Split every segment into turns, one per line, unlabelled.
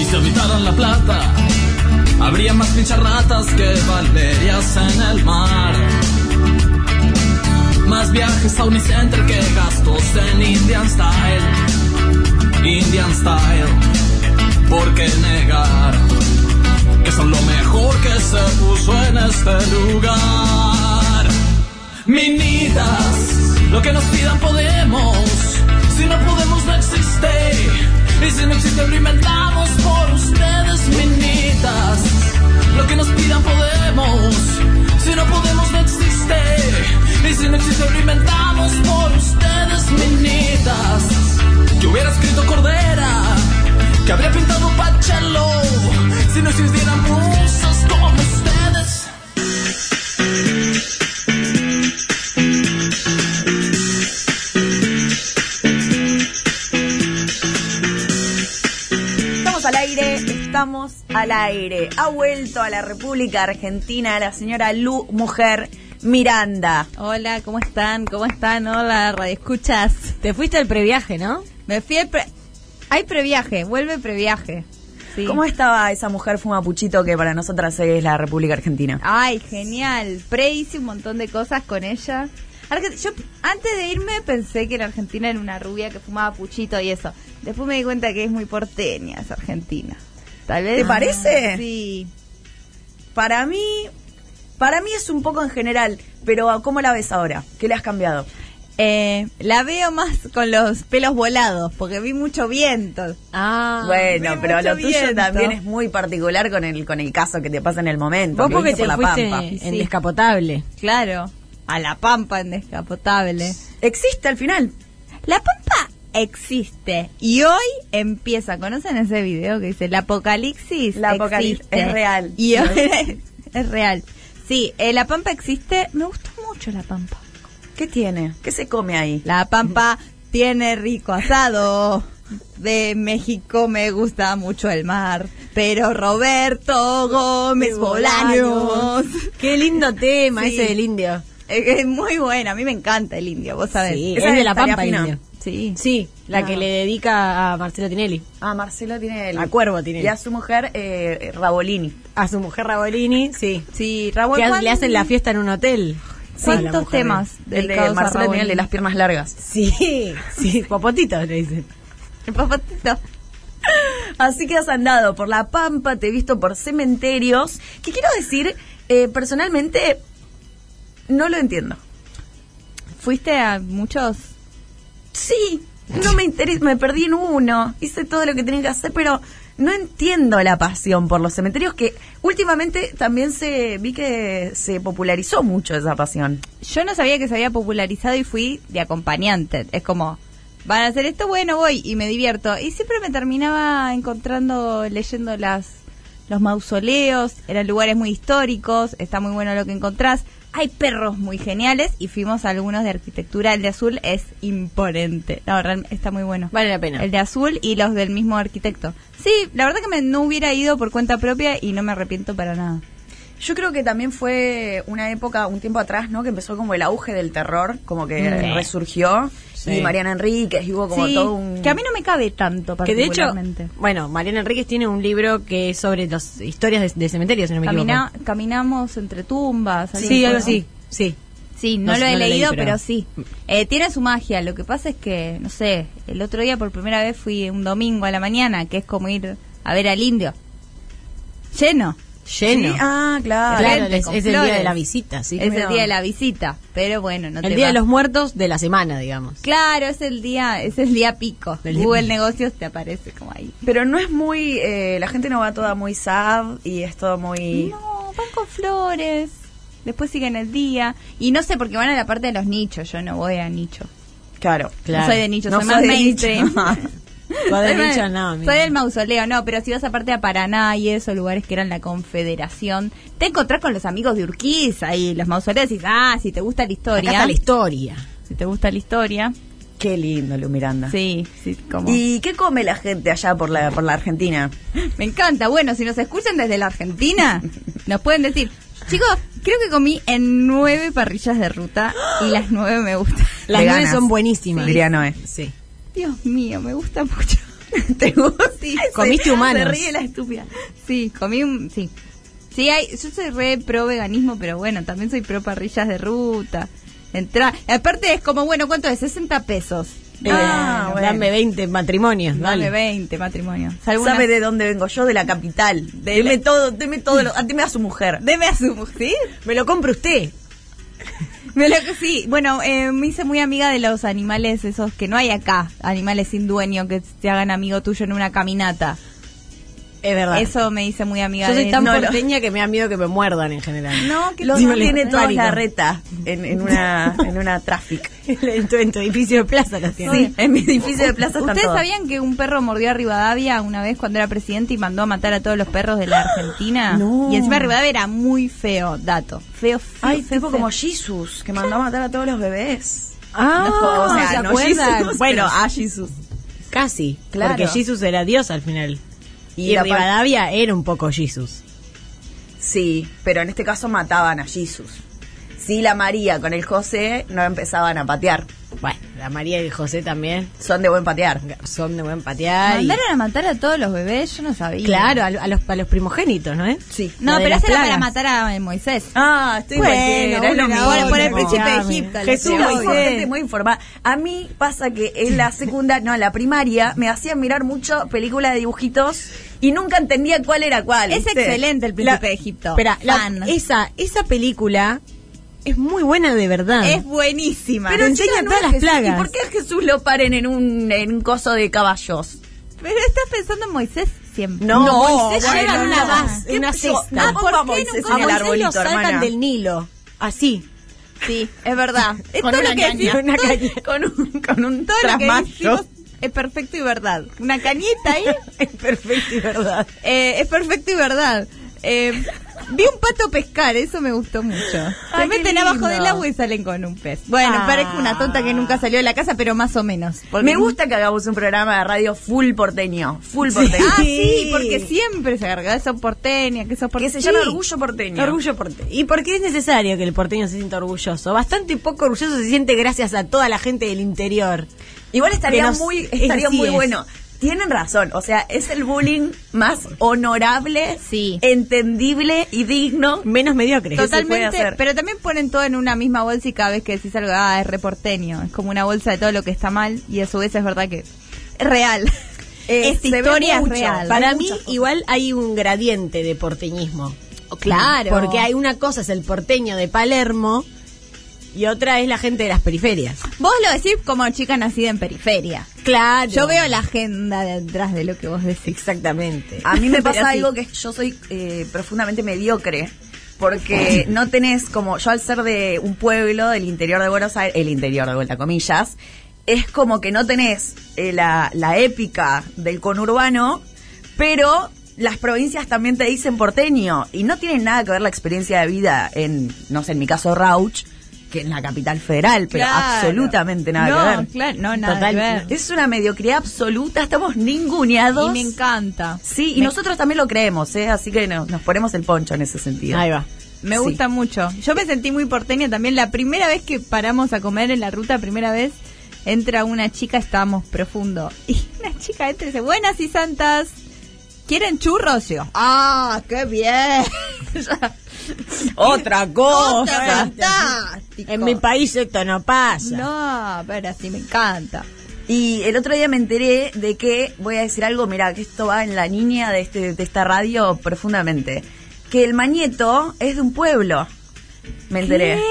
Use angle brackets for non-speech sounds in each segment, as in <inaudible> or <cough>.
Y si habitaran la plata, habría más pincharratas que valerias en el mar. Más viajes a Unicenter que gastos en Indian Style. Indian Style, ¿por qué negar? Que son lo mejor que se puso en este lugar. Minitas, lo que nos pidan podemos. Si no podemos, no existe. Y si no existe, lo inventamos por ustedes, minitas. Lo que nos pidan podemos. Si no podemos, no existe. Y si no existe, lo inventamos por ustedes, minitas. Yo hubiera escrito Cordera, que habría pintado Pachelo. Si no existieran musas como ustedes.
Estamos al aire, estamos al aire. Ha vuelto a la República Argentina la señora Lu Mujer Miranda.
Hola, ¿cómo están? ¿Cómo están? Hola, radioescuchas.
Te fuiste al previaje, ¿no?
Me fui al pre... Hay previaje, vuelve previaje. Sí.
¿Cómo estaba esa mujer fumapuchito que para nosotras es la República Argentina?
Ay, genial. Pre hice un montón de cosas con ella. Arge- Yo antes de irme pensé que en Argentina era una rubia que fumaba puchito y eso. Después me di cuenta que es muy porteña esa Argentina. Tal vez.
¿Te parece?
Sí.
Para mí, para mí es un poco en general, pero ¿cómo la ves ahora? ¿Qué le has cambiado?
Eh, la veo más con los pelos volados porque vi mucho viento.
Ah.
bueno,
vi
pero
mucho
lo tuyo
viento.
también es muy particular con el con el caso que te pasa en el momento.
Vos
que
porque
viste
te
por
fuiste en
Sí.
descapotable.
Claro. A la pampa en descapotable.
Existe al final.
La pampa existe y hoy empieza. ¿Conocen ese video que dice el apocalipsis?
La apocalipsis
existe"?
es real.
Y hoy <laughs> es real. Sí, eh, la pampa existe. Me gusta mucho la pampa.
¿Qué tiene? ¿Qué se come ahí?
La pampa <laughs> tiene rico asado. De México me gusta mucho el mar, pero Roberto Gómez Bolaños.
Qué lindo tema
Sí.
ese del indio.
Es es muy buena, a mí me encanta el indio, vos sabés.
Sí,
Esa
es de
es
la
Tarea
Pampa
Fina.
indio.
Sí.
Sí, la
Ah.
que le dedica a Marcelo Tinelli,
Ah, Marcelo tiene el
A Cuervo Tinelli.
y a su mujer eh, Rabolini.
a su mujer Rabolini, sí.
Sí, Raúl,
Que ha-
¿cuán-
le hacen la fiesta en un hotel. Sí, a la
¿Cuántos
mujer.
temas
El de
dedicados a
Marcelo
Raúl?
Tinelli, el de las piernas largas. <laughs>
Sí, sí, popotitos le dicen.
El papatito.
Así que has andado por la pampa, te he visto por cementerios. Que quiero decir, eh, personalmente, no lo entiendo.
¿Fuiste a muchos?
Sí, no me interesa, me perdí en uno, hice todo lo que tenía que hacer, pero no entiendo la pasión por los cementerios que últimamente también se vi que se popularizó mucho esa pasión.
Yo no sabía que se había popularizado y fui de acompañante. Es como, van a hacer esto, bueno, voy y me divierto. Y siempre me terminaba encontrando, leyendo las los mausoleos, eran lugares muy históricos, está muy bueno lo que encontrás. Hay perros muy geniales y fuimos a algunos de arquitectura. El de azul es imponente. No, real- está muy bueno.
Vale la pena.
El de azul y los del mismo arquitecto. Sí, la verdad que me, no hubiera ido por cuenta propia y no me arrepiento para nada.
Yo creo que también fue una época, un tiempo atrás, ¿no? Que empezó como el auge del terror, como que
Sí.
Mm.
resurgió.
Sí.
Y Mariana Enríquez, y hubo como
Sí,
todo un...
que a mí no me cabe tanto
Que de hecho,
particularmente.
bueno, Mariana Enríquez tiene un libro que es sobre las historias de, de cementerios, si no me
Camina-
equivoco.
caminamos entre tumbas.
Sí, algo
¿no?
así, sí.
Sí,
No
no, lo
sé,
he
no lo leí,
leído,
pero-
pero, sí. Eh, tiene su magia. Lo que pasa es que, no sé, el otro día por primera vez fui un domingo a la mañana, que es como ir a ver al indio. Lleno.
Lleno.
Sí, Ah, claro.
claro,
gente,
es,
con
es el día
flores.
de la visita, sí.
es
mira.
el día de la visita. Pero bueno, no
el
te
día de
vas.
los muertos de la semana, digamos.
Claro, es el día, es el día pico.
El día
Google
pico.
Negocios te aparece como ahí.
Pero no es muy... eh, la gente no va toda muy sad y es todo muy...
No, van con flores. Después siguen el día. Y no sé, porque van a la parte de los nichos. Yo no voy a nicho.
Claro.
Claro.
No soy de nicho,
No
soy más
soy de nicho.
mainstream.
<laughs>
Soy de
más-
nicho, no, amiga.
soy del mausoleo, no, pero si vas aparte a Paraná y esos lugares que eran la confederación, te encontrás con los amigos de Urquiza y los mausoleos y decís, ah, si te gusta la
Acá
historia.
está la historia.
Si te gusta la historia.
Qué lindo, Lu Miranda.
Sí, sí, como.
¿Y qué come la gente allá por la, por la Argentina?
Me encanta. Bueno, si nos escuchan desde la Argentina, nos pueden decir, chicos, creo que comí en nueve parrillas de ruta y las nueve me gustan.
Las
Te
nueve
ganas.
son buenísimas.
Diría Noé.
Sí.
Dios mío, me gusta mucho.
¿Te gusta?
Sí,
<laughs> Comiste
se-
humanos.
Se ríe la estúpida. Sí, comí un... Sí. Sí, hay, yo soy re pro veganismo, pero bueno, también soy pro parrillas de ruta. Entrar. Aparte es como, bueno, ¿cuánto es? 60 pesos.
Ah,
Eh,
bueno.
Dame 20 matrimonios,
Dame
dale.
20 matrimonio. Salvo
¿Sabe
unas-
de dónde vengo yo? De la capital. Deme todo, deme todo, lo- deme a su mujer.
Deme a su mujer. ¿sí?
Me lo compra usted.
Me lo- sí, bueno, eh, me hice muy amiga de los animales esos que no hay acá, animales sin dueño que se hagan amigo tuyo en una caminata.
Es verdad.
Eso me hice muy amiga
Yo soy
de
tan
no, lo-
porteña que me da miedo que me muerdan en general.
No, que
Los
Sí, me lo-
tiene todos
pálido.
la reta en, en
<laughs>
una en una traffic.
en, tu, en tu edificio de plaza los tienen.
Sí, en mi edificio de plaza están
¿Ustedes
todos.
sabían que un perro mordió a Rivadavia una vez cuando era presidente y mandó a matar a todos los perros de la Argentina?
No.
Y encima Rivadavia era muy feo, dato. Feo, feo.
Ay,
feo,
tipo
feo.
como Jesus, que mandó a matar a todos los bebés.
Ah,
o sea,
¿se
no
acuerdan?
Jesus,
bueno,
pero
ah,
a Jesus.
casi.
Claro.
Porque Jesús era Dios al final.
Y
Y,
la par-
Rivadavia era un poco Jesús.
Sí, pero en este caso mataban a Jesus. Sí, la María con el José no empezaban a patear.
Bueno, la María y el José también
Son de buen patear.
son de buen patear. y-
Mandaron a matar a todos los bebés, yo no sabía.
Claro, a, lo- a los, a los primogénitos, ¿no es?
Sí.
No,
Lo de
pero
las
eso era para
plagas.
matar a eh, Moisés.
Ah, estoy
Bueno,
cualquiera, es lo
bueno,
mismo.
ahora
por el
no,
príncipe de
dame.
Egipto. lo
Jesús,
Sí,
decía
muy
hoy.
importante, muy informada. A mí pasa que en la secundaria, no, en la primaria, me hacían mirar mucho películas de dibujitos y nunca entendía cuál era cuál.
Es
¿viste?
excelente el príncipe de Egipto.
Espera, la-
Fan. es,
esa, esa película es muy buena de verdad.
buenísima.
Pero
Pero,
enseña
chicas, no es
todas las
Jesús.
plagas.
¿Y por qué a Jesús lo paren en un, en un coso de caballos?
estás pensando en Moisés siempre.
No,
No,
Moisés
bueno,
lleva en una
no.
base,
¿Qué
una
pasó?
cesta.
Ah, ¿por qué Moisés en el
nunca- a Moisés
arbolito,
lo sacan
hermana?
del Nilo? Así.
Sí, es verdad. <laughs> Es
Con
todo
una
lo que
caña.
decimos,
Una
todo-
caña.
Con un, con un
todo lo que
trasmayo.
decimos es perfecto y verdad. Una cañita ahí
es perfecto y verdad.
eh, es perfecto y verdad. Eh, vi un pato pescar, eso me gustó mucho. Se
Ay, qué
meten
lindo.
abajo del agua y salen con un pez. Bueno,
Ah.
parezco una tonta que nunca salió de la casa, pero más o menos. Porque-
Me gusta que hagamos un programa de radio full porteño. Full porteño.
Ah,
Sí.
sí, porque siempre se agarra eso porteña, que eso
porque
porteña.
se llama
sí.
Orgullo Porteño.
Orgullo porteño. ¿Y por qué es necesario que el porteño se sienta orgulloso? Bastante poco orgulloso se siente gracias a toda la gente del interior.
Igual estaría
Que nos-
muy,
es-
estaría
así
muy
es.
bueno. Tienen razón, o sea, es el bullying más honorable,
Sí.
entendible y digno.
Menos mediocre.
Total. puede
Totalmente,
hacer.
pero también ponen todo en una misma bolsa y cada vez que decís algo, ah, es reporteño. Es como una bolsa de todo lo que está mal y a su vez es verdad que es real.
Eh,
Esta
se ve
historia es
mucho.
real.
Para
Hay
mí,
muchas cosas.
igual hay un gradiente de porteñismo.
Oh, claro.
Porque hay una cosa es el porteño de Palermo y otra es la gente de las periferias.
Vos lo decís como chica nacida en periferia.
Claro.
Yo veo la agenda detrás de lo que vos decís.
Exactamente.
A
<laughs>
mí me
Pero
pasa
sí.
algo que yo soy eh, profundamente mediocre. Porque no tenés como. Yo, al ser de un pueblo del interior de Buenos Aires, el interior de vuelta, comillas, es como que no tenés eh, la, la épica del conurbano, pero las provincias también te dicen porteño. Y no tiene nada que ver la experiencia de vida en, no sé, en mi caso, Rauch, que es la capital federal, pero
Claro.
absolutamente nada que
no,
ver.
Claro, no, nada
Total.
que ver.
Es una mediocridad absoluta, estamos ninguneados.
Y me encanta.
Sí, y
Me-
nosotros también lo creemos, ¿eh? así que no- nos ponemos el poncho en ese sentido.
Ahí va.
Me
Sí.
gusta mucho. Yo me sentí muy porteña
<laughs>
también. La primera vez que paramos a comer en la ruta, primera vez, entra una chica, estábamos profundo. Y una chica entra y dice, buenas y santas. ¿Quieren churros? Yo, ¡ah, qué bien! Ya.
Otra
Cosa fantástica.
En mi país esto no pasa.
No, pero sí me encanta.
Y el otro día me enteré de que, voy a decir algo, mira, que esto va en la línea de, este, de esta radio profundamente, que el mañeto es de un pueblo. Me enteré.
¿Qué?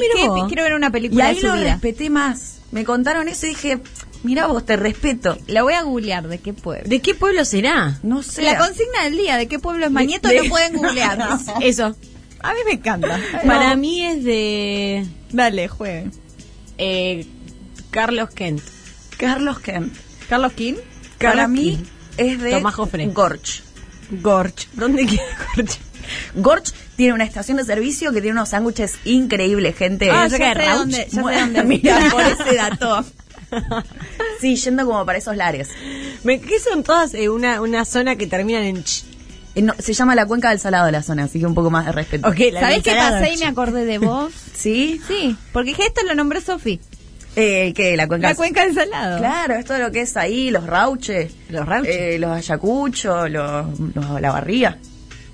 Ah, mira
qué-
vos.
quiero ver una
Y
película
ahí
de su
lo
vida.
respeté más. Me contaron eso y dije, mira vos, te respeto.
La voy a googlear, ¿de qué pueblo?
¿De qué pueblo será?
No sé.
La consigna del día, ¿de qué pueblo es Mañeto?
de-
Lo pueden googlear.
<laughs>
<laughs>
Eso.
A mí me encanta.
Para mí es de
Dale, juegue.
eh, Carlos Kent.
Carlos Kemp.
Carlos King.
Para
Carlos
mí
King.
es de
Tomás Jofre.
Gorch.
Gorch. ¿Dónde queda Gorch?
Gorch tiene una estación de servicio que tiene unos sándwiches increíbles, gente.
Ah,
ya sé
ya sé
Rauch.
dónde, ya sé
Bueno,
<laughs>
dónde.
Mira, por ese dato. Sí, yendo como para esos lares.
Me, ¿Qué son todas eh, una, una zona que terminan en ch?
Eh, no, se llama la Cuenca del Salado la zona, así que un poco más de respeto.
Ok, la
¿Sabés qué
ensalada
pasé y
Gorch.
me acordé de vos?
¿Sí?
Sí, porque esto lo nombró Sofi.
Eh, ¿Qué? La Cuenca
La
del
cuenca del salado.
Claro, es todo lo que es ahí, los rauches.
Los rauches.
eh, los ayacuchos, los, los- la barría.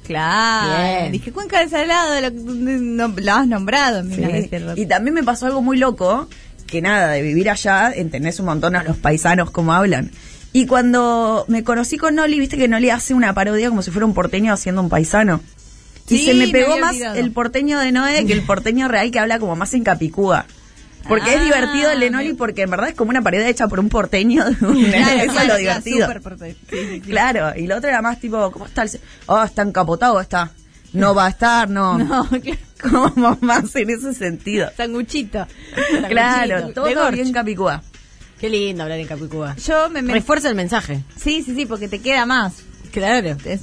Claro.
Bien.
Dije cuenca del salado, lo, no- lo has nombrado. mira,
Sí.
este rato.
Y también me pasó algo muy loco, que nada, de vivir allá, entendés un montón a los paisanos cómo hablan. Y cuando me conocí con Noli, viste que Noli hace una parodia como si fuera un porteño haciendo un paisano. Y
Sí,
se me
me
pegó
había
más
olvidado.
el porteño de Noé que el porteño real que habla como más en Capicúa. Porque es
Ah,
divertido el de Noli
bien.
porque en verdad es como una parodia hecha por un porteño. de un-
<laughs>
Claro,
Eso es
claro,
lo
claro,
divertido.
súper prote- sí, sí, sí.
Claro, y lo otro era más tipo, ¿cómo está el.? se- Oh, está encapotado, está. No va a estar, no.
<laughs> No, claro.
Como más en ese sentido.
<laughs>
Sanguchito.
Claro,
de
todo
Gorch.
bien Capicúa.
Qué lindo hablar en Capicúa.
Yo me, me-
Refuerza el mensaje.
Sí, sí, sí, porque te queda más.
Claro.
Es-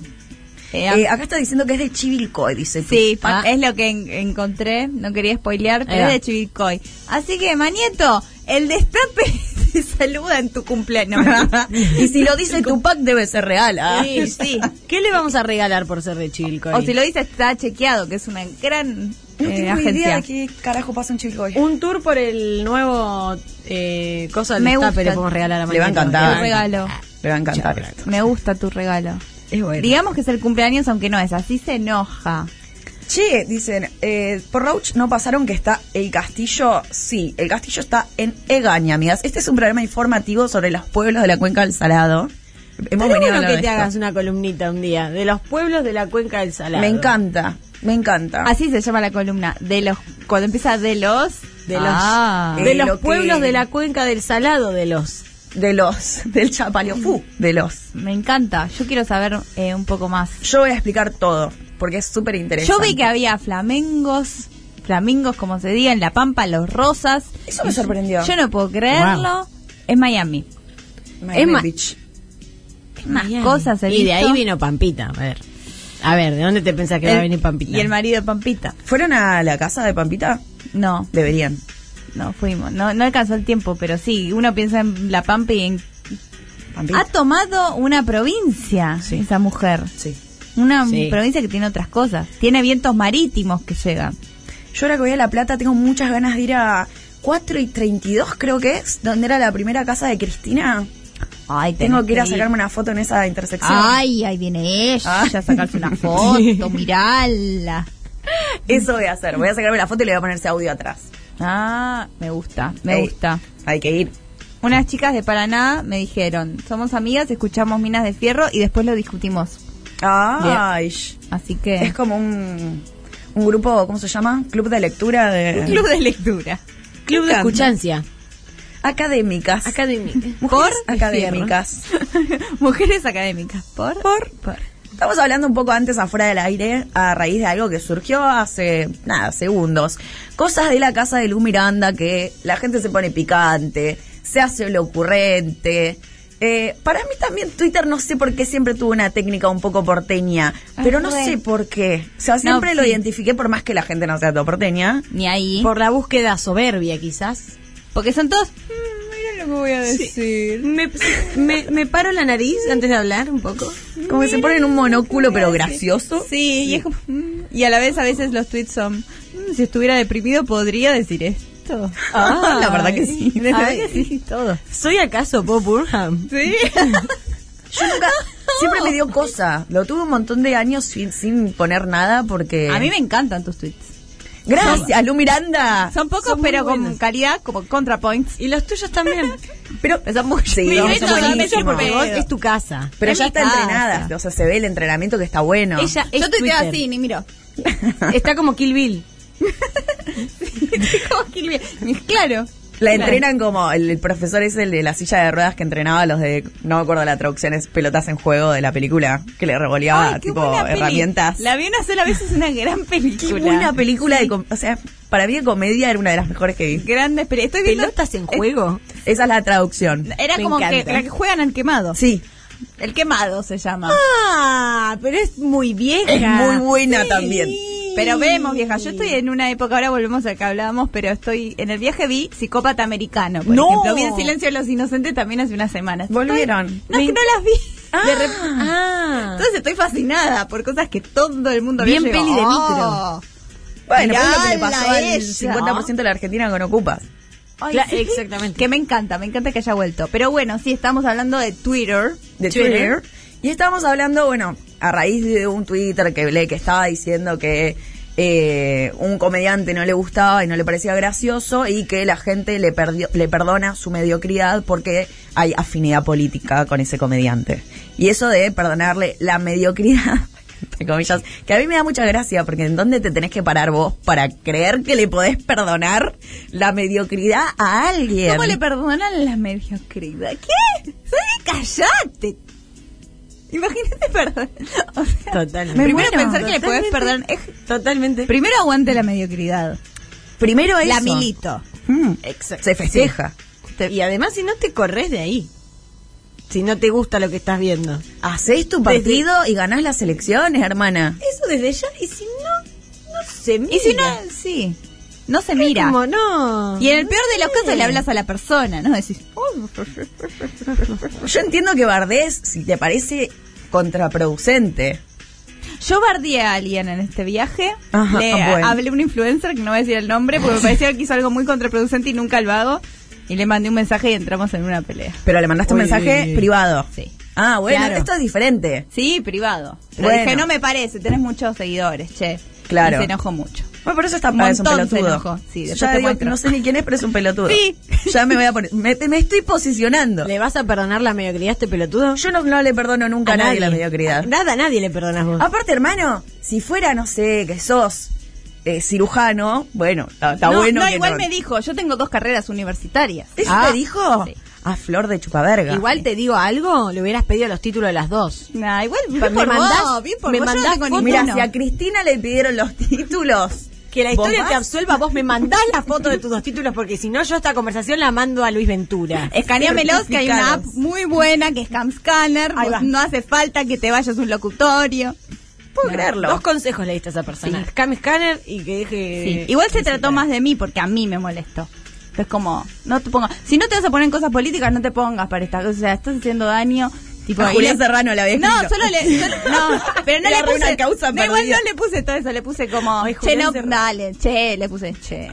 Eh, acá está diciendo que es de Chivilcoy, dice.
Sí,
Ah.
es lo que en- encontré, no quería spoilear,
Ahí
pero
va.
es de Chivilcoy. Así que, Manieto, el destape <laughs> te saluda en tu cumpleaños.
y si lo dice Tupac debe ser real. ¿ah?
Sí, <laughs> sí.
<laughs>
¿Qué le vamos a regalar por ser de Chilco?
o si lo dices, está chequeado, que es una gran eh, agencia.
qué carajo pasa en Chivilcoy.
Un tour por el nuevo eh, cosa del
Me
destape
gusta.
le podemos regalar a
Le va a
Mañeto.
encantar.
Tu regalo.
Le va a encantar esto.
Me gusta tu regalo.
Es bueno.
Digamos que es el cumpleaños, aunque no es, así se enoja.
Che, dicen, eh, por Rauch no pasaron que está el castillo. Sí, el castillo está en Egaña, amigas. Este es un programa informativo sobre los pueblos de la cuenca del Salado. Hemos
Estaría
venido a
bueno
hablar
que
de
te
esto.
hagas una columnita un día de los pueblos de la cuenca del Salado.
Me encanta, me encanta.
Así se llama la columna. De los, cuando empieza de los,
De los,
Ah.
de
Eh,
los
lo que-
pueblos de la cuenca del Salado de los.
De los, del Chapaleofú, de los.
Me encanta. Yo quiero saber eh, un poco más.
Yo voy a explicar todo, porque es súper interesante.
Yo vi que había flamengos, flamingos como se diga, en La Pampa, Los Rosas.
Eso me sorprendió.
Yo no puedo creerlo. Es Miami.
Miami
es ma-
Beach.
Más
Bien.
cosas he
Y de
visto.
ahí vino Pampita. A ver. A ver, ¿de dónde te pensás que va a
El-
venir Pampita?
Y el marido de Pampita.
¿Fueron a la casa de Pampita?
No,
Deberían.
no fuimos. No, no alcanzó el tiempo, pero sí, uno piensa en La Pampa y en...
Pampita.
Ha tomado una provincia
Sí.
esa mujer.
sí.
Una
Sí.
provincia que tiene otras cosas. Tiene vientos marítimos que llegan.
Yo ahora que voy a La Plata tengo muchas ganas de ir a 4 y 32 creo que es, donde era la primera casa de Cristina.
Ay,
Tengo
tenés
que ir a sacarme una foto en esa intersección.
Ay, ahí viene ella,
Ah.
a
<laughs>
sacarse una foto, mirala.
Eso voy a hacer. Voy a sacarme la foto y le voy a ponerse audio atrás.
Ah, me gusta, me
Ey,
gusta.
Hay que ir.
Unas chicas de Paraná me dijeron, somos amigas, escuchamos Minas de Fierro y después lo discutimos.
Ay. sh.
Así que...
Es como un, un grupo, ¿cómo se llama? Club de lectura de...
club de lectura.
Club de
Canta.
escuchancia.
Académicas.
Académica.
Mujeres
Por
académicas.
<laughs> Mujeres académicas. ¿Por?
Por- Estamos hablando un poco antes afuera del aire a raíz de algo que surgió hace, nada, segundos. Cosas de la casa de Lu Miranda que la gente se pone picante, se hace lo ocurrente. Eh, para mí también Twitter no sé por qué siempre tuvo una técnica un poco porteña, pero no
Ah, re.
sé por qué. O sea, siempre
No,
lo
sí.
identifiqué por más que la gente no sea todo porteña.
Ni ahí.
Por la búsqueda soberbia, quizás.
Porque son todos... "Mm, Mira lo que voy a decir.
Me, me, me paro la nariz antes de hablar un poco.
Como que se ponen un monóculo pero gracioso.
Sí, y es como, "Mm", y a la vez a veces los tweets son, "Mm, si estuviera deprimido podría decir esto.
Ah, la verdad que sí.
<laughs> La verdad
Ay.
que sí, todo.
¿Soy acaso Bob Burnham?
Sí.
<laughs> Yo nunca, siempre me dio cosa. Lo tuve un montón de años sin, sin poner nada porque...
A mí me encantan tus tweets.
Gracias, Lu Miranda.
Son pocos,
Son muy
pero con
buenos.
calidad, como contrapoints.
Y los tuyos también.
Pero
<laughs> Son muy-
Sí,
Mis
son
besos son
buenísimos.
besos por
porque
pedo.
vos es tu casa.
Pero
es
ya
mi
está
casa.
entrenada, o sea, se ve el entrenamiento que está bueno.
Ella es
Yo tuiteo
Twitter.
así, ni <laughs> miro.
Está como Kill Bill.
Como que le- claro.
la entrenan como el, el profesor es el de la silla de ruedas que entrenaba a los de, no me acuerdo la traducción, es pelotas en juego de la película, que le revoleaba
Ay, qué
tipo
buena peli.
herramientas.
La vi una sola vez, es una gran
Qué
película.
buena película de com- o sea, Para mí, en comedia era una de las mejores que vi.
Grande experiencia. Estoy viendo.
¿Pelotas en juego?
Esa es la traducción.
Era
Me
como que
encanta.
la que juegan al quemado.
Sí.
El quemado se llama.
Ah, pero es muy vieja.
Es muy buena también.
Pero vemos, vieja. Yo estoy en una época, ahora volvemos a que hablábamos, pero estoy. En el viaje vi Psicópata Americano. Por
No.
ejemplo, vi El Silencio de los Inocentes también hace unas semanas.
Volvieron.
No, es que no las vi.
Ah,
De rep-
ah.
Entonces estoy fascinada por cosas que todo el mundo había
Bien
llegado.
peli de micro.
Oh.
Bueno, pero es lo que le
Mirala
pasó al
ella.
50% de la Argentina con Ocupas.
Ay,
Cla-
sí.
exactamente.
Que me encanta, me encanta que haya vuelto. Pero bueno, sí, estamos hablando de Twitter.
de Twitter. Y estábamos hablando, bueno, a raíz de un Twitter que le que estaba diciendo que eh, un comediante no le gustaba y no le parecía gracioso y que la gente le, perdió, le perdona su mediocridad porque hay afinidad política con ese comediante. Y eso de perdonarle la mediocridad, <laughs> entre comillas, que a mí me da mucha gracia porque ¿en dónde te tenés que parar vos para creer que le podés perdonar la mediocridad a alguien?
¿Cómo le perdonan las mediocridades? ¿Qué? Sonia, callate! Imagínate perdón. O sea,
Totalmente.
Primero
Me muero.
pensar que le podés
Totalmente.
perdonar.
Totalmente.
Primero aguante la mediocridad.
Primero eso.
La milito.
Mm.
Exacto.
Se festeja.
Y además, si no te corres de ahí. Si no te gusta lo que estás viendo.
Hacés tu partido y ganás las elecciones, hermana.
Eso desde ya. Y si no, no se mira.
Y si no, sí. No se mira.
Como no.
Y en el peor de los casos le hablas a la persona, ¿no? Decís, "Oh,
Yo entiendo que Bardés, si te parece contraproducente.
Yo bardié a alguien en este viaje.
Ajá,
le
ah, bueno.
hablé a un influencer, que no voy a decir el nombre, porque me parecía que hizo algo muy contraproducente y nunca lo hago. Y le mandé un mensaje y entramos en una pelea.
Pero le mandaste un
Uy,
mensaje
uy, uy.
privado.
Sí.
Ah, bueno,
Claro.
esto es diferente.
Sí, privado. Le
Bueno.
dije, no me parece, tenés muchos seguidores, che.
Claro.
Y se enojó mucho.
Bueno, pero eso está
Un
mal, es un
montón se
pelotudo.
enojó. Sí, después
ya
te
digo,
muestro.
no sé ni quién es, pero es un pelotudo.
Sí.
Ya me voy a poner. Me, te- me estoy posicionando.
¿Le vas a perdonar la mediocridad a este pelotudo?
Yo no, no le perdono nunca a, nadie la mediocridad.
A- Nada, a nadie le perdonas vos.
Aparte, hermano, si fuera, no sé, que sos eh, cirujano, bueno, está, está
no,
bueno.
no,
que
igual
no-
me dijo, yo tengo dos carreras universitarias.
¿Eso
Ah.
te dijo?
Sí.
A flor de chupaverga.
Igual te digo algo, le hubieras pedido los títulos de las dos.
Nah, Ah, igual bien
Me
por
mandás-
vos, bien por
me
vos, yo no
mandás
tengo
fotos.
ninguno.
Mira, si a Cristina le pidieron los títulos.
Que la
¿vos
historia
vas?
te absuelva, vos me mandás la foto de tus dos títulos, porque si no, yo esta conversación la mando a Luis Ventura.
Escaneamelos, que hay una app muy buena que es Cam Scanner.
Ahí
Vos
va.
No hace falta que te vayas a un locutorio.
Puedo
No,
creerlo.
Dos consejos le diste a esa persona. Cam Scanner y que deje.
Sí. Igual se trató más de mí porque a mí me molestó. Es como, no te pongas. Si no te vas a poner en cosas políticas, no te pongas para esta cosa. O sea, estás haciendo daño. Tipo,
A
y
Julián
le-
Serrano la había
No,
escrito.
solo le.
<laughs>
solo- no, pero no
Era
le
re una
puse.
causa
no, igual
perdida.
no le puse todo eso. Le puse como.
Ay,
che,
Julián
<laughs>
no,
Serrano.
dale, che, le puse che.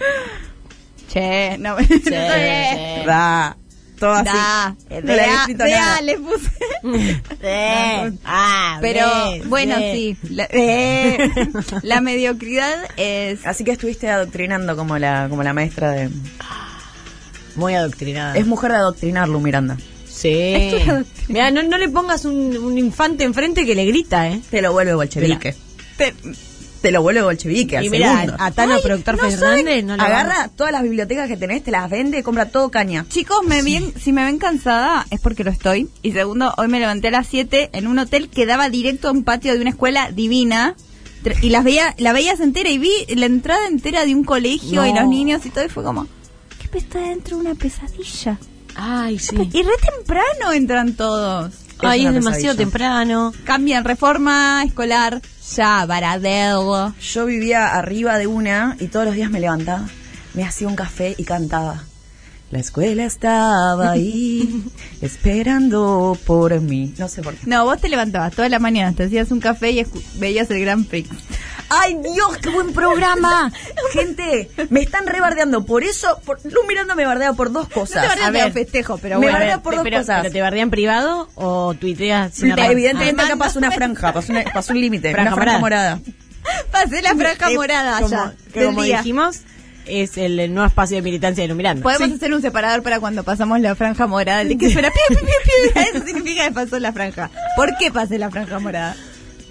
Che, no. <laughs> no está bien.
Da. Todo así.
Da,
No le
de
había
a-
escrito
de
nada.
a le puse.
Ve, ah,
Eh, Pero
ve,
bueno,
ve.
sí. La, eh, la mediocridad es.
Así que estuviste adoctrinando como la, como la maestra de.
Ah.
Muy adoctrinada.
Es mujer de adoctrinar, Lu Miranda.
sí.
es adoctrinada.
Mira, Eh, no, no le pongas un, un infante enfrente que le grita, ¿eh?
Te lo vuelve bolchevique.
te-
Te lo vuelve bolchevique al
Y mira,
segundo.
a Tano
Ay,
Productor
no
Fernández
sabe-
no le
Agarra todas las bibliotecas que tenés, te las vende, compra todo caña.
Chicos, me ven- si me ven cansada es porque lo estoy. Y segundo, hoy me levanté a las 7 en un hotel que daba directo a un patio de una escuela divina. Tre- Y las veía, la veías entera y vi la entrada entera de un colegio y
No.
los niños y todo. Y fue como, ¿qué pe- está dentro de una pesadilla?
Ay, sí.
Y re temprano entran todos.
Ay,
una
es
pesadilla.
demasiado temprano.
Cambian reforma escolar, ya, Baradeo.
Yo vivía arriba de una y todos los días me levantaba, me hacía un café y cantaba. La escuela estaba
<laughs>
ahí,
<laughs>
esperando por mí. No sé por qué.
No, vos te levantabas toda la mañana, te hacías un café y escu- veías el Gran Prix.
¡Ay, Dios, qué buen programa! <laughs> Gente, me están rebardeando. Por eso, por, Lu Miranda me bardea por dos
No
cosas.
te bardea
A ver,
por festejo, pero
me
bueno.
bardea por dos
pero,
cosas.
pero te bardean privado o tuiteas sin
Te-
arrancar?
evidentemente
Ah.
acá pasó una franja, pasó, una- pasó un límite,
Franja
una franja morada.
Pasé la franja
Que-
morada
como,
ya.
que
del
como
día.
dijimos, es el, el nuevo espacio de militancia de Lumiranda.
Podemos hacer un separador para cuando pasamos la franja morada. El
<laughs>
que suena pi, pi, pi, pi. Eso significa que pasó la franja. ¿Por qué pasé la franja morada?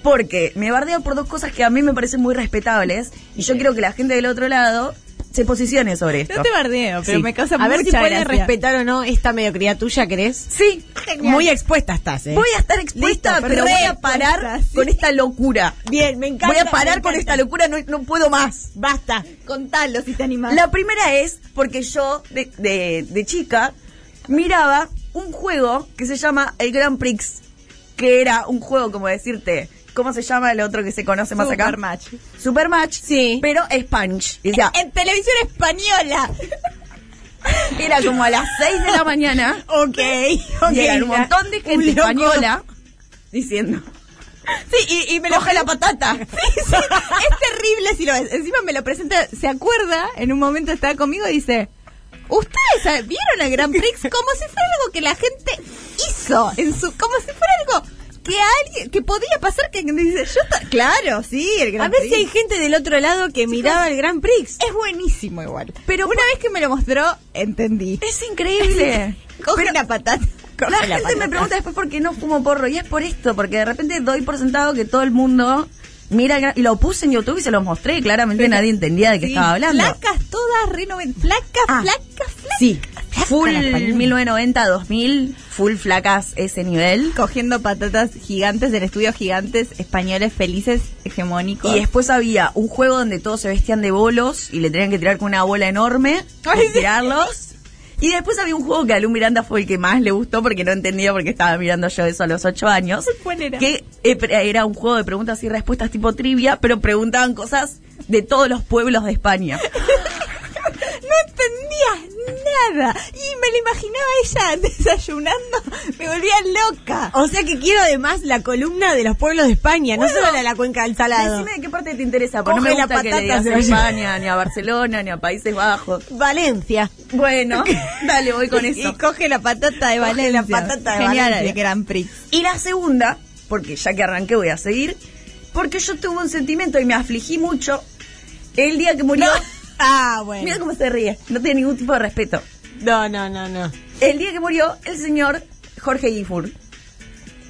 Porque me bardea por dos cosas que a mí me parecen muy respetables y yo quiero que la gente del otro lado se posicione sobre esto.
No te bardeo, pero
Sí.
me causa
A ver si
mucha
puedes
gracia.
respetar o no esta mediocridad tuya, ¿crees?
Sí,
Muy expuesta estás, ¿eh?
voy a estar expuesta,
Listo,
pero voy a
perfecto.
parar
Sí.
con esta locura.
Bien, me encanta.
Voy a parar
me
con
encanta.
esta locura, no, no puedo más.
Basta.
Contalo si te animás.
La primera es porque yo, de, de- de chica, miraba un juego que se llama el Grand Prix, que era un juego, como decirte, ¿cómo se llama el otro que se conoce más acá?
Supermatch.
Supermatch,
Sí.
pero Spanish. Y decía,
En televisión española.
era como a las 6 de la mañana.
Ok,
<laughs>
ok.
y eran un montón de
Un
gente
loco.
española diciendo.
Sí, y, y me lo
Coge la patata.
<laughs> Sí, sí, es terrible si lo ves. Encima me lo presenta, se acuerda, en un momento estaba conmigo y dice, ¿ustedes ah, vieron el Grand Prix como si fuera algo que la gente hizo? en su Como si fuera algo que alguien, que podía pasar que dice, yo ta- claro, sí, el
A
Grand
ver
Prix.
si hay gente del otro lado que miraba el Gran Prix.
Es buenísimo igual. Pero una vez que me lo mostró, entendí.
Es
<laughs>
increíble.
Coge
Pero-
la patata.
La,
Coge
gente me
patata.
pregunta después por qué no fumo porro. Y es por esto, porque de repente doy por sentado que todo el mundo mira. el gran- Y lo puse en YouTube y se los mostré. y Claramente nadie entendía de qué
Sí,
estaba hablando.
Flacas todas, renoven, flacas,
Ah,
flacas, flacas.
Sí.
flacas
Full
las palmeras.
1990, 2000. Full flacas ese nivel.
cogiendo patatas gigantes del estudio gigantes españoles felices hegemónicos.
Y después había un juego donde todos se vestían de bolos y le tenían que tirar con una bola enorme
Ay,
y
sí.
tirarlos. Y después había un juego que a Lu Miranda fue el que más le gustó porque no entendía por qué estaba mirando yo eso a los ocho años.
¿Cuál era?
Que eh, pre- era un juego de preguntas y respuestas tipo trivia, pero preguntaban cosas de todos los pueblos de España.
no entendía nada y me la imaginaba
<laughs>
ella desayunando, me volvía loca.
O sea que quiero además la columna de los pueblos de España, no solo la de la Cuenca del Salado.
Decime de qué parte te interesa, porque no me
Coge la
gusta que le
patata,
digas a
Sebastián.
España, ni a Barcelona, ni a Países Bajos.
Valencia. <laughs>
Bueno, dale, voy con eso.
<laughs> Y coge la patata de
Coge
Valencia.
la patata de
Genial,
Valencia.
el Gran Prix.
Y la segunda, porque ya que arranqué voy a seguir, porque yo tuve un sentimiento y me afligí mucho el día que murió.
Ah,
Mira
bueno.
cómo se ríe, no tiene ningún tipo de respeto.
No, no, no, no.
El día que murió el señor Jorge Gifur.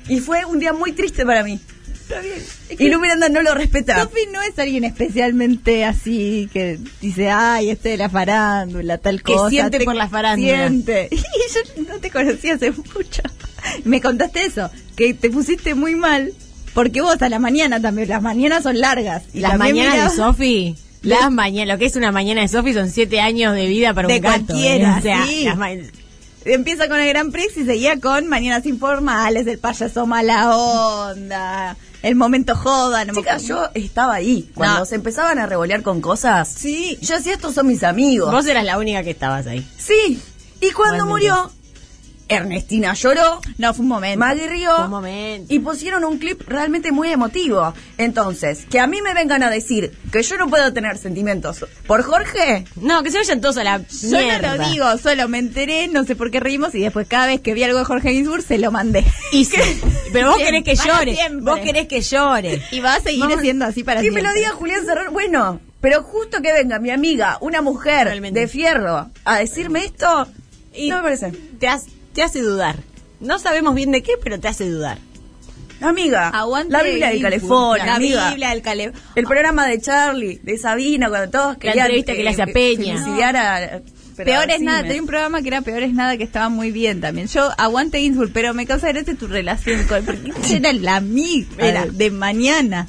Y fue un día muy triste para mí.
Está bien.
Y Lu Miranda no lo respeta.
Sofi no es alguien especialmente así que dice, ay, este de la farándula, tal
Que
cosa.
siente por la farándula.
Siente. <laughs> Y yo no te conocí hace mucho. Me contaste eso, que te pusiste muy mal, porque vos a la mañana también, las mañanas son largas. Y
Las
también
mañanas
mirabas-
de Sofi. Las mañanas, lo que es una mañana de Sofi son siete años de vida para
De
un gato.
cualquiera,
¿eh? O sea,
sí.
las ma-
Empieza con el Gran Prix y seguía con Mañanas Informales, el payaso mala onda, el momento joda. No me
Chicas,
acuerdo.
yo estaba ahí. Cuando
No.
se empezaban a revolear con cosas,
Sí.
yo decía, estos son mis amigos.
Vos eras la única que estabas ahí.
Sí. Y cuando
Bueno,
murió, Ernestina lloró.
No, fue un momento.
Maggie rió.
Fue un momento.
Y pusieron un clip realmente muy emotivo. Entonces, que a mí me vengan a decir que yo no puedo tener sentimientos por Jorge.
No, que se vayan todos a la
Yo
mierda.
no lo digo, solo me enteré, no sé por qué reímos y después cada vez que vi algo de Jorge Ginsburg se lo mandé.
Y
<laughs>
sí.
<laughs>
Pero vos
Siempre,
querés que
para
llore.
siempre.
Vos querés que llore.
Y va a seguir
Vamos,
siendo así para
Que me
siempre.
lo diga Julián Serrón. Bueno, pero justo que venga mi amiga, una mujer
Realmente.
de fierro, a decirme esto,
Y-
no me parece.
Te, has- te hace dudar. No sabemos bien de qué, pero te hace dudar.
Amiga,
Aguante
la Biblia de
Ginsburg,
Calefón,
la
amiga.
Biblia del Calefón.
El programa de Charlie, de Sabina, cuando todos querían...
entrevista que le
eh,
hace a Peña.
felicitar a- pero
peor es
sí
nada,
me-
tenía un programa que era Peor es nada que estaba muy bien también. Yo aguante Ginsburg, pero me causa gracia tu relación con porque era la amiga
Era.
de mañana.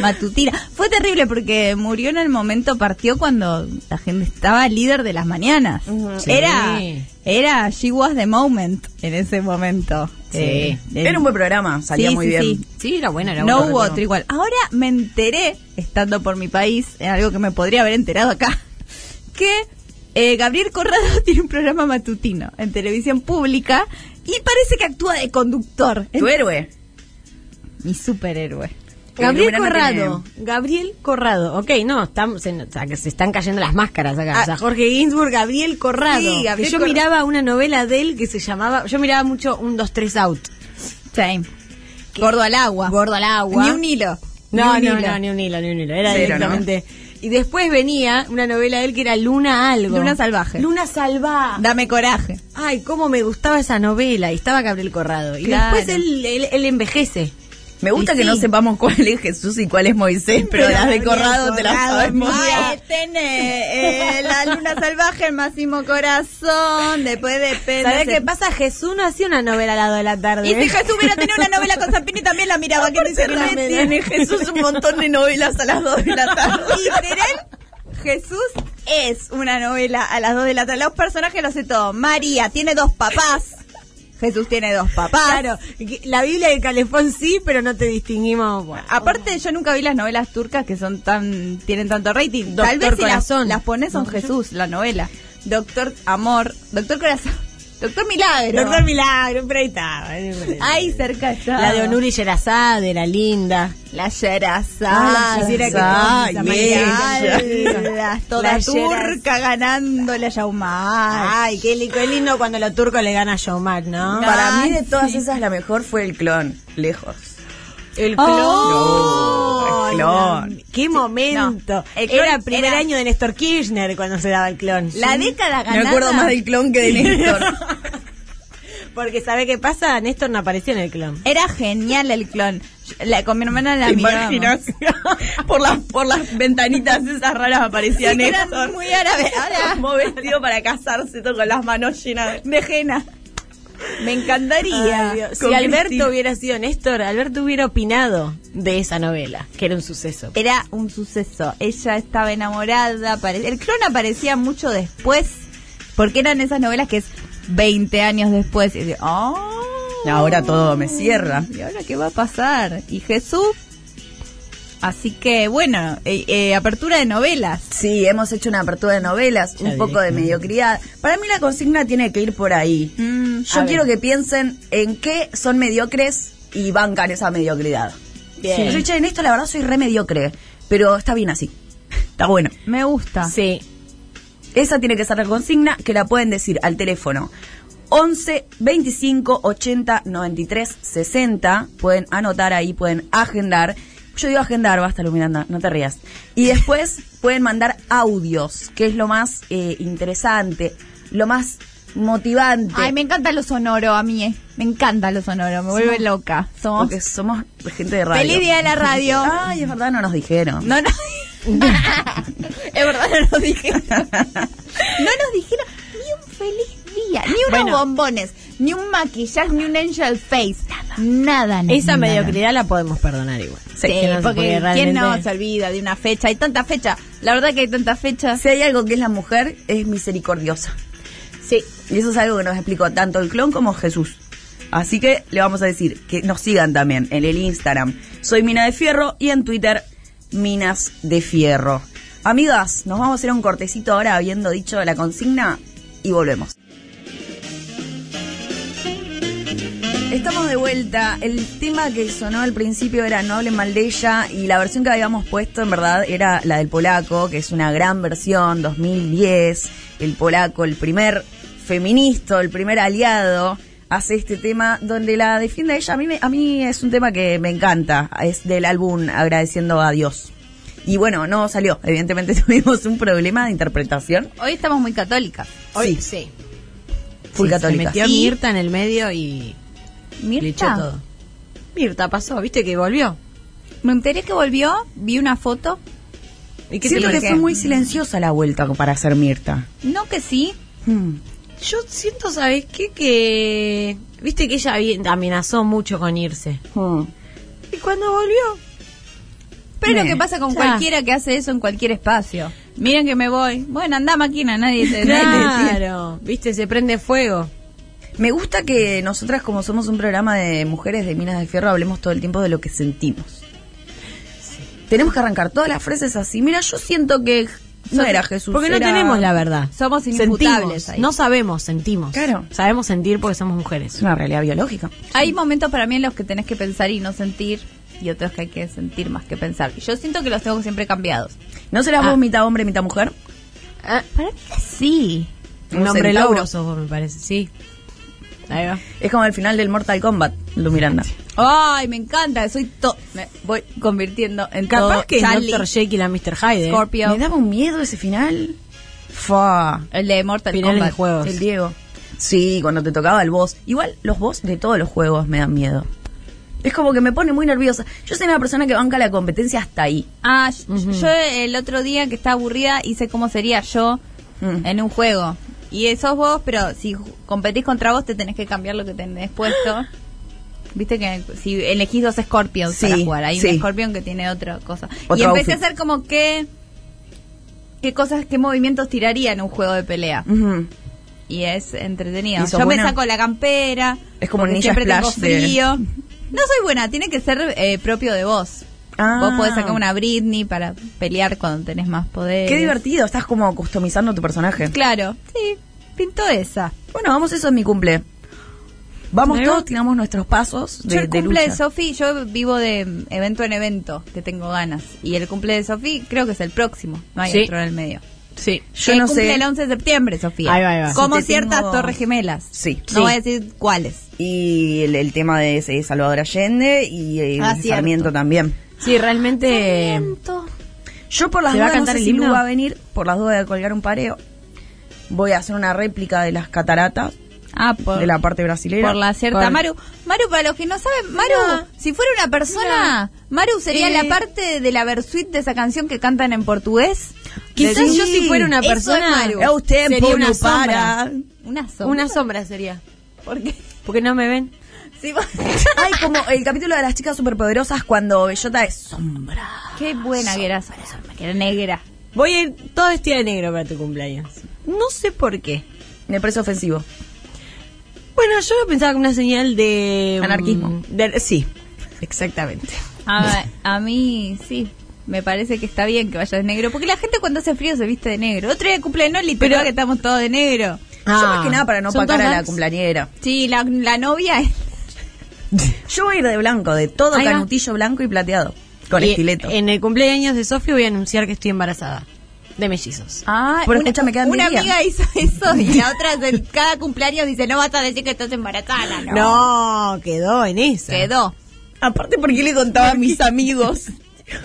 Matutina. Fue terrible porque murió en el momento, partió cuando la gente estaba líder de las mañanas.
Sí.
Era, era She was the moment en ese momento.
Sí.
el-
Era un buen
Ah,
programa, salía
Sí,
muy
sí,
bien.
sí.
Sí, era buena, era
No
buena.
hubo otro igual. Ahora me enteré, estando por mi país, en algo que me podría haber enterado acá, <laughs> que eh, Gabriel Corrado <laughs> tiene un programa matutino en televisión pública y parece que actúa de conductor. Es
Tu héroe.
mi superhéroe.
Gabriel
Pero bueno,
Corrado. Gabriel Corrado. Ok, no, estamos, se, o sea, que se están cayendo las máscaras acá.
Ah.
O sea, Jorge Ginsburg, Gabriel Corrado.
Sí, Gabriel
Que yo
Corra-
miraba una novela de él que se llamaba, yo miraba mucho un 2 3 out.
Sí. Gordo al agua.
Gordo al agua.
Ni un hilo.
No,
Ni un
no,
hilo.
no, ni un hilo, ni un hilo. Era
Cero,
directamente. Y después venía una novela de él que era Luna algo.
Luna salvaje.
Luna salvaje.
Dame coraje.
Ay, cómo me gustaba esa novela. Y estaba Gabriel Corrado. Y
Claro.
después él, él, él envejece.
Me gusta
Y
que no
sí.
sepamos cuál es Jesús y cuál es Moisés, pero, las de Corrado te las
Corrado,
sabemos.
Ay, tiene eh, la luna salvaje, el máximo corazón, después depende.
¿Sabés
se-
qué pasa? Jesús no hacía una novela a las dos de la tarde.
¿Eh?
Y si Jesús hubiera tenido una novela con Zampini también la miraba, que dice
Pero
¿eh?
tiene Jesús un montón de novelas a las 2 de
<laughs>
la tarde.
<laughs> Literal, Jesús es una novela a las 2 de la tarde. Los personajes los sé todo. María tiene dos papás. Jesús tiene dos papás.
Claro, que la Biblia de Calefón sí, pero no te distinguimos. bueno.
Aparte, yo nunca vi las novelas turcas que son tan tienen tanto rating.
Doctor
Tal vez si las,
Corazón.
las pones son Jesús, la novela. Doctor Amor, Doctor Corazón, <laughs> Doctor Milagro.
Doctor Milagro, pero ahí estaba.
Ahí cerca está.
La de Onuri Yerazade, la linda.
La Yerazá.
Ah, la Yerazá,
María
bien.
Aldas, Toda
La
turca ganándole a Yaumar.
Ay, qué, li- qué lindo cuando los turcos le ganan a Showmatch, ¿no?
No.
Para mí de
sí.
todas esas la mejor fue el clon, lejos.
El clon.
Oh, el clon.
la- Qué momento.
No, el clon
era primer
era-
año de Néstor Kirchner cuando se daba el clon.
La década ganada.
Me acuerdo más del clon que de Néstor.
<laughs> Porque ¿sabe qué pasa? Néstor no apareció en el clon.
Era genial el clon. Yo- la- con mi hermana la
¿Te
mirábamos.
imaginas? <laughs> por, las, por las ventanitas esas raras aparecía
Sí, que eran
Néstor.
muy árabes. Ahora-
Como vestido para casarse, todo con las manos llenas de...
De Jena. Me encantaría.
Ay, Dios. Si
Con
Alberto
Cristina.
hubiera sido Néstor, Alberto hubiera opinado de esa novela, que era un suceso.
Era un suceso. Ella estaba enamorada. apare- El clon aparecía mucho después. Porque eran esas novelas que es 20 años después. Y dice, "Ah".
Ahora todo me cierra.
¿Y ahora qué va a pasar? Y Jesús. Así que, bueno, eh, eh, apertura de novelas.
Sí, hemos hecho una apertura de novelas, un poco de mediocridad. Para mí la consigna tiene que ir por ahí.
Mm,
Yo quiero que piensen en qué son mediocres y bancan esa mediocridad.
Bien.
Yo, che, en esto la verdad soy re mediocre, pero está bien así. <laughs> Está bueno.
Me gusta.
Sí.
Esa tiene que ser la consigna que la pueden decir al teléfono. 11 25 80 93 60. Pueden anotar ahí, pueden agendar. Yo digo agendar, basta, Lu Miranda, no te rías.
<laughs>
Y después pueden mandar audios, que es lo más eh, interesante, lo más motivante.
Ay, me encanta lo sonoro a mí. eh. Me encanta lo sonoro. Me vuelve loca. Somos.
Porque somos gente de radio.
Feliz día de la radio.
Ay, es verdad, no nos dijeron. <laughs>
No, no. es verdad, no nos dijeron. No nos dijeron ni un feliz día, ni unos
Bueno.
bombones, ni un maquillaje, ni un angel face. Nada, nada.
Esa
nada.
mediocridad la podemos perdonar igual.
Sí,
Que no se
porque
puede realmente-
¿quién no se olvida de una fecha? Hay tanta fecha. La verdad que hay tanta fecha.
Si hay algo que es la mujer, es misericordiosa.
Sí.
Y eso es algo que nos explicó tanto el clon como Jesús. Así que le vamos a decir que nos sigan también en el Instagram. Soy Mina de Fierro y en Twitter Minas de Fierro. Amigas, nos vamos a ir a un cortecito ahora habiendo dicho la consigna y volvemos. Estamos de vuelta. El tema que sonó al principio era No hablen mal de ella y la versión que habíamos puesto en verdad era la del polaco, que es una gran versión, 2010. El polaco, el primer feminista, el primer aliado, hace este tema donde la defiende a ella. A mí, me- a mí es un tema que me encanta. Es del álbum Agradeciendo a Dios. Y bueno, no salió. Evidentemente <laughs> tuvimos un problema de interpretación.
Hoy estamos muy católicas.
Hoy, sí.
Full
Sí, Se
católica.
metió
Y-
Mirta en el medio y le echó todo. Mirta pasó, viste que volvió.
Me enteré que volvió, vi una foto.
¿Y qué
Siento
te
que
parece?
fue muy silenciosa la vuelta para ser Mirta.
No que sí.
Hmm.
Yo siento, ¿sabes qué? Que. Viste que ella había- amenazó mucho con irse.
Hmm.
¿Y cuando volvió?
Pero lo
Bien.
que pasa con
Ya.
cualquiera que hace eso en cualquier espacio. Miren que me voy. Bueno, anda máquina, nadie te nadie te-
Claro, viste, se prende fuego.
Me gusta que nosotras, como somos un programa de mujeres de Minas de Fierro, hablemos todo el tiempo de lo que sentimos. Tenemos que arrancar todas las frases así. Mira, yo siento que no
Son-
era Jesús.
Porque no
era-
tenemos la verdad.
Somos inimputables
Sentimos.
ahí.
No sabemos, sentimos.
Claro.
Sabemos sentir porque somos
Es
mujeres.
una realidad biológica.
Hay momentos para mí en los que tenés que pensar y no sentir, y otros que hay que sentir más que pensar. Y Yo siento que los tengo siempre cambiados.
¿No serás
Ah.
vos mitad hombre, mitad mujer?
Para mí que sí.
Un
Un
hombre
centauro.
lobo sos vos, me parece, sí. Ahí va.
Es como el final del Mortal Kombat, Lu Miranda.
Ay, me encanta, soy to me voy convirtiendo en
Capaz
todo.
que
Charlie,
Dr. Jekyll a Mr. Hyde. ¿eh?
Scorpio,
Me daba un miedo ese final. Fa.
el de Mortal
Final del
Kombat.
juego. Vos.
El Diego. Sí, cuando te tocaba el boss. Igual los boss de todos los juegos me dan miedo. Es como que me pone muy nerviosa. Yo soy una persona que banca la competencia hasta ahí.
Ah, y- yo el otro día que estaba aburrida hice cómo sería yo
Mm.
en un juego. Y esos vos, pero si ju- competís contra vos te tenés que cambiar lo que tenés
<laughs>
puesto. Viste que si elegís dos Scorpions para
Sí,
jugar, hay
sí.
un Scorpion que tiene otra cosa. y
Otro
empecé
outfit.
a hacer como que qué cosas, qué movimientos tiraría en un juego de pelea.
Ujú.
Y es entretenido.
Mm. ¿Y sos
Yo
buena?
me saco la campera.
Es como
porque
Ninja
siempre tengo
Splash de-
frío. No soy buena, tiene que ser eh, propio de vos.
Ah.
Vos podés sacar una Britney para pelear cuando tenés más poder.
Qué divertido, estás como customizando tu personaje.
Claro, sí, pintó esa.
Bueno, vamos, eso es mi cumple. Vamos
¿Nuevo?
todos, tiramos nuestros pasos de,
yo el
de
cumple de,
lucha.
Sofi, yo vivo de mm, evento en evento, que tengo ganas. Y el cumple de Sofi creo que es el próximo, no hay
Sí.
otro en el medio.
Sí.
Yo
el
no
cumple
sé.
el 11 de septiembre, Sofía.
Ahí va, ahí va.
Como
Sí, te
ciertas
tengo-
torres gemelas.
Sí.
No
Sí.
voy a decir cuáles.
Y el, el tema de ese Salvador Allende y eh,
Ah, cierto.
Sarmiento también.
Sí, realmente.
Yo por las
¿Se va a
dudas no
cantar
sé
el
si Lu
himno?
va a venir, por las dudas de colgar un pareo. Voy a hacer una réplica de las cataratas
Ah, por,
de la parte brasileña.
por la cierta
Por-
Maru. Maru, para los que no saben, Maru,
No.
si fuera una persona, Maru sería
Eh.
la parte de la versuite de esa canción que cantan en portugués.
Quizás
De-
yo si fuera una
Eso es
persona.
Maru.
Es usted,
sería una
Polo,
sombra.
para.
Una sombra.
Una sombra sería.
Porque
Porque no me ven.
si vos-
<laughs> Ay, como el capítulo de las chicas superpoderosas cuando Bellota es sombra.
Qué buena que era sombra, sombra, que era negra.
Voy a ir toda vestida de negro para tu cumpleaños. No sé por qué.
Me parece ofensivo.
Bueno, yo lo pensaba como una señal de. mm,
Anarquismo.
de- sí, exactamente.
A, a mí sí. Me parece que está bien que vayas de negro. Porque la gente cuando hace frío se viste de negro. Otro día cumple Noli, pero que estamos todos de negro.
Yo
Ah,
más que nada para no
¿son
pagar a
todas
la
las-
cumpleañera.
Sí, la, la novia es.
Yo <laughs> voy a ir de blanco, de todo
Ahí va.
canutillo blanco y plateado. Con
Y
estileto.
En el cumpleaños de Sofía voy a anunciar que estoy embarazada. De mellizos.
Ah,
Pero
una,
escúchame, quedan
una
10 días.
amiga hizo eso y la otra
<laughs>
en cada cumpleaños dice, no vas a decir que estás embarazada, no.
No, quedó en esa.
Quedó.
Aparte, porque le contaba a mis amigos?
<laughs>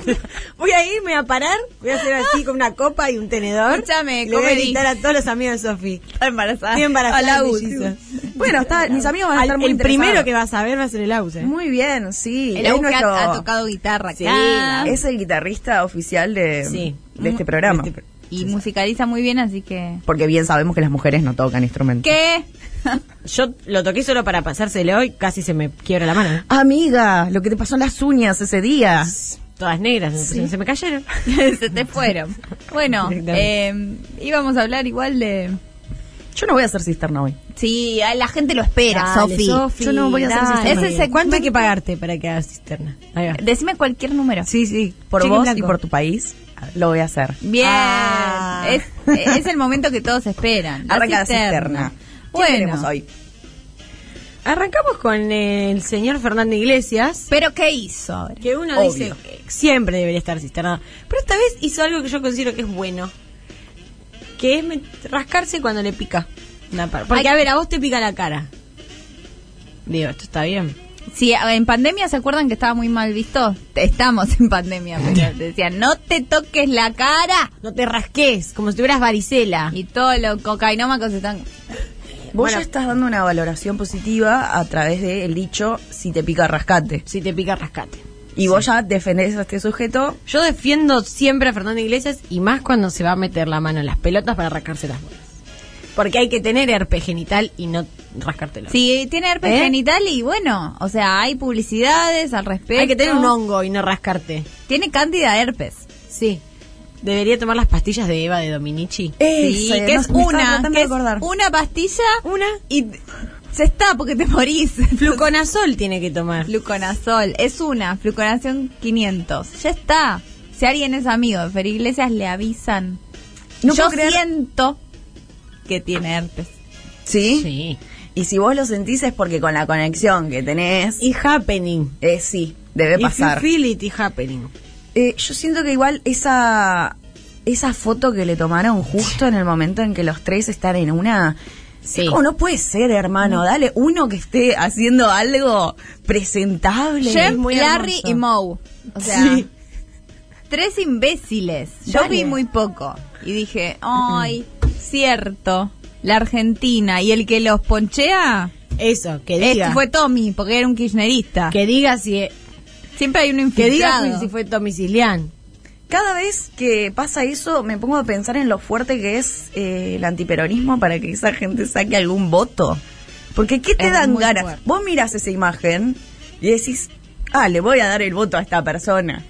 Voy a irme a parar, voy a hacer así con una copa y un tenedor.
Escúchame,
Le voy a
comedy.
gritar a todos los amigos de Sofi.
Está embarazada.
Estoy embarazada.
Al
de
out.
mellizos.
Bueno,
<laughs>
está, mis amigos van a
Al-
estar muy
El primero
interesados.
que vas a ver va a ser el Aus. ¿eh?
Muy bien, sí.
El
es
Aucat
nuestro-
ha tocado guitarra
Sí,
acá.
Es el guitarrista oficial de,
Sí.
de este programa.
Este pro-
Y musicaliza muy bien, así que...
Porque bien sabemos que las mujeres no tocan instrumentos.
¿Qué?
Yo lo toqué solo para pasárselo y casi se me quiebra la mano. ¿eh?
Amiga, lo que te pasó en las uñas ese día.
Todas negras, me pusieron- se me cayeron.
<laughs> Se te fueron. Bueno,
Directamente.
eh, íbamos a hablar igual de...
Yo no voy a hacer cisterna hoy.
Sí, a la gente lo espera,
Dale,
Sofi.
Sofi,
Yo no voy a hacer
dale.
cisterna.
Ese segmento-
¿Cuánto hay que pagarte para que hagas cisterna? Ahí va.
Decime cualquier número.
Sí, sí.
Por
Cheque en
vos y
blanco.
por tu país, lo voy a hacer.
Bien.
Ah.
Es, eh, es el momento que todos
<laughs>
esperan. La
Arranca la cisterna.
cisterna.
¿Qué tenemos
Bueno,
hoy?
Arrancamos con el señor Fernando Iglesias.
pero ¿qué hizo ahora?
Que uno
Obvio.
dice que siempre debería estar cisternado. Pero esta vez hizo algo que yo considero que es bueno. Que es met- rascarse cuando le pica. una par- Porque,
Ay.
a ver, a vos te pica la cara. Digo, esto está bien.
Sí, en pandemia se acuerdan que estaba muy mal visto. Estamos en pandemia, pero
<laughs>
decían, no te toques la cara.
No te rasques, como si tuvieras varicela.
Y todos los cocainómacos están...
Vos
Bueno.
ya estás dando una valoración positiva a través del dicho, si te pica, rascate.
Si te pica, rascate.
Y vos ya defendés a este sujeto.
Yo defiendo siempre a Fernando Iglesias y más cuando se va a meter la mano en las pelotas para rascarse las bolas. Porque hay que tener herpes genital y no rascártelo.
Sí, tiene herpes
¿Eh?
genital y bueno, o sea, hay publicidades al respecto.
Hay que tener un hongo y no rascarte.
Tiene cándida herpes.
Sí. Debería tomar las pastillas de Eva de Dominici.
Sí,
Ese,
que
no-
es
me estaba
una,
tratando
que
de
es
acordar.
una pastilla
Una.
y se está porque te morís.
<laughs> Fluconazol tiene que tomar.
Fluconazol, es una, Fluconación 500. Ya está. Si alguien es amigo de Fer Iglesias, le avisan.
No
Yo
puedo creer-
siento que tiene herpes.
¿Sí?
Sí.
Y si vos lo sentís es porque con la conexión que tenés,
Y happening.
eh, sí, debe
If you
pasar.
feel it, it happening.
Eh, yo siento que igual esa esa foto que le tomaron justo en el momento en que los tres están en una
Sí.
es como, no puede ser, hermano, dale uno que esté haciendo algo presentable.
Jem,
Muy
Larry
hermoso.
y Moe. O sea,
Sí.
tres imbéciles. Yo
Dale.
vi muy poco y
<clears throat>
dije, ay, cierto, la Argentina y el que los ponchea
Eso, que
Este
diga.
fue Tommy, porque era un kirchnerista.
que diga si e-".
Siempre hay un
que
infiltrado.
diga si fue Tommy Silian.
Cada vez que pasa eso, me pongo a pensar en lo fuerte que es eh, el antiperonismo para que esa gente saque algún voto. Porque ¿qué te
Es
dan
muy
ganas?
fuerte.
Vos mirás esa imagen y decís, ah, le voy a dar el voto a esta persona.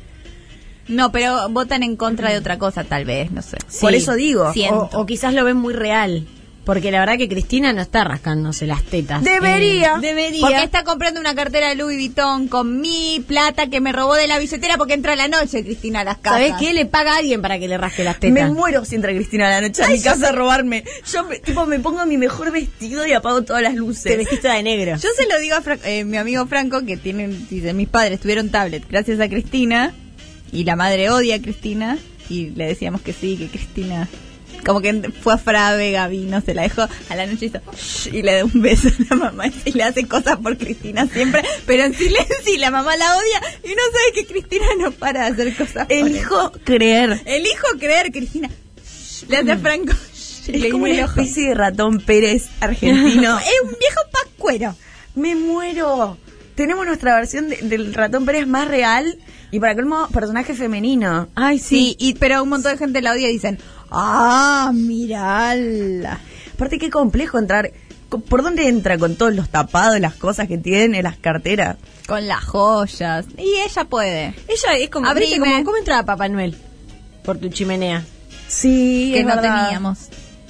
No, pero votan en contra de otra cosa, tal vez, no sé.
Por eso digo.
Siento.
O, o quizás lo ven muy real. Porque la verdad que Cristina no está rascándose las tetas. Eh,
Debería.
debería.
Eh, Porque está comprando una cartera de Louis Vuitton con mi plata que me robó de la billetera porque entra a la noche, Cristina, a las casas.
¿Sabés qué? Le paga a alguien para que le rasque las
Me
tetas.
muero si entra Cristina a la noche a mi casa a robarme. Yo, me- tipo, me pongo mi mejor vestido y apago todas las
Te
luces.
vestiste de negro.
Yo se lo digo a Fra- eh, mi amigo Franco, que tiene, dice, mis padres tuvieron tablet gracias a Cristina, y la madre odia a Cristina, y le decíamos que sí, que Cristina... Como que fue a Frave, Gavino, se la dejó a la noche y hizo, "Shh", y le da un beso a la mamá y le hace cosas por Cristina siempre, pero en silencio y la mamá la odia y uno sabe que Cristina no para de hacer cosas. por él.
Elijo creer.
Elijo creer, Cristina. Le hace a Franco. y le
Es como
guiña el
una
ojo.
especie de ratón Pérez argentino.
<laughs> Es un viejo pascuero.
Me muero. Tenemos nuestra versión de- del ratón Pérez más real y para colmo personaje femenino.
Ay,
Sí, y, pero un montón de gente la odia y dicen, ah, mirala.
Aparte qué complejo entrar. Co- ¿Por dónde entra con todos los tapados, las cosas que tiene, las carteras?
Con las joyas. Y ella puede.
Ella es como,
Abrime.
¿viste? como ¿cómo entraba Papá Noel? Por tu chimenea.
Sí,
Que
es
no
verdad.
teníamos.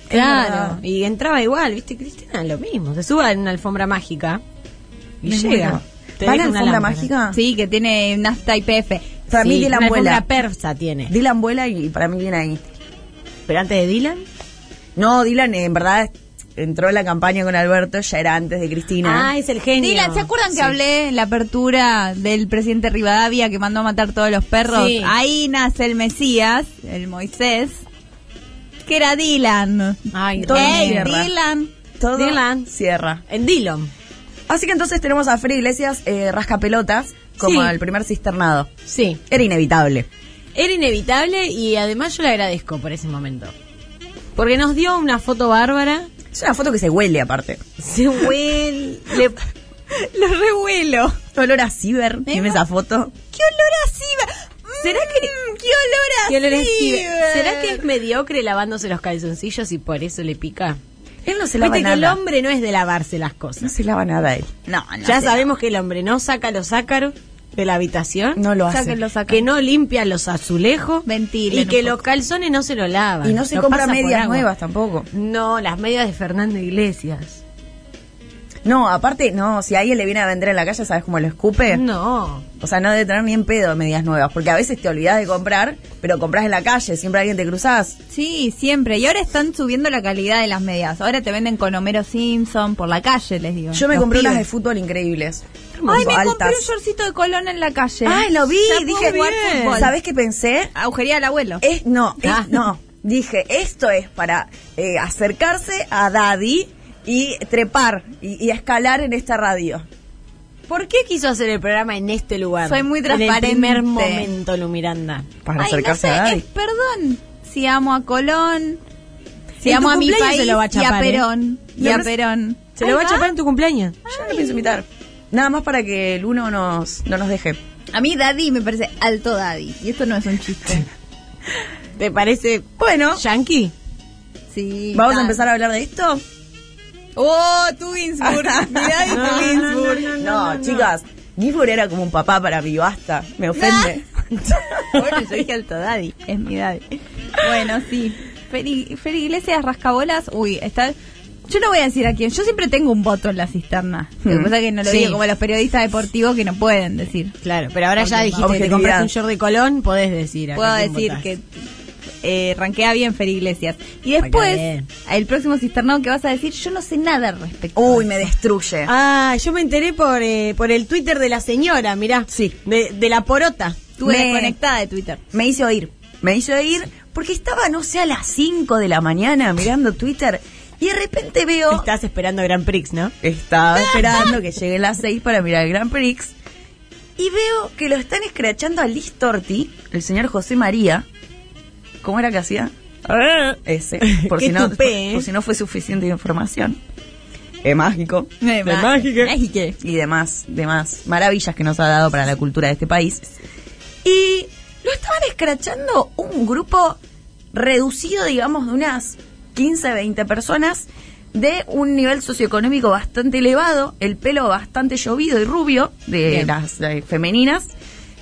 Claro.
verdad.
Y entraba igual, ¿viste? Cristina, lo mismo. Se suba en una alfombra mágica y
Me
llega.
muero.
Te
¿Va a la
deja una
alfombra
lámpara.
mágica?
Sí, que tiene nafta y PF.
Para mí
Sí,
Dylan
una
vuela.
alfombra persa tiene.
Dylan vuela y para mí viene ahí.
Pero antes de Dylan.
No, Dylan eh, en verdad entró en la campaña con Alberto, ya era antes de Cristina.
Ah, es el genio.
Dylan, ¿se acuerdan
Sí.
que hablé en la apertura del presidente Rivadavia que mandó a matar todos los perros?
Sí.
Ahí nace el Mesías, el Moisés, que era Dylan.
Ay,
Todo
re-
Ey,
cierra.
Dylan.
Todo
Dylan.
cierra.
En Dylan.
Así que entonces tenemos a Fred Iglesias eh, rascapelotas como
Sí.
el primer cisternado.
Sí.
Era inevitable.
Era inevitable y además yo le agradezco por ese momento. Porque nos dio una foto bárbara.
Es una foto que se huele aparte.
Se huele. le-
<laughs> Lo revuelo.
Olor a ciber, tiene esa foto.
¡Qué olor a ciber! ¿Será que.?
Mm.
¡Qué olor a
¿Qué olor es?
ciber!
¿Será que es mediocre lavándose los calzoncillos y por eso le pica?
Él no se lava
Viste que el
nada.
hombre no es de lavarse las
No
cosas.
se lava nada él.
No, no.
ya
sé.
sabemos que el hombre no saca los ácaros de la habitación,
No lo hace.
Sáquenlo, sáquenlo.
que no limpia los azulejos,
Ventilen
y que
un poco.
los calzones no se lo lavan.
Y no se
lo
compra
pasa por
medias
agua.
nuevas tampoco.
No, las medias de Fernando Iglesias.
No, aparte, no, si a alguien le viene a vender en la calle, ¿sabes cómo lo escupe?
No.
O sea, no debe tener ni en pedo medias nuevas, porque a veces te olvidas de comprar, pero compras en la calle, siempre alguien te cruzás.
Sí, siempre. Y ahora están subiendo la calidad de las medias. Ahora te venden con Homero Simpson por la calle, les digo.
Yo me
Los
compré
pibes.
unas de fútbol increíbles.
Ay, me compré
Altas.
un shortcito de colón en la calle.
Ay, lo vi,
Ya puedo
dije,
jugar fútbol.
¿sabes qué pensé?
Agujería del abuelo.
Es, no, es-
Ah.
no. Dije, esto es para eh, acercarse a Daddy y trepar y, y escalar en esta radio.
¿Por qué quiso hacer el programa en este lugar?
Soy muy transparente.
En el primer momento, Lu Miranda.
Para
Ay,
acercarse
no sé, eh,
a Daddy.
es- perdón. Si amo a Colón, si
En
amo
tu
a mi
cumpleaños
país
se lo va a
y a
chapar, ¿eh?
Perón. Y
No,
a
no sé.
Perón.
¿Se lo
Ahí
va a
va.
chapar en tu cumpleaños?
Yo no pienso invitar. Nada más para que el uno nos, no nos deje.
A mí Daddy me parece alto Daddy. Y esto no es un chiste.
¿Te parece
Bueno,
yankee?
Sí.
vamos a
tan.
empezar a hablar de esto.
¡Oh, tu Ginsburg!
<laughs>
Mirá de tu
No, no,
Ginsburg.
no, no,
No, chicas, Gifford era como un papá para mí, basta. Me ofende.
<laughs> Bueno, yo dije alto daddy. Es mi daddy. Bueno, sí. Feri, Feri Iglesias, Rascabolas. Uy, está... Yo no voy a decir a quién. Yo siempre tengo un voto en la cisterna. Lo que
Hmm.
pasa es que no lo
Sí.
digo como los periodistas deportivos que no pueden decir.
Claro, pero ahora ya
Porque
dijiste que te
objetividad.
compraste un short de colón, podés decir. a
Puedo
quién
decir
votás.
que eh, rankea bien Feri Iglesias. Y
Rankea
después,
bien.
el próximo cisternado que vas a decir, yo no sé nada al respecto.
Uy, me destruye.
Ah, yo me enteré por, eh, por el Twitter de la señora, mirá.
Sí.
De, de la porota.
Estuve
me-
desconectada de Twitter.
Me hizo oír. Me hizo oír porque estaba, no sé, a las 5 de la mañana mirando Twitter y de repente veo...
Estás esperando Grand Prix, ¿no? <laughs>
Estaba esperando que lleguen las 6 para mirar el Grand Prix. Y veo que lo están escrachando a Liz Torti, el señor José María. ¿Cómo era que
Ah.
hacía? <laughs> Ese. Por,
Qué
si no,
tupé, ¿eh?
por si no fue suficiente información. eh, mágico
De
mágica.
Mágica.
y demás, demás maravillas que nos ha dado para la cultura de este país. Y lo estaban escrachando un grupo reducido, digamos, de unas 15, 20 personas de un nivel socioeconómico bastante elevado, el pelo bastante llovido y rubio de
Bien.
las eh, femeninas.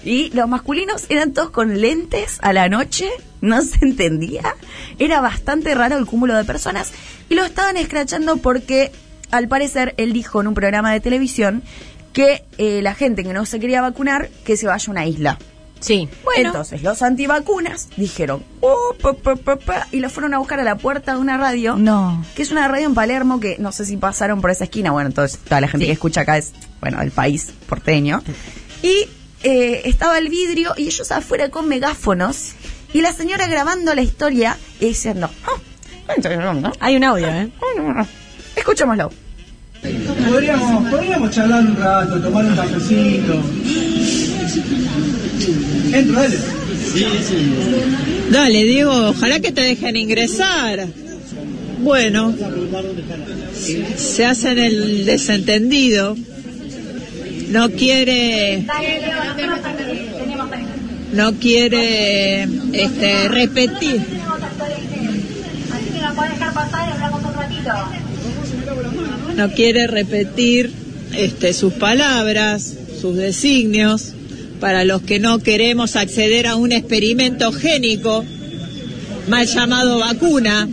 Y los masculinos eran todos con lentes a la noche, no se entendía. Era bastante raro el cúmulo de personas. Y lo estaban escrachando porque, al parecer, él dijo en un programa de televisión que eh, la gente que no se quería vacunar, que se vaya a una isla.
Sí.
Bueno.
Entonces, los antivacunas dijeron, "Oh, pa, pa, pa, pa", y lo fueron a buscar a la puerta de una radio,
No.
que es una radio en Palermo que no sé si pasaron por esa esquina. Bueno, entonces toda la gente que escucha acá es, bueno, del país porteño. Y eh, estaba el vidrio y ellos afuera con megáfonos y la señora grabando la historia y diciendo, "Ah,
Hay un audio, ¿eh?
escuchémoslo.
Podríamos, podríamos charlar un rato, tomar un cafecito. Entro, dale.
Dale, Diego, ojalá que te dejen ingresar. Bueno, se hacen el desentendido. No quiere. No quiere este, repetir.
Así que la puedes dejar pasar y hablamos un ratito.
No quiere repetir este, sus palabras, sus designios. Para los que no queremos acceder a un experimento génico, mal llamado vacuna.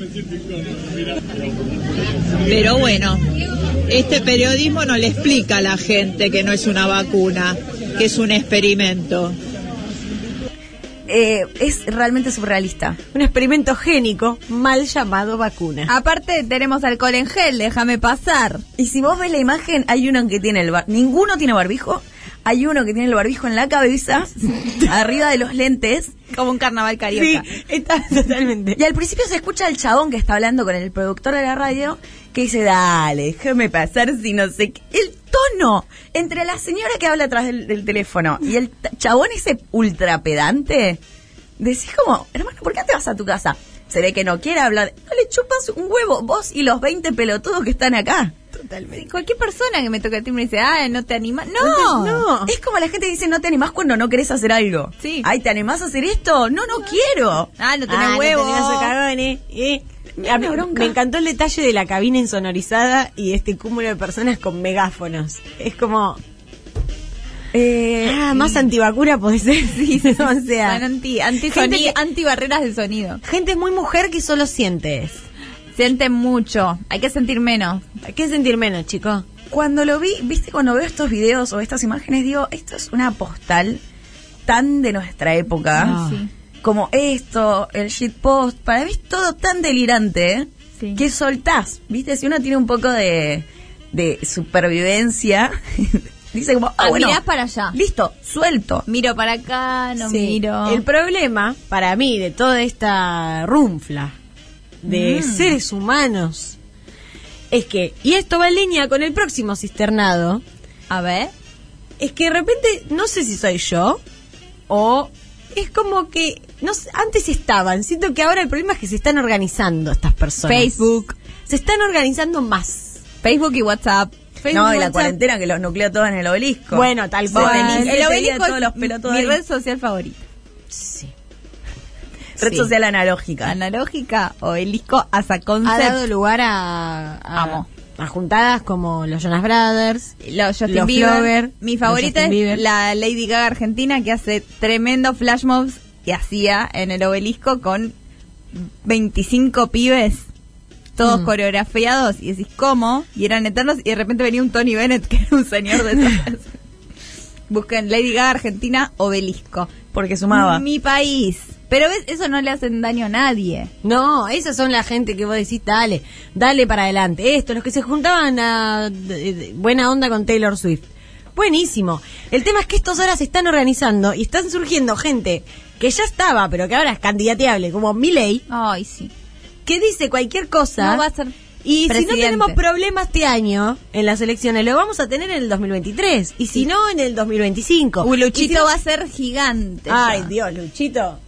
Pero bueno, este periodismo no le explica a la gente que no es una vacuna, que es un experimento.
Eh, es realmente surrealista.
Un experimento génico mal llamado vacuna.
Aparte tenemos alcohol en gel, déjame pasar.
Y si vos ves la imagen, hay uno que tiene el bar, ninguno tiene barbijo, hay uno que tiene el barbijo en la
<laughs>
cabeza, arriba de los lentes,
Como un carnaval carioca.
<laughs>
está totalmente.
y al principio se escucha el chabón que está hablando con el productor de la radio, que dice, dale, déjame pasar si no sé qué. El tono entre la señora que habla atrás del, del teléfono y el t- chabón ese ultra pedante, decís como, hermano, ¿por qué te vas a tu casa? Se ve que no quiere hablar. No le chupas un huevo, vos y los 20 pelotudos que están acá.
Sí, Cualquier persona que me toque el timbre dice, ah, no te animas. No,
No.
Es como la gente que dice, no te animás cuando no querés hacer algo.
Sí.
Ay, ¿te animás a hacer esto? No, no quiero.
Ah, no tenés
Ah, no
huevo.
tenés esos cagones, eh.
Me da una bronca.
Me encantó el detalle de la cabina insonorizada y este cúmulo de personas con megáfonos. Es como, <laughs>
Eh,
ah, más antivacuna
<laughs>
puede ser. Sí, o sea,
Son anti, anti,
Gente
soni-
que-
anti barreras del sonido.
gente muy mujer que solo siente eso.
Sienten mucho. Hay que sentir menos.
Hay que sentir menos, chico.
cuando lo vi, viste, cuando veo estos videos o estas imágenes, digo, esto es una postal tan de nuestra época.
Ah.
Sí.
Como esto, el shitpost. Para mí es todo tan delirante ¿eh?
Sí.
que soltás. Viste, si uno tiene un poco de, de supervivencia, <laughs> dice como, ah,
Ah,
bueno,
mirás para allá.
Listo, suelto.
Miro para acá, no
Sí.
miro.
El problema, para mí, de toda esta runfla
Mm.
de seres humanos, es que, y esto va en línea con el próximo cisternado,
A ver.
es que de repente, no sé si soy yo, o es como que, no sé, antes estaban, siento que ahora el problema es que se están organizando estas personas.
Facebook.
Se están organizando más.
Facebook y WhatsApp.
no, de
y
la
WhatsApp.
cuarentena que los nucleó todos en el obelisco.
Bueno, tal
Se
cual.
venía-
El
se
obelisco
veía todos
es
los pelotudos
Mi
ahí.
red social favorita.
Sí.
Red
sí.
social analógica.
Analógica o elisco hasta
Ha dado
concept.
lugar a, a-
Amo.
a juntadas como los Jonas Brothers.
Los Justin
Los
Bieber.
Flover,
Mi
los
favorita
Justin Bieber.
es la Lady Gaga argentina que hace tremendo flash mobs que hacía en el obelisco con 25 pibes, todos
Mm.
coreografiados, y decís cómo, y eran eternos, y de repente venía un Tony Bennett <laughs> que era un señor de esas. Busquen Lady Gaga argentina obelisco.
Porque sumaba.
Mi país. Pero ves, eso no le hacen daño a nadie.
No, esas son la gente que vos decís, dale, dale para adelante. Esto, los que se juntaban a de- de- buena onda con Taylor Swift. Buenísimo. El tema es que estos ahora se están organizando y están surgiendo gente que ya estaba, pero que ahora es candidateable, como Miley,
Ay, sí.
que dice cualquier cosa.
No va a ser
y si
presidente.
no tenemos problema este año en las elecciones, lo vamos a tener en el 2023. Y si no, en el 2025.
Uy,
Y si
Luchito
no-
va a ser gigante.
Ay,
ya.
Dios, Luchito.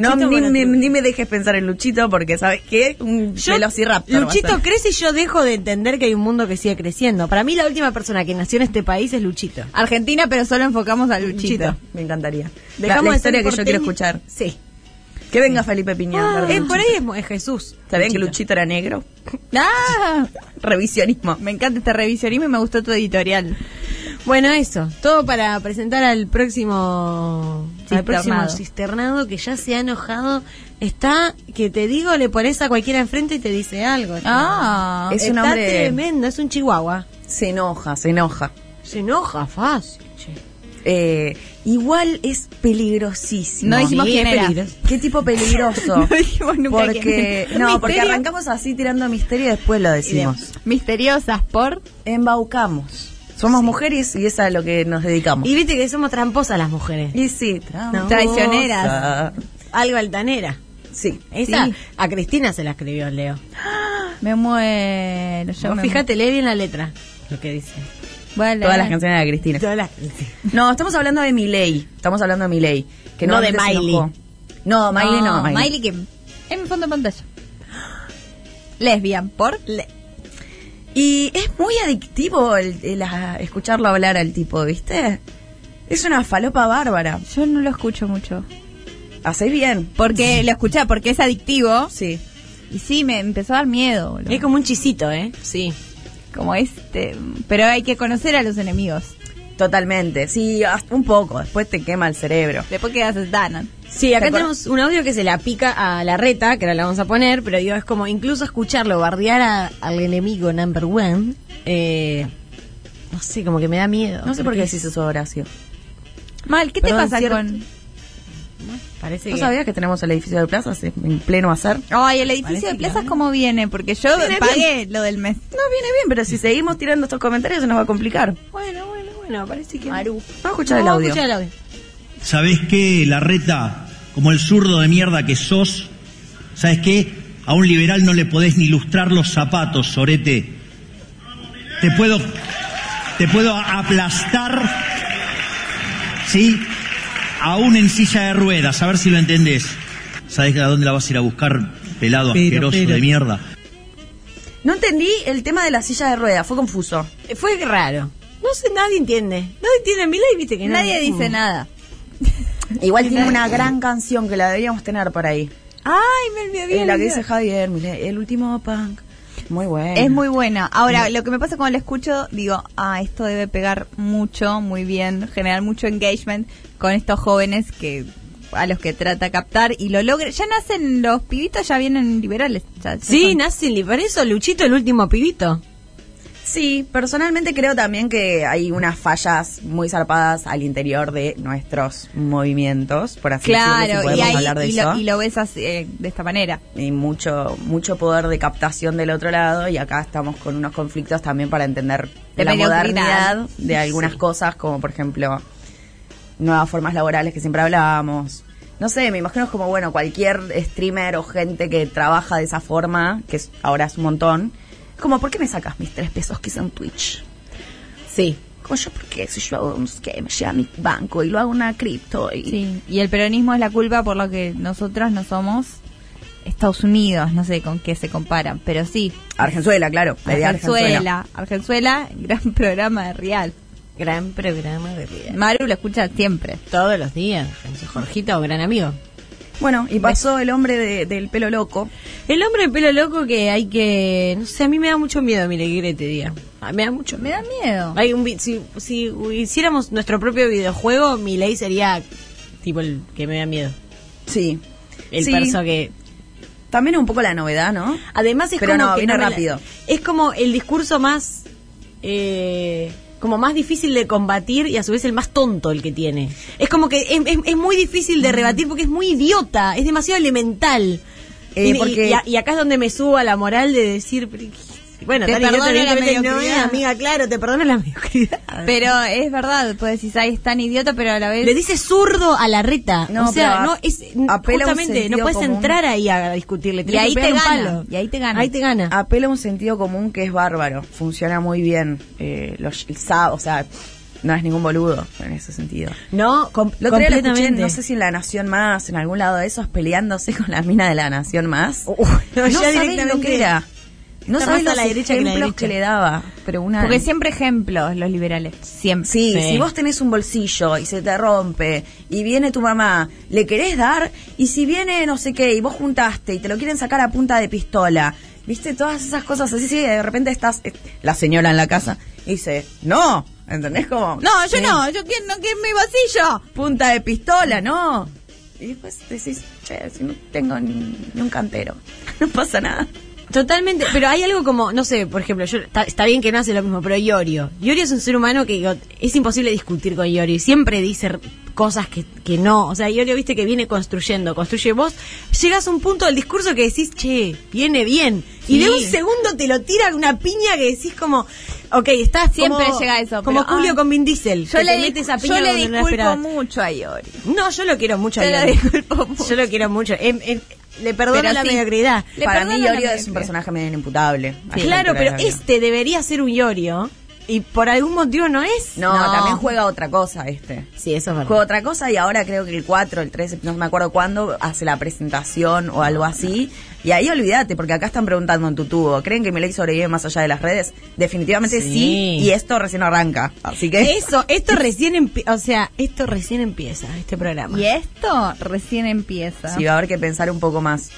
No,
Luchito
ni, ni-
Bonatruco.
ni me dejes pensar en Luchito porque, ¿sabes qué? Un
Yo-
velociraptor. va a
Luchito
ser.
crece y yo dejo de entender que hay un mundo que sigue creciendo. Para mí la última persona que nació en este país es Luchito.
Argentina, pero solo enfocamos a Luchito.
Luchito, me encantaría.
Dejamos
Dejamos la,
de ser
historia que yo
porteños.
quiero escuchar.
Sí.
Que venga Felipe Piñón. la verdad.
Eh, por ahí es, es Jesús.
¿Sabían que Luchito era negro?
¡Ah!
Revisionismo.
Me encanta este revisionismo y me gustó tu editorial.
Bueno, eso. Todo para presentar al próximo al
Cisternado.
próximo cisternado que ya se ha enojado. Está, que te digo, le pones a cualquiera enfrente y te dice algo.
Ah,
es un
Está
hombre-
tremendo, es un chihuahua.
Se enoja, se enoja.
Se enoja fácil, che.
Eh, igual es peligrosísimo.
No dijimos
Sí,
quién
es
era.
peligroso.
Qué tipo
<laughs>
peligroso.
No dijimos nunca
porque,
quién era.
No,
Misterio.
porque arrancamos así tirando misterio y después lo decimos.
Misteriosas por.
Embaucamos. Somos mujeres y es a lo que nos dedicamos.
Y viste que somos tramposas las mujeres.
Y sí,
Traicioneras.
Algo altanera.
Sí.
Esa,
Sí.
a Cristina se la escribió Leo.
Me
Eh,
muero. yo
Vos
me
fíjate, lee bien la letra, lo que dice.
muero. Voy a leer.
Todas las canciones de Cristina.
Todas las-
No, estamos hablando de Miley. Estamos hablando de Miley. Que
No
nuevamente
de
se
Miley.
enojó. No, Miley no. Miley.
Miley que. En mi fondo de pantalla. Lesbian por.
Y es muy adictivo el- el a- escucharlo hablar al tipo, ¿viste? Es una falopa bárbara.
Yo no lo escucho mucho.
Hacéis bien.
<laughs>
Porque lo escuché, porque es adictivo.
Sí.
Y sí, me empezó a dar miedo, boludo.
Es como un chisito, ¿eh? Sí.
Como este. Pero hay que conocer a los enemigos.
Totalmente. Sí, hasta un poco. Después te quema el cerebro.
Después quedas danan.
Sí, acá
¿Te acordás?
tenemos un audio que se la pica a la reta, que ahora la vamos a poner, pero digo, es como incluso escucharlo bardear a- al enemigo number one, eh, no sé, como que me da miedo.
No sé por qué decís eso, Horacio.
Mal, ¿qué te
Perdón,
pasa
cierto.
con.?
Parece
¿No
que...
sabías que tenemos el edificio de Plaza sí, en pleno hacer?
Ay, el edificio de plazas, ¿cómo viene? Porque yo
Viene
pagué lo del mes.
No, viene bien, pero si seguimos tirando estos comentarios se nos va a complicar.
Bueno, bueno, bueno, parece que...
Maru.
Vamos
Vamos a escuchar el
a
audio.
escuchar el audio.
¿Sabés qué, Larreta? Como el zurdo de mierda que sos, ¿sabés qué? A un liberal no le podés ni lustrar los zapatos, Sorete. Te puedo. Te puedo aplastar. ¿Sí? Aún en silla de ruedas, a ver si lo entendés. ¿Sabés a dónde la vas a ir a buscar, pelado
Pero,
asqueroso
pero.
de mierda?
No entendí el tema de la silla de ruedas, fue confuso.
Eh, Fue raro. No sé, nadie entiende. Nadie entiende mi ley, viste que
Nadie
no-
dice
Mm.
nada. <laughs>
Igual tiene una gran canción que la deberíamos tener por ahí.
Ay, me olvidé.
Eh, la que
olvidé.
dice Javier, mire, el último punk. Muy bueno.
Es muy buena. Ahora, lo que me pasa cuando la escucho, digo, ah, esto debe pegar mucho, muy bien, generar mucho engagement con estos jóvenes que a los que trata de captar y lo logre. Ya nacen los pibitos, ya vienen liberales. ya- ya
Sí,
son-
nace li- por eso Luchito el último pibito.
Sí, personalmente creo también que hay unas fallas muy zarpadas al interior de nuestros movimientos, por así decirlo, si
Claro, y,
podemos
ahí-
hablar de
y
eso.
lo, y lo ves así, eh, de esta manera.
y mucho mucho poder de captación del otro lado y acá estamos con unos conflictos también para entender
De
la
mediocridad.
modernidad de algunas cosas como por ejemplo nuevas formas laborales que siempre hablábamos no sé me imagino como bueno cualquier streamer o gente que trabaja de esa forma que es- ahora es un montón como por qué me sacas mis tres pesos que son Twitch
Sí.
como yo porque si yo hago un que me llega a mi banco y lo hago una cripto y
Sí. Y el peronismo es la culpa por lo que nosotros no somos Estados Unidos, no sé con qué se comparan, pero sí.
Argenzuela claro la idea de
Argenzuela, Argenzuela, gran <laughs> programa de Real.
Gran programa de vida.
Maru lo escucha siempre.
Todos los días, con su Jorgito, gran amigo.
bueno y
Pues
pasó el hombre de- del pelo loco
El hombre de pelo loco que hay que... No sé, a mí me da mucho miedo, mire, que quiere que te diga. Ah, Me da mucho
Me
miedo.
da miedo.
Hay un, vi- si, si hiciéramos nuestro propio videojuego, mi ley sería tipo el que me da miedo.
Sí.
El
Sí.
perso que...
También un poco la novedad, ¿no?
Además es
Pero
como
no,
que
vino
me la-
rápido.
es como el discurso más... eh, como más difícil de combatir y a su vez el más tonto el que tiene. Es como que es, es- es muy difícil
Mm.
de rebatir porque es muy idiota, es demasiado elemental.
Eh,
y, y-
porque-
y a- y acá es donde me subo a la moral de decir... pero, Bueno,
Te
tan idiota,
perdono la
evidentemente, no
mediocridad.
es, amiga, claro, te perdono la mediocridad.
Pero es verdad, pues decís, ay, es tan idiota, pero a la vez.
Le dice zurdo a la reta.
No,
o sea,
pero
no
a-
es
apela a un
justamente, no
sentido
puedes
común.
entrar ahí a discutirle.
y
tenés
ahí
que
te
pegarle un
gana.
palo.
Y ahí te gana.
Ahí te gana.
Apela a un sentido común que es bárbaro. Funciona muy bien. Eh, los, el sa- o sea, no es ningún boludo en ese sentido.
No, com-
Lo otro día lo escuché,
completamente.
no sé si en La Nación Más, en algún lado de esos, peleándose con la mina de La Nación Más.
<laughs> Uy, no,
no
ya
sabés lo
directamente.
que era. No
Está
sabés
más
los
a la derecha que la
ejemplos que,
derecha.
le daba. Pero una...
Porque siempre ejemplos los liberales, siempre.
Sí,
Sí.
si vos tenés un bolsillo y se te rompe y viene tu mamá, le querés dar y si viene no sé qué y vos juntaste y te lo quieren sacar a punta de pistola, viste todas esas cosas así, sí, de repente estás eh, la señora en la casa y dice, no, ¿entendés cómo?
No, yo
Sí.
no, yo quiero, no quiero mi bolsillo.
punta de pistola, no. Y después decís, che, si no tengo ni, ni un cantero, <laughs> no pasa nada.
Totalmente, pero hay algo como, no sé, por ejemplo, yo, está, está bien que no hace lo mismo, pero Iorio. Iorio es un ser humano que digo, es imposible discutir con Iorio y siempre dice r- cosas que, que no. O sea, Iorio, viste que viene construyendo, construye vos, llegas a un punto del discurso que decís, che, viene bien. Y de un segundo te lo tira una piña que decís como, ok, estás
Siempre
como-
llega eso,
Como
pero,
Julio
ah,
con Vin Diesel.
Yo
que te
le,
mete esa
discul-
piña
yo le
cuando no la
disculpo
esperabas.
mucho a Iori.
No, yo lo quiero mucho. a
Yo lo
Iorio.
disculpo mucho.
Yo lo quiero mucho. Em- em- le perdono
Pero
la
sí.
mediocridad.
Le
Para mí
perdono la
Yorio es un
mediocridad.
personaje medio inimputable. a esta
Claro,
altura de
pero
la vida.
este debería ser un Yorio y por algún motivo no es.
No,
No.
también juega otra cosa este.
Sí, eso es
Juega
verdad.
otra cosa y ahora creo que el 4, el 13, no me acuerdo cuándo, hace la presentación o algo así. Y ahí olvídate, porque acá están preguntando en tu tubo, ¿creen que mi ley sobrevive más allá de las redes? Definitivamente sí,
Sí.
y esto recién arranca. Así que...
Eso, esto recién, empie- o sea, esto recién empieza este programa.
Y esto recién empieza.
Sí, va a haber que pensar un poco más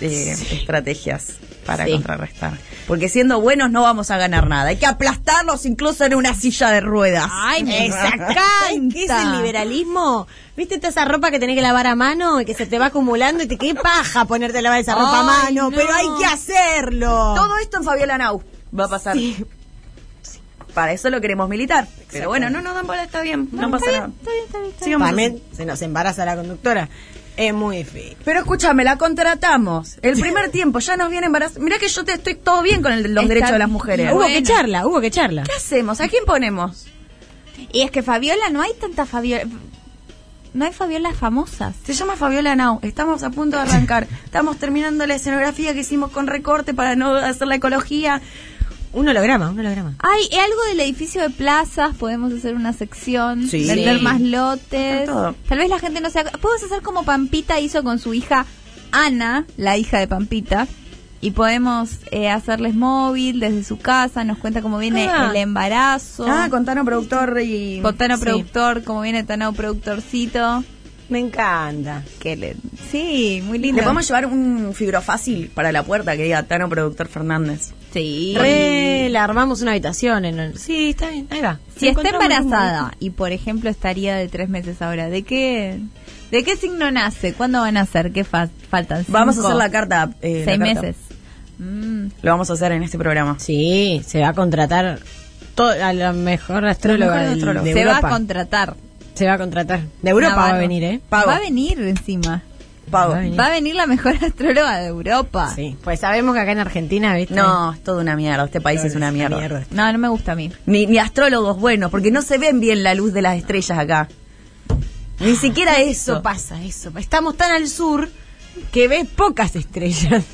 de estrategias para
Sí.
contrarrestar. Porque siendo buenos no vamos a ganar nada. Hay que aplastarlos incluso en una silla de ruedas.
Ay, me saca. ¿Qué es el liberalismo? ¿Viste toda esa ropa que tenés que lavar a mano y que se te va acumulando y te qué paja ponerte a lavar esa ropa a
Ay,
mano?
no.
Pero hay que hacerlo.
Todo esto en Fabiola Nau va a pasar. Para eso lo queremos militar. Pero bueno, no nos dan bola, está bien. No, pasa nada. Sigamos
También
así.
se nos embaraza la conductora. Es muy feo.
Pero escúchame, la contratamos. eh, El primer tiempo ya nos viene embarazada. Mirá que yo te estoy todo bien con el- los
Está
derechos de las mujeres.
bien.
Hubo
Uy,
que
Bueno.
charla, hubo que charla.
¿Qué hacemos? ¿A quién ponemos?
Y es que Fabiola, no hay tanta Fabiola. No hay Fabiolas famosas.
Se llama Fabiola Nau. Estamos a punto de <laughs> arrancar. Estamos terminando la escenografía que hicimos con recorte para no hacer la ecología.
Un holograma, un holograma.
Hay algo del edificio de plazas, podemos hacer una sección,
Sí.
vender
Sí.
más lotes.
Está todo.
Tal vez la gente no se ac- Podemos hacer como Pampita hizo con su hija Ana, la hija de Pampita. Y podemos eh, hacerles móvil desde su casa, nos cuenta cómo viene
Ah.
el embarazo.
Ah, contano productor y.
con Tano
sí.
Productor, cómo viene Tano Productorcito.
Me encanta.
Que le- sí, muy lindo.
Le podemos llevar un fibrofácil para la puerta que diga Tano Productor Fernández.
Sí.
Re, la armamos una habitación en el... Sí, está bien, ahí va.
Si está
Encontramos
embarazada y, por ejemplo, estaría de tres meses ahora, ¿de qué, de qué signo nace? ¿Cuándo van a nacer? ¿Qué fa- faltan?
Vamos a
¿Cinco?
hacer la carta. eh,
Seis
la carta.
meses. Mm,
Lo vamos a hacer en este programa.
un- Sí, se va a contratar to- a la mejor astróloga
La mejor
del-
astróloga.
de
se
Europa.
va a contratar. Ah,
se va a contratar. De Europa
Una
va a
mano.
venir, ¿eh?
Pago.
Va a venir encima.
Pago.
Va a venir.
Va a venir la mejor <laughs> astróloga de Europa.
Sí, pues sabemos que acá en Argentina, ¿viste?
No, es toda una mierda. Este país
Claro,
es una mierda.
No, no me gusta a mí.
Ni, ni astrólogos buenos, porque no se ven bien la luz de las estrellas acá. Ni siquiera eso.
Eso pasa, eso. pasa. Estamos tan al sur que ves pocas estrellas.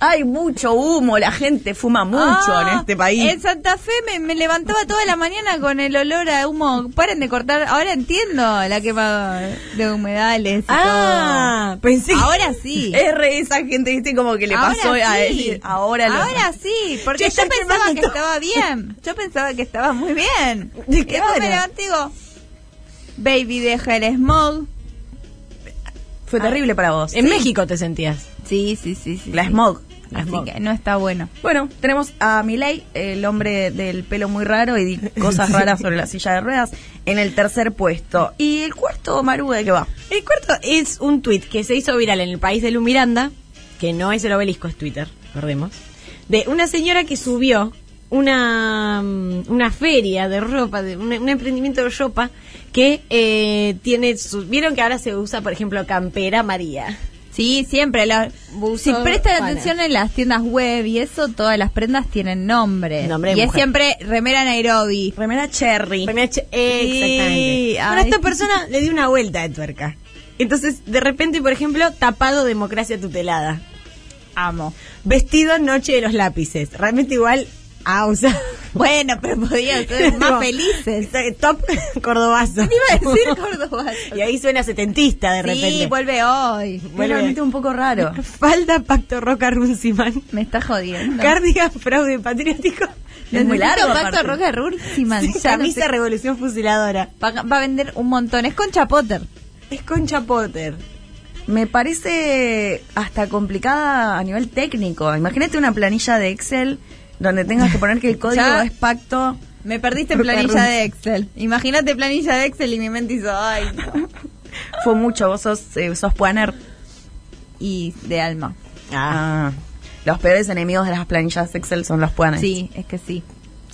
Hay mucho humo, la gente fuma mucho
Ah,
en este país.
En Santa Fe me, me levantaba toda la mañana con el olor a humo. Paren de cortar. Ahora entiendo la quema de humedales y
ah, pensé.
todo. Ahora sí.
<laughs> Es re esa gente, viste, como que le pasó a él. Ahora, lo-
Ahora sí, porque
Che, está
yo pensaba que
quemando.
estaba bien. Yo pensaba que estaba
<laughs>
muy bien.
Sí,
Y después
claro.
me levanté y digo, baby, deja el smog.
Fue terrible para vos.
En México te sentías.
Sí, sí, sí. sí
La
sí.
smog.
Así que no está bueno.
Bueno, tenemos a Milei, el hombre del pelo muy raro y di- <laughs>
<laughs>
cosas raras sobre la silla de ruedas, en el <laughs> tercer puesto. Y el cuarto, Maru, ¿de qué va?
El cuarto es un tuit que se hizo viral en el país de Lu Miranda, que no es el obelisco, es Twitter, recordemos, de una señora que subió una, mm, una feria de ropa, de un, un emprendimiento de ropa que eh, tiene... su- Vieron que ahora se usa, por ejemplo, campera María.
Sí, siempre. la-
Buzo
si prestan
pana.
atención en las tiendas web y eso, todas las prendas tienen nombre.
Nombre de
y es
mujer.
siempre remera Nairobi.
Remera Cherry.
Remera che- eh, Exactamente. Bueno,
ay.
esta persona le dio una vuelta de tuerca. Entonces, de repente, por ejemplo, tapado democracia tutelada.
Amo.
Vestido Noche de los Lápices. Realmente igual Ah, o sea.
<laughs> Bueno, pero podían
<laughs>
ser más
No.
felices.
Top <laughs> cordobazo.
Iba a <laughs> decir Córdoba.
Y ahí suena setentista de repente.
Sí, vuelve hoy.
Es realmente un poco raro.
Falda Pacto Roca Runciman.
Me está jodiendo.
Cardigan fraude patriótico.
Es muy largo,
Pacto
aparte.
Roca Rursiman.
Sí,
Ya no
camisa
sé.
revolución fusiladora.
va, va a vender un montón. Es Concha Potter.
Es Concha Potter.
Me parece hasta complicada a nivel técnico. Imagínate una planilla de Excel donde tengas que poner
<laughs>
que el código
Ya.
es pacto.
Me perdiste en
Roca
planilla
Rur.
de Excel. Imagínate planilla de Excel y mi mente hizo, ay, no.
Fue mucho, vos sos, eh, sos planner.
Y de alma.
Ah. Los peores enemigos de las planillas Excel son los planners.
Sí, es que sí.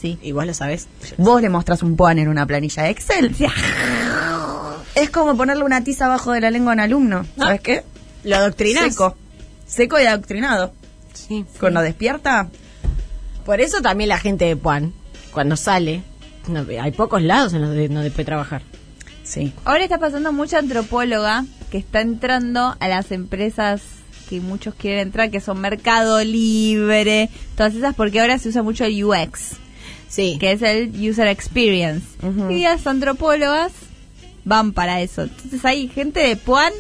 Sí.
Y vos lo sabés.
Vos le mostrás un planner en una planilla de Excel. Es como ponerle una tiza abajo de la lengua a un alumno.
Ah.
¿Sabes qué?
Lo adoctrinás.
Seco. Seco y adoctrinado.
Sí.
Cuando despierta,
Por eso también la gente de Puan, cuando sale, no- hay pocos lados en los de- donde puede trabajar.
sí.
Ahora está pasando mucha antropóloga que está entrando a las empresas que muchos quieren entrar, que son Mercado Libre, todas esas, porque ahora se usa mucho el UX,
Sí.
que es el User Experience.
Ujú.
Y las antropólogas van para eso. Entonces hay gente de Puan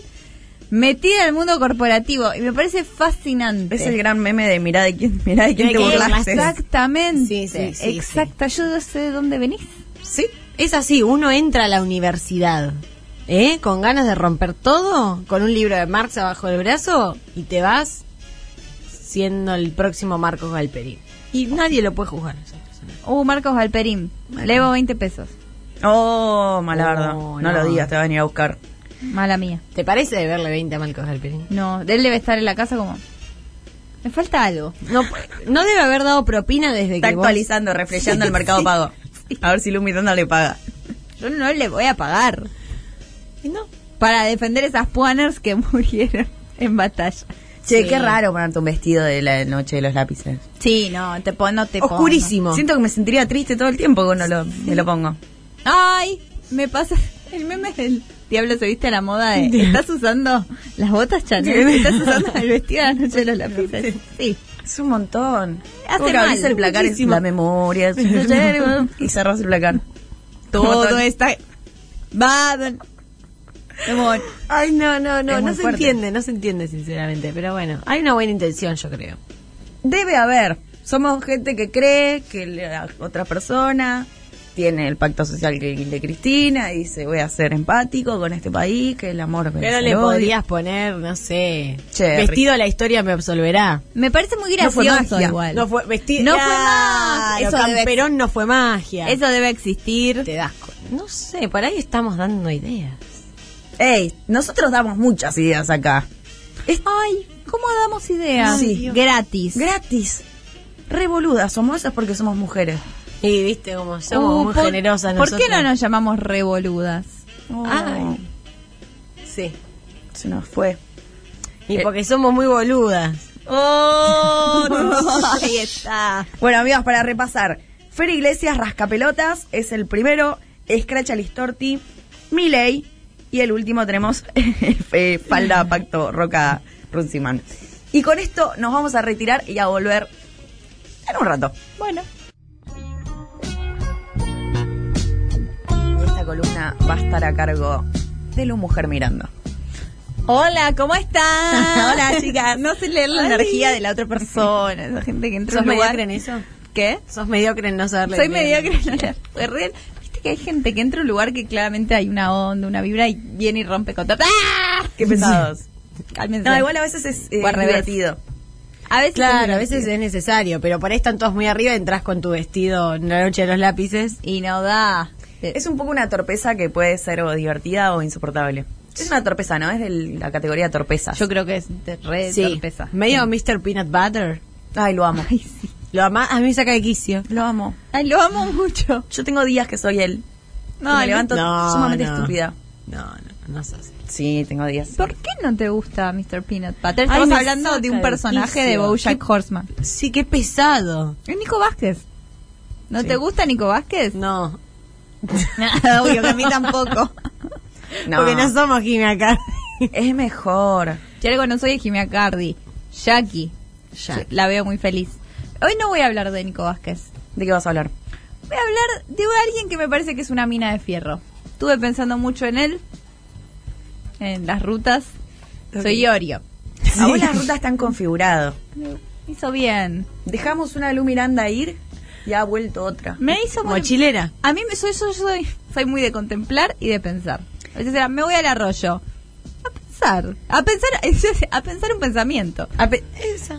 metida en el mundo corporativo y me parece fascinante.
Es el gran meme de mirá de quién, mirá de quién te
Mirá de quién
burlaste.
burlaste.
Exactamente.
Sí, sí, sí,
Exacta. Yo no sé de dónde venís.
Sí. Es así, uno entra a la universidad, ¿eh? Con ganas de romper todo, con un libro de Marx abajo del brazo y te vas siendo el próximo Marcos Galperín. Y nadie lo puede juzgar.
Uh, Marcos Galperín. Levo 20 pesos.
Oh, malarda.
Oh,
no
no.
lo digas, te va a venir a buscar.
Mala mía.
¿Te parece de verle 20 a Marcos Galperín?
No, él debe estar en la casa como. Me falta algo.
No, pu- no debe haber dado propina desde
Está
que vos-
actualizando, reflejando el mercado pago. A ver si Lumi Miranda le paga.
Yo no le voy a pagar
Y No.
para defender esas puaners que <laughs> murieron en batalla.
Che, qué raro ponerte un vestido de la noche de los lápices.
Sí, no, te pon- no te pongo.
Oscurísimo.
Siento que me sentiría triste todo el tiempo cuando lo, me lo <laughs> pongo.
Ay, me pasa. <laughs> El meme del diablo se viste a la moda de. ¿Estás usando las botas Chanel? ¿Estás usando el vestido de la noche de los lápices? Sí.
Es un montón.
Hace
Como que
mal,
abrís el placar es
muchísimo.
la <laughs> memoria. es- y cerrás el placar.
Todo
Montón.
está. Baden. Demon.
Ay, no, no, no,
Es
no
muy
se
fuerte.
entiende, no se entiende sinceramente, pero bueno, hay una buena intención, yo creo.
Debe haber. Somos gente que cree que la otra persona tiene el pacto social que- de Cristina y dice voy a ser empático con este país, que el amor vence
Pero
el
le
odio.
podrías poner, no sé,
Cherry.
vestido la historia me absolverá.
Me parece muy
No fue
gracioso
magia.
igual.
No fue vestido,
No fue magia.
Eso
Eso debe-
camperón no fue magia.
Eso debe existir.
te das. cu- No sé, por ahí estamos dando ideas.
Ey, nosotros damos muchas ideas acá.
Ay, ¿cómo damos ideas?
Sí.
Gratis.
Gratis. Revoludas somos esas porque somos mujeres.
Y viste como somos
Uh,
muy
por-
generosas
¿Por
nosotras.
qué no nos llamamos revoludas?
Ay. Sí.
Se nos fue. Eh.
Y porque somos muy boludas.
¡Oh!
<laughs>
Ahí está.
Bueno, amigos, para repasar. Fer Iglesias, Rascapelotas, es el primero. Scratch Alistorti, Miley. Y el último tenemos <laughs> eh, Falda
Mm.
Pacto Roca Runciman. Y con esto nos vamos a retirar y a volver en un rato.
Bueno.
Esta columna va a estar a cargo de Lu Mujer Miranda.
Hola, ¿cómo
<laughs>
están?
Hola,
chicas. No sé leer la
Ay.
energía de la otra persona. Esa gente que entra
¿Sos
en un lugar.
mediocre en eso?
¿Qué?
¿Sos mediocre en no saberle?
Soy mediocre. no la- fue real. Viste que hay gente que entra a un lugar que claramente hay una onda, una vibra y viene y rompe con todo. ¡Ah!
Qué pesados.
Cálmense.
No, igual a veces es eh,
O al revés.
divertido.
a veces.
Claro, a
es
veces es necesario, pero por ahí están todos muy arriba, entras con tu vestido en la noche de los lápices.
Y no da.
Es un poco una torpeza que puede ser o divertida o insoportable. Es una torpeza, ¿no? Es de la categoría torpeza.
Yo creo que es de re torpeza.
Medio Mr. Peanut Butter.
Ay, lo amo.
Ay, sí.
Lo ama, a mí me saca de quicio.
Lo amo.
Ay, lo amo mucho.
Yo tengo días que soy él. No, me levanto
no,
sumamente
no.
estúpida.
No, no, no sos.
Sí, tengo días.
¿Por qué no te gusta Mr. Peanut Butter?
Ay,
Estamos
me
hablando
saca
de un
de
personaje de
quicio. <laughs>
Bojack Horseman.
Sí, qué pesado.
Es Nico Vázquez. ¿No
Sí.
te gusta Nico Vázquez? <laughs> Ah,
No,
Obvio que a mí tampoco.
No,
porque <laughs> no somos Jimmy acá.
es mejor.
Yo algo no soy de Jimmy Cardi. Jackie.
Jackie.
La veo muy feliz. Hoy no voy a hablar de Nico Vázquez.
¿De qué vas a hablar?
Voy a hablar de alguien que me parece que es una mina de fierro. Estuve pensando mucho en él, en las rutas. Soy Iorio.
Aún las rutas están configuradas.
Hizo bien.
Dejamos una Lu Miranda ir y ha vuelto otra.
Me hizo muy-
Mochilera.
A mí me soy, soy, soy, soy muy de contemplar y de pensar. A veces era, me voy al arroyo. A pensar. A pensar, a pensar un pensamiento.
A pe-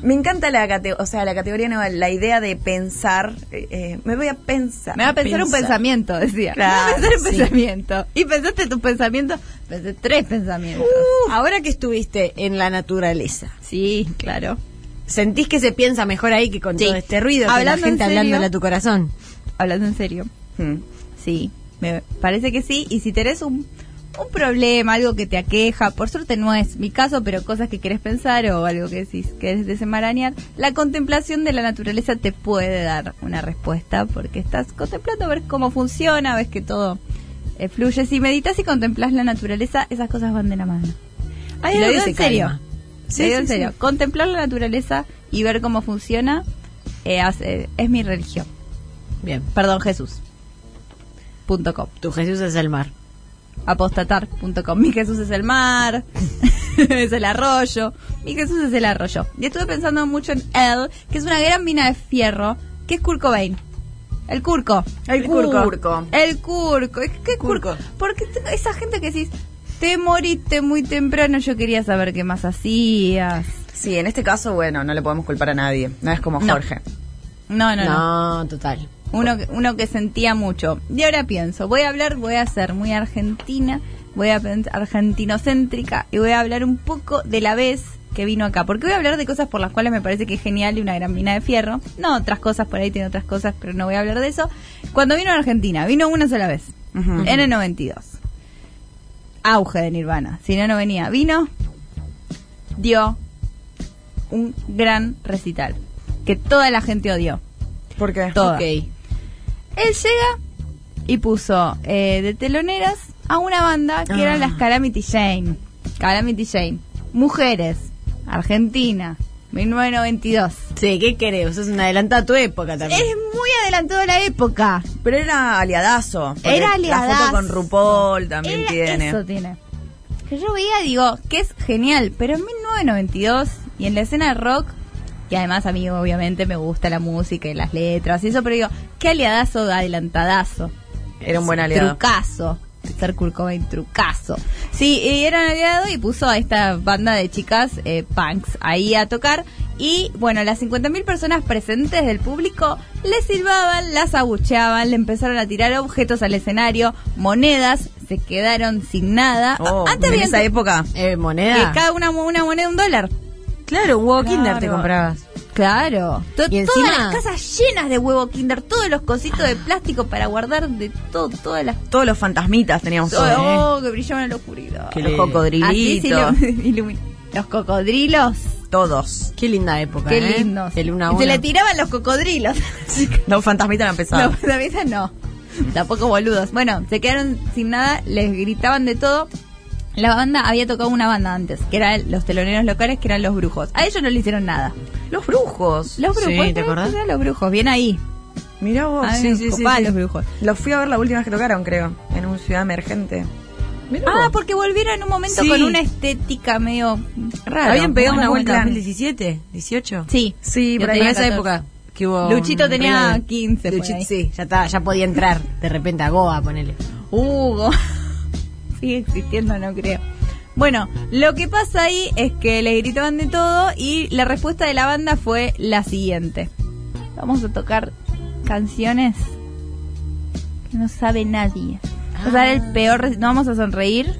Me encanta la categoría, o sea, la categoría no, la idea de pensar. eh, eh, me voy a pensar.
Me va a pensar un pensamiento, decía.
Claro,
me va a pensar un
sí.
pensamiento. Y pensaste tus pensamientos. Pensé tres pensamientos.
Ahora que estuviste en la naturaleza,
Sí, claro.
¿sentís que se piensa mejor ahí que con
Sí.
todo este ruido? que la
Hablando
gente
en serio.
hablándole a tu corazón.
Hablando en serio.
Hmm.
Sí, me parece que sí. Y si tenés un, un problema, algo que te aqueja, por suerte no es mi caso, pero cosas que querés pensar o algo que decís, querés desenmarañar, la contemplación de la naturaleza te puede dar una respuesta porque estás contemplando ver cómo funciona, ves que todo eh, fluye. Si meditas y contemplas la naturaleza, esas cosas van de la mano.
Hay
Y lo
algo
digo
que
en
se
serio.
calma.
Lo
Sí,
digo
sí,
en serio.
sí.
Contemplar la naturaleza y ver cómo funciona eh, hace- es mi religión.
Bien.
Perdón, Jesús. Punto com
Tu Jesús es el mar.
apostatar.com. Mi Jesús es el mar, <laughs> es el arroyo. Mi Jesús es el arroyo. Y estuve pensando mucho en él, que es una gran mina de fierro, que es Kurt Cobain. El curco.
El curco. curco.
El curco. Es que- ¿Qué curco? Porque te- esa gente que decís, te moriste muy temprano, yo quería saber qué más hacías.
Sí, en este caso, bueno, no le podemos culpar a nadie. No es como
No.
Jorge.
No, no, no.
No, total.
Uno, que- uno que sentía mucho. Y ahora pienso, voy a hablar, voy a ser muy argentina, voy a pens- argentinocéntrica y voy a hablar un poco de la vez que vino acá. Porque voy a hablar de cosas por las cuales me parece que es genial y una gran mina de fierro. No, otras cosas, por ahí tiene otras cosas, pero no voy a hablar de eso. Cuando vino a Argentina, vino una sola vez,
Ujú.
en el 92. Auge de Nirvana, si no, no venía. Vino, dio un gran recital que toda la gente odió.
¿Por qué?
Toda.
Ok.
Él llega y puso eh, de teloneras a una banda que eran
Ah.
las Calamity Jane. Calamity Jane. Mujeres. Argentina. 1992.
Sí, ¿qué querés? Es un adelantado a tu época también.
Es muy adelantado a la época.
Pero era aliadazo. porque
Era aliadazo.
La foto con RuPaul también
Era-
tiene.
Eso tiene. Que yo veía, digo, que es genial, pero en 1992 y en la escena de rock, y además a mí obviamente me gusta la música y las letras y eso, pero digo, qué aliadazo, adelantadazo.
Era un buen aliado.
Trucazo. Ser Kurt Cobain, trucazo. Sí, y era aliado y puso a esta banda de chicas eh, punks ahí a tocar. Y bueno, las 50.000 personas presentes del público le silbaban, las abucheaban, le empezaron a tirar objetos al escenario, monedas, se quedaron sin nada.
Oh,
Ah, Antes
en
había
esa época.
Eh,
que
moneda.
cada una, una moneda un dólar.
Claro, un huevo kinder te
Claro.
comprabas.
Claro. To-
Y
Todas
encima-
las casas llenas de huevo kinder, todos los cositos de plástico para guardar de todo, todas las...
Todos los fantasmitas teníamos. todos.
Oh, que brillaban en la oscuridad.
Eh. Los
<laughs>
cocodrilitos.
Así se ilu- ilumina. Los cocodrilos.
Todos.
Qué linda época,
Qué
¿eh?
lindos.
El una a
Y Se
una.
le tiraban
<laughs>
los cocodrilos.
Los fantasmitas no empezaban.
No, la mesa no. Tampoco boludos. Bueno, se quedaron sin nada, les gritaban de todo. La banda había tocado una banda antes, que eran los teloneros locales, que eran los brujos. A ellos no le hicieron nada.
Los brujos.
Los
Sí,
brujos,
¿te acordás?
eran los brujos, bien ahí. Ah,
Mirá vos.
A mí me copaban los brujos.
Los fui a ver la última vez que tocaron, creo. En un ciudad emergente.
Ah, porque volvieron en un momento
Sí.
con una estética medio rara.
Habían pegado una
Bueno, bueno,
vuelta.
plan.
2017, 18.
Sí.
Sí,
Yo
por ahí.
en
tenía
esa
14.
época que hubo
Luchito
un
tenía
periodo de-
15 por
Luchito,
ahí.
sí, ya estaba, ya podía entrar de repente a Goa, ponele.
Hugo. Sigue existiendo, no creo. Bueno, lo que pasa ahí es que le gritaban de todo y la respuesta de la banda fue la siguiente. Vamos a tocar canciones que no sabe nadie. Vamos a dar el peor, re- no vamos a sonreír.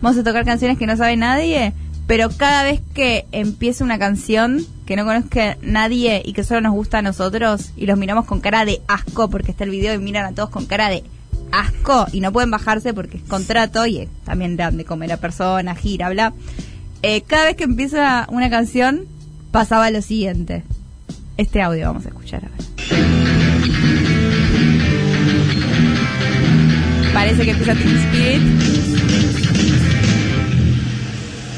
Vamos a tocar canciones que no sabe nadie, pero cada vez que empiece una canción que no conozca nadie y que solo nos gusta a nosotros y los miramos con cara de asco porque está el video y miran a todos con cara de asco y no pueden bajarse porque es contrato y eh, también dan de comer a personas, gira, bla. Eh, cada vez que empieza una canción pasaba lo siguiente. Este audio vamos a escuchar ahora. Parece que empieza Team Spirit.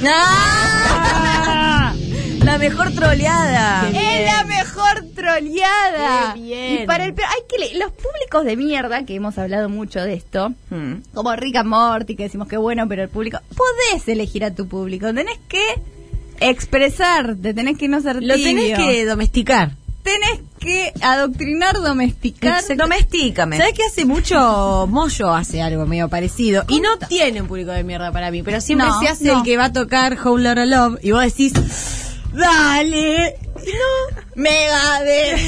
Ah.
La mejor troleada.
Es la mejor troleada.
Qué bien.
Y para el peor, hay que le- los públicos de mierda, que hemos hablado mucho de esto,
Mm.
como Rick and Morty, que decimos que bueno, pero el público, podés elegir a tu público, tenés que expresarte, tenés que no ser
<laughs> Lo tenés
tibio.
que domesticar.
tenés que adoctrinar, domesticar.
Domestícame.
¿Sabes que hace mucho Moyo hace algo medio parecido? Y no tiene un público de mierda para mí,
<laughs>
pero siempre
No,
se hace
no.
el que va a tocar Whole Lotta Love y vos decís, dale, no, Megadeth,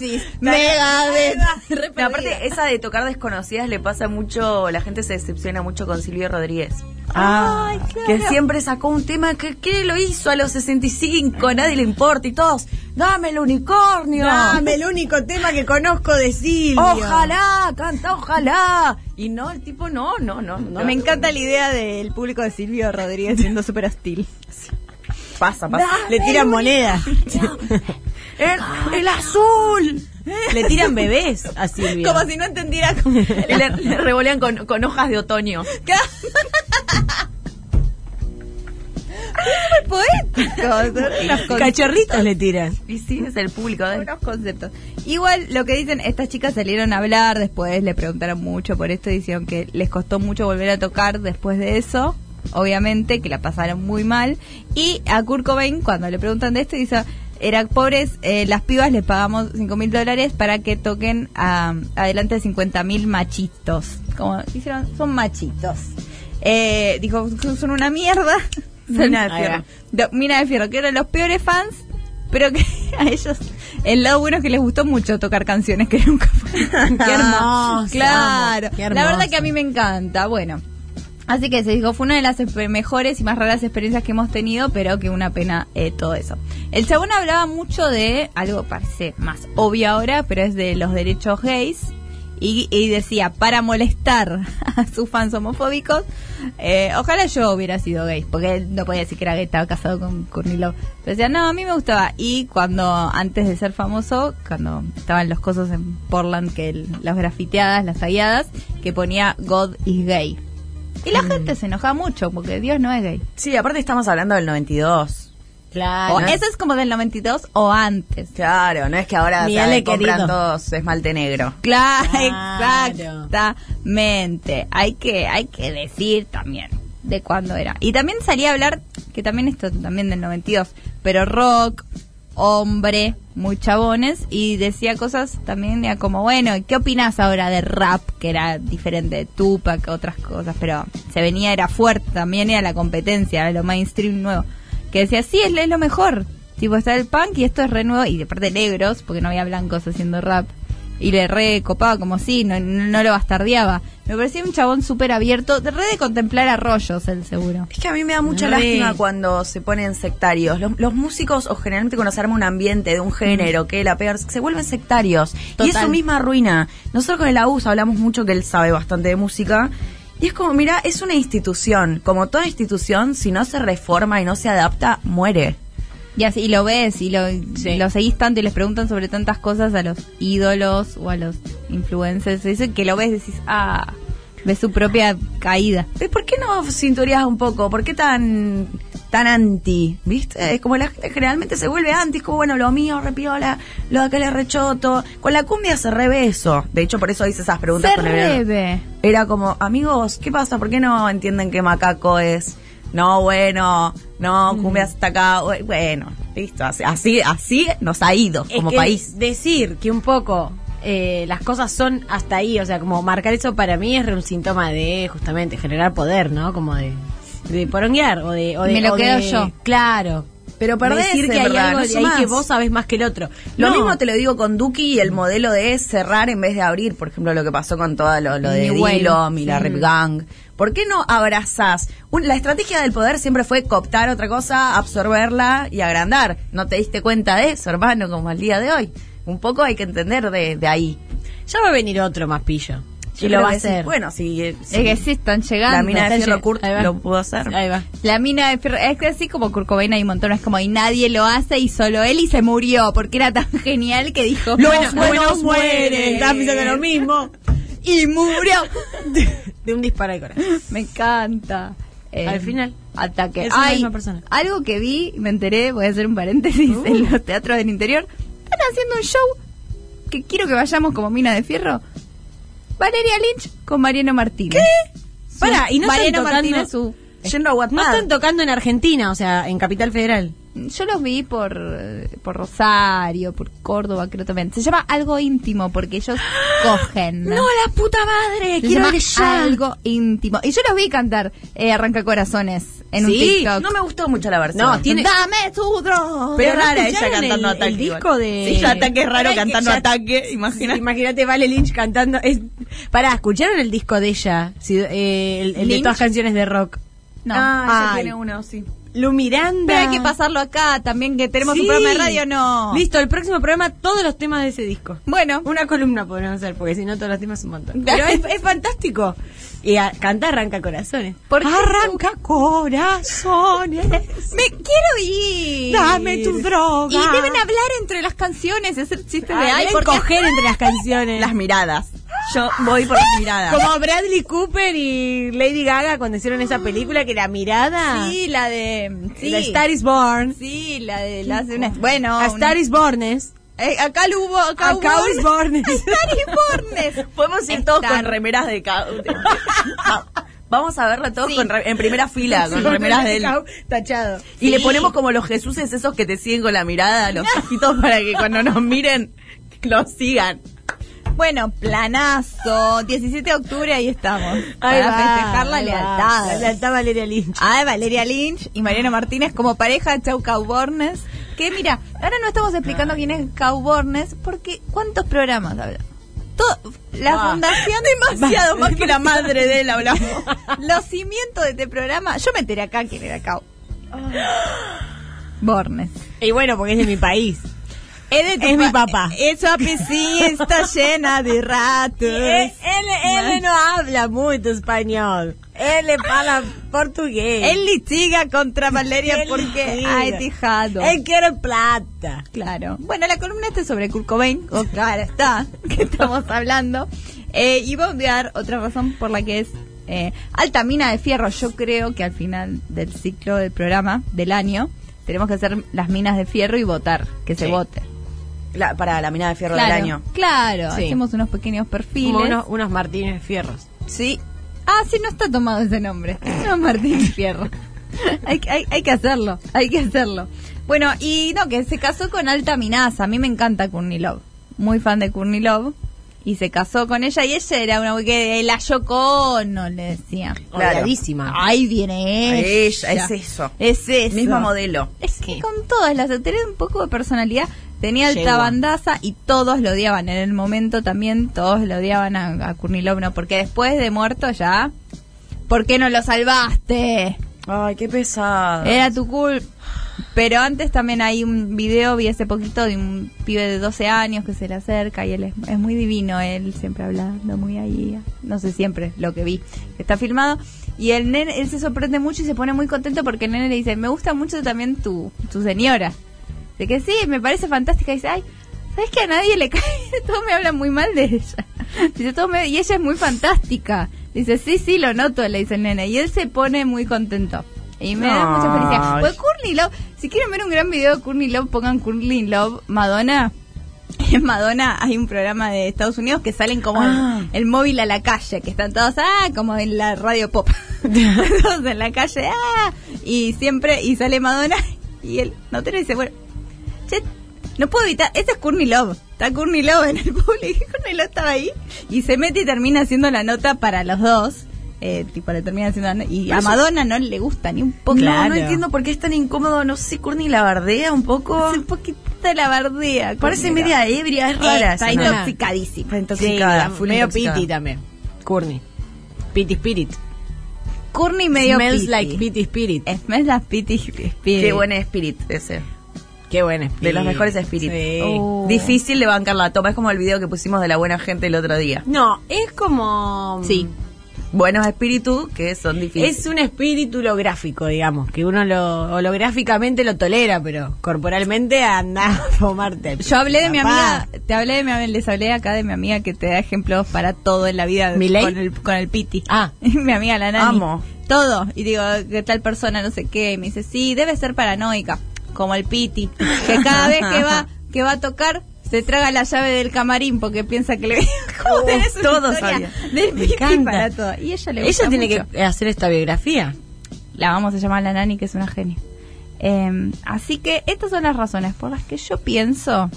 decís, Megadeth. Re
No,
perdida.
aparte, esa de tocar desconocidas le pasa mucho, la gente se decepciona mucho con Silvio Rodríguez.
Ah. Ay,
Que siempre sacó un tema que, que lo hizo a los 65, nadie le importa y todos, dame el unicornio.
Dame el único tema que conozco de Silvio. <laughs>
Ojalá, canta, ojalá. Y no, el tipo, no, no, no. no.
Me encanta la idea del público de Silvio Rodríguez siendo súper hostil.
Pasa, pasa.
Le tiran monedas,
El, el azul.
le tiran bebés a Silvio.
Como si no entendiera. cómo-
Y le, le revolean con, con hojas de otoño. <laughs>
Poético, son unos con-
Cachorritos le tiran.
Y sí, es el público. de-
unos conceptos. Igual lo que dicen, estas chicas salieron a hablar después, le preguntaron mucho por esto, dijeron que les costó mucho volver a tocar después de eso, obviamente, que la pasaron muy mal. Y a Kurt Cobain, cuando le preguntan de esto, dice, eran pobres, eh, las pibas les pagamos 5 mil dólares para que toquen ah, adelante de 50 mil machitos. Como dijeron, son machitos. Eh, dijo, son una mierda.
Mina de
Son-
fierro.
Do- Mina de Fierro, que eran los peores fans, pero que <laughs> a ellos el lado bueno es que les gustó mucho tocar canciones que nunca fueron.
Qué hermoso,
claro.
amo, qué
La verdad
hermoso.
que a mí me encanta. Bueno. Así que se dijo, fue una de las espe- mejores y más raras experiencias que hemos tenido, pero que una pena eh, todo eso. El chabón hablaba mucho de algo, parece más obvio ahora, pero es de los derechos gays. Y, y decía, para molestar <laughs> a sus fans homofóbicos, eh, ojalá yo hubiera sido gay, porque él no podía decir que era gay, estaba casado con Curnilo. Pero decía, no, a mí me gustaba. Y cuando, antes de ser famoso, cuando estaban los cosos en Portland, que el- las grafiteadas, las talladas, que ponía God is gay. Y
Mm.
la gente se enojaba mucho, porque Dios no es gay.
Sí, aparte estamos hablando del 92.
Claro.
O eso es como del 92 o antes.
Ah, Claro, no es que ahora
Mi
se
Ale
compran
querido.
todos esmalte negro.
Claro,
Claro.
exactamente. Hay que, hay que decir también de cuándo era. Y también salía a hablar, que también esto también del 92, pero rock, hombre, muy chabones, y decía cosas también ya como, bueno, ¿qué opinás ahora de rap? Que era diferente de Tupac, otras cosas, pero se venía, era fuerte también, era la competencia, era lo mainstream nuevo. Que decía, sí, es, es lo mejor. Tipo, está el punk y esto es re nuevo, y de parte negros, porque no había blancos haciendo rap y le re copaba como si, no, no lo bastardeaba. Me parecía un chabón súper abierto, de re de contemplar arroyos el seguro.
Es que a mí me da mucha
Re.
lástima cuando se ponen sectarios. Los, los músicos, o generalmente cuando se arma un ambiente de un género, que la peor, se vuelven sectarios. Y es
Total.
su misma ruina. Nosotros con el AUS hablamos mucho que él sabe bastante de música. Y es como, mira, es una institución. Como toda institución, si no se reforma y no se adapta, muere.
Y así y lo ves y lo, lo seguís tanto y les preguntan sobre tantas cosas a los ídolos o a los influencers. Eso que lo ves decís, ah, ves su propia caída.
¿Y ¿Por qué no cinturías un poco? ¿Por qué tan, tan anti? ¿Viste? Es como la gente generalmente se vuelve anti, es como, bueno, lo mío, repiola, lo de acá le rechoto. Con la cumbia se reve eso. De hecho, por eso hice esas preguntas
Se
con el verano.
reve.
Era como, amigos, ¿qué pasa? ¿Por qué no entienden que macaco es? No, bueno, no, cumbia hasta acá. bu- Bueno, listo. Así, así, así nos ha ido
Es
como
que
país.
Decir que un poco eh, las cosas son hasta ahí, o sea, como marcar eso para mí es re un síntoma de justamente generar poder, ¿no? Como de, de poronguear o de, o de-
Me lo
o de-
quedo yo.
Claro. Pero
perdés,
decir que
en
hay
verdad,
algo
no
de ahí
sumás.
que vos sabés más que el otro.
Lo
No.
mismo te lo digo con Duki y el modelo de cerrar en vez de abrir, por ejemplo, lo que pasó con todo lo, lo de
New Wave.
Dillom y la Rip Gang. ¿Por qué no abrazás? Un- la estrategia del poder siempre fue cooptar otra cosa, absorberla y agrandar. ¿No te diste cuenta de eso, hermano, como al día de hoy? Un poco hay que entender de, de ahí.
Ya va a venir otro más pillo.
Yo
Y lo
creo
va a
que sí.
hacer.
Bueno, si, eh, si
Es que sí, están llegando.
la mina de
Están
Fierro
lleg-
Kurt
Ahí va.
lo pudo hacer.
Ahí va.
La mina de Ferro- es que así como Kurt Cobain hay un montón, es como y nadie lo hace y solo él y se murió porque era tan <laughs> genial que dijo
Los
"Bueno,
buenos
bueno,
mueren.
Eh,
Estaba pensando lo mismo.
y murió.
De un disparo al corazón.
Me encanta. Eh,
Al final.
Ataque.
Es una
Ay,
misma persona. Uh.
Algo que vi, me enteré, voy a hacer un paréntesis, en los teatros del interior. Están están haciendo un show que quiero que vayamos como mina de fierro. Valeria Lynch con Mariano Martínez. ¿Qué?
Pará, y no están
Mariano
tocando-
Martínez su...
Yendo a Wattpad.
No están tocando en Argentina, o sea, en Capital Federal.
Yo los vi por, eh, por Rosario, por Córdoba, creo también. Se llama Algo Íntimo porque ellos cogen.
No, la puta madre.
Se
Quiero
llama
ir ya.
Algo Íntimo. Y yo los vi cantar eh, Arranca Corazones en un
Sí,
TikTok.
No me gustó mucho la versión.
No, tiene-
Dame tu droga.
Pero
¿no
rara ella
escucharon
cantando
el- el
ataque.
disco de-
Sí, ataque es raro
Ay, que
cantando
ya-
ataque, imagina.
Imagínate Vale Lynch cantando. Es... Pará, ¿escucharon el disco de ella? Sí, eh, el, el de
¿Lynch?
todas canciones de rock.
No.
ella
Ah,
tiene
tiene uno, sí.
Lu Miranda.
Pero hay que pasarlo acá también, que tenemos
Sí.
un programa de radio, no.
Listo, el próximo programa, todos los temas de ese disco.
Bueno,
Una columna podemos hacer, porque si no, todos los temas son un
<laughs>
montón. Pero es, es fantástico. Y a- canta Arranca Corazones.
¿Por qué
arranca Corazones.
me quiero ir.
Dame tu droga.
Y deben hablar entre las canciones y hacer chistes de
Hay
ay,
que
porque
coger entre las canciones.
Las miradas. Yo voy por las miradas.
Como Bradley Cooper y Lady Gaga cuando hicieron esa película que la mirada.
Sí, la de sí.
La Star is Born.
Sí, la de la hace una bueno,
A
una-
Star is Born es.
eh, acá lo hubo acá,
Acá
hubo-
is Born es.
<laughs> A Star is Born es.
Podemos ir todos
Estar.
con remeras de ca- Ah, Vamos a verla todos
Sí.
con re- en primera fila, con remeras de él.
Tachado.
Y le
Sí.
ponemos como los Jesuses esos que te siguen con la mirada, los ojitos para que cuando nos miren los sigan.
Bueno, planazo, 17 de octubre ahí estamos.
Ahí
para
va,
festejar la
ahí va.
lealtad.
La lealtad Valeria Lynch.
Ah, Valeria Lynch y Mariano Martínez como pareja de Chau Caubornes. Que mira, ahora no estamos explicando quién es Caubornes porque ¿cuántos programas hablamos? Todo- la
Ah,
fundación
<laughs>
Demasiado más que la madre de él hablamos.
los cimientos de este programa. Yo me enteré acá quién era Cau. Bornes.
Y bueno, porque es de mi país.
Es, de
Es mi papá.
Esa piscina está llena de ratos.
Eh, él, él no habla mucho español. Él habla portugués.
Él litiga contra Valeria
Él
porque
litiga.
ha etijado.
Él quiere plata.
Claro. Bueno, la columna está sobre Kurt Cobain, o Oh, claro <laughs> está, que estamos hablando. Eh, y voy a obviar otra razón por la que es eh, alta mina de fierro. Yo creo que al final del ciclo del programa, del año, tenemos que hacer las minas de fierro y votar, que se
Sí.
vote.
La- para la mirada de fierro
claro,
del año.
Claro,
Sí.
hacemos unos pequeños perfiles.
Como unos, unos Martínez Fierros.
Sí. Ah, sí, no está tomado ese nombre. No, Martín Fierro. hay, que- hay, hay que hacerlo, hay que hacerlo. Bueno, y no, que se casó con Alta Minaza. A mí me encanta Courtney Love. Muy fan de Courtney Love. Y se casó con ella y ella era una que la chocó, no le decía.
Claro.
Odiadísima.
Ahí viene ella.
Ella, es eso.
Es eso.
Mismo modelo.
Es que con todas las tenía un poco de personalidad, tenía alta
Yegua.
bandaza y todos lo odiaban. En el momento también todos lo odiaban a, a Kurnilov, porque después de muerto ya, ¿por qué no lo salvaste?
Ay, qué pesado.
Era tu culpa. Pero antes también hay un video, vi hace poquito, de un pibe de 12 años que se le acerca y él es, es muy divino, él siempre hablando muy ahí, no sé siempre lo que vi, que está filmado. Y el nene, él se sorprende mucho y se pone muy contento porque el nene le dice, me gusta mucho también tu, tu señora. De que sí, me parece fantástica. Y dice, ay, ¿sabes que a nadie le <laughs> cae? Todos me hablan muy mal de ella. Dice, "Todos me- Y ella es muy fantástica. Dice, sí, sí, lo noto, le dice el nene. Y él se pone muy contento. Y me da mucha felicidad.
Ay.
Pues Courtney Love, si quieren ver un gran video de Courtney Love, pongan Courtney Love Madonna. <laughs> En Madonna hay un programa de Estados Unidos que salen como el-
Ah.
el, móvil a la calle, que están todos, ah, como en la radio pop. <laughs> todos en la calle, ah, y siempre, y sale Madonna, y él no te dice, bueno, Che, no puedo evitar. Este es Courtney Love. Está Courtney Love en el <laughs> público. Courtney Love estaba ahí. Y se mete y termina haciendo la nota para los dos. Eh, tipo, le termina haciendo la no- Y a Madonna no le gusta ni un poco.
No, no entiendo por qué es tan incómodo. No sé si Courtney la bardea un poco.
Es un poquito de la bardea.
Parece
Courtney Love.
media ebria, es rara.
Está
esa nena.
intoxicadísima.
Está intoxicada,
Sí,
full
medio
intoxicada.
piti también. Courtney. Piti Spirit.
Courtney medio
Smells
piti.
like Piti Spirit.
Smells like piti. spirit.
Qué buen espíritu ese.
Qué buen Spirit.
De los mejores espíritus.
Sí.
Oh.
Difícil de bancar la toma. Es como el video que pusimos de la buena gente el otro día.
No, es como...
Sí.
Buenos espíritus que son difíciles.
Es un espíritu holográfico, digamos, que uno lo, holográficamente lo tolera, pero corporalmente anda <laughs> a fumarte.
Yo hablé de mi
Papá.
amiga, te hablé de mi amiga, les hablé acá de mi amiga que te da ejemplos para todo en la vida
¿Milei?
con el con el piti. <laughs>
Ah.
mi amiga la nani.
Amo.
Todo y digo, que tal persona no sé qué,
<laughs>
y me dice, "Sí, debe ser paranoica, como el piti, que cada vez que va que va a tocar se traga la llave del camarín porque piensa que le <laughs> ¿Cómo
Uh,
tenés una
todo
historia
sabía.
del
Oh, Me
pipí
encanta.
para todo? Y ella le gusta
Ella tiene
mucho.
que hacer esta biografía.
La vamos a llamar la nani, que es una genia. Eh, así que estas son las razones por las que yo pienso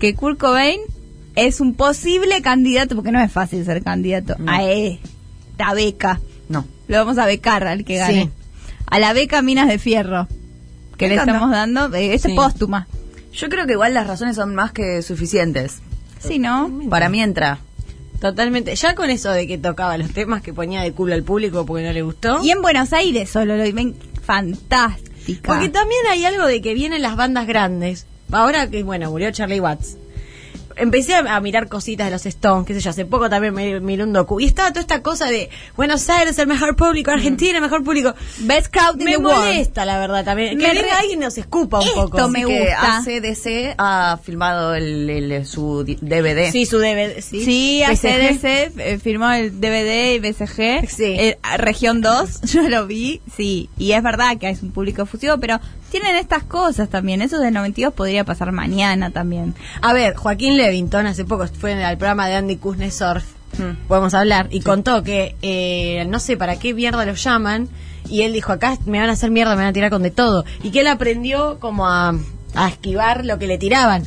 que Kurt Cobain es un posible candidato, porque no es fácil ser candidato, a esta beca.
No.
Lo vamos a becar al que gane.
Sí.
A la beca Minas de Fierro, que
Me
le
encanta.
estamos dando, eh, es
Sí.
póstuma.
Yo creo que igual las razones son más que suficientes.
Sí, ¿no?
Para mí entra.
Totalmente. Ya con eso de que tocaba los temas que ponía de culo al público porque no le gustó.
Y en Buenos Aires solo lo ven fantástica.
Porque también hay algo de que vienen las bandas grandes. Ahora que, bueno, murió Charlie Watts. Empecé a, a mirar cositas de los Stones, qué sé yo, hace poco también me miré un docu. Y estaba toda esta cosa de Buenos Aires, el mejor público, Argentina, el mejor público.
Best crowd in
Me
the world.
molesta, la verdad, también.
Me
Que
re-
venga alguien y nos escupa un
Esto
poco.
me
que
gusta.
ACDC ha filmado el, el- su di- DVD.
Sí, su DVD. Sí,
Sí,
Pues
BCG.
ACDC eh, firmó el DVD y BCG.
Sí.
Eh, a- región 2, <laughs> yo lo vi, sí. Y es verdad que es un público fusivo, pero tienen estas cosas también. Eso del 92 podría pasar mañana también.
A ver, Joaquín Levington hace poco fue al programa de Andy Kuznetsov,
Mm.
podemos hablar, y contó que eh, no sé para qué mierda lo llaman, y él dijo, acá me van a hacer mierda, me van a tirar con de todo, y que él aprendió como a, a esquivar lo que le tiraban.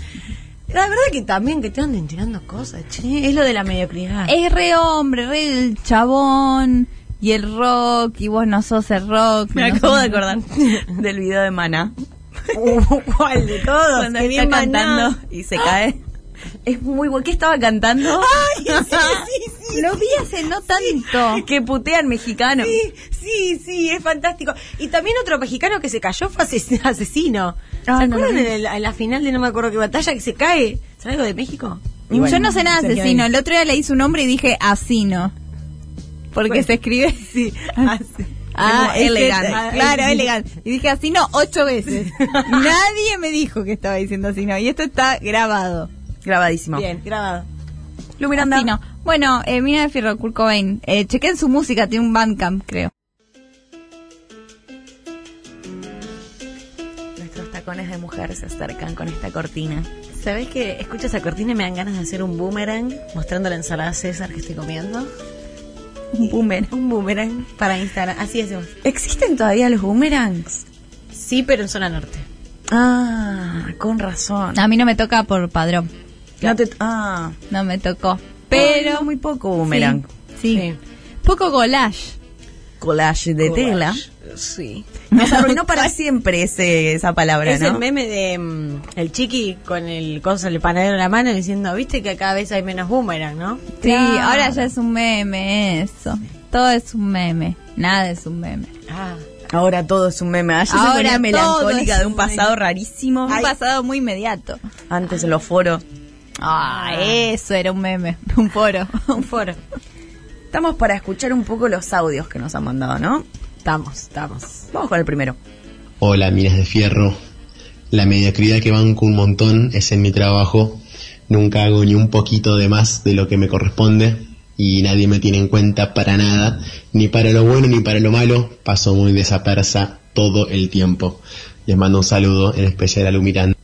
La verdad que también que te anden tirando cosas, che, Eh, es lo de la mediocridad.
Ah. Es re hombre, re el chabón y el rock, y vos no sos el rock.
Me
no
acabo
sos-
de acordar.
Del video de Maná.
Uh, ¿Cuál de todos?
Cuando
Qué
está
bien maná.
cantando
Y se cae. Es muy bueno. ¿Qué estaba <laughs> cantando?
Ay, sí, sí, sí.
Lo vi hace no
<laughs>
tanto.
que putean mexicano.
Sí, sí, sí, es fantástico. Y también otro mexicano que se cayó fue ases- <laughs> asesino.
Ah,
¿Se
no
acuerdan
lo vi.
de la, la final de no me acuerdo qué batalla que se cae? ¿Sabes algo de México?
yo no sé nada de asesino. El otro día leí su nombre y dije asino. Porque
Bueno.
se escribe Pues, <laughs> así. Ah,
Como
elegante.
ah,
claro,
eh,
elegante. Y dije asino ocho <laughs> veces. Nadie me dijo que estaba diciendo asino. Y esto está grabado.
Grabadísimo.
Bien, grabado.
Lu Miranda.
Asino. Bueno, eh, Mina de Fierro, Kurt Cobain. Eh, chequen su música, tiene un bandcamp, creo.
Nuestros tacones de mujer se acercan con esta cortina.
¿Sabes que escucho esa cortina y me dan ganas de hacer un boomerang mostrando la ensalada César que estoy comiendo?
Un boomerang.
Un boomerang para Instagram, así hacemos.
¿Existen todavía los boomerangs?
Sí, pero en zona norte.
Ah, con razón.
A mí no me toca por padrón.
No te- ah,
No me tocó.
pero
Pero.
muy poco boomerang.
Sí. sí. Poco collage.
Collage de tela.
Sí.
<laughs> Nos arruinó para siempre ese, esa palabra,
es
¿no?
el meme de mm, el chiqui con el coso, el panadero en la mano diciendo, viste que cada vez hay menos boomerang, ¿no?
Sí,
Claro.
ahora ya es un meme eso. Todo es un meme. Nada es un meme.
Ah.
Ahora todo es un meme. Ayer se
Ahora
ponía
todo
melancólica
es
de un
un
pasado rarísimo.
Un pasado muy inmediato.
Antes en los foros.
Ah, eso era un meme. <laughs> Un foro.
Un foro.
Estamos para escuchar un poco los audios que nos han mandado, ¿no?
Estamos, estamos.
Vamos con el primero.
Hola, minas de fierro. La mediocridad que banco un montón es en mi trabajo. Nunca hago ni un poquito de más de lo que me corresponde y nadie me tiene en cuenta para nada, ni para lo bueno ni para lo malo. Paso muy desapersa todo el tiempo. Les mando un saludo, en especial a Lumirán.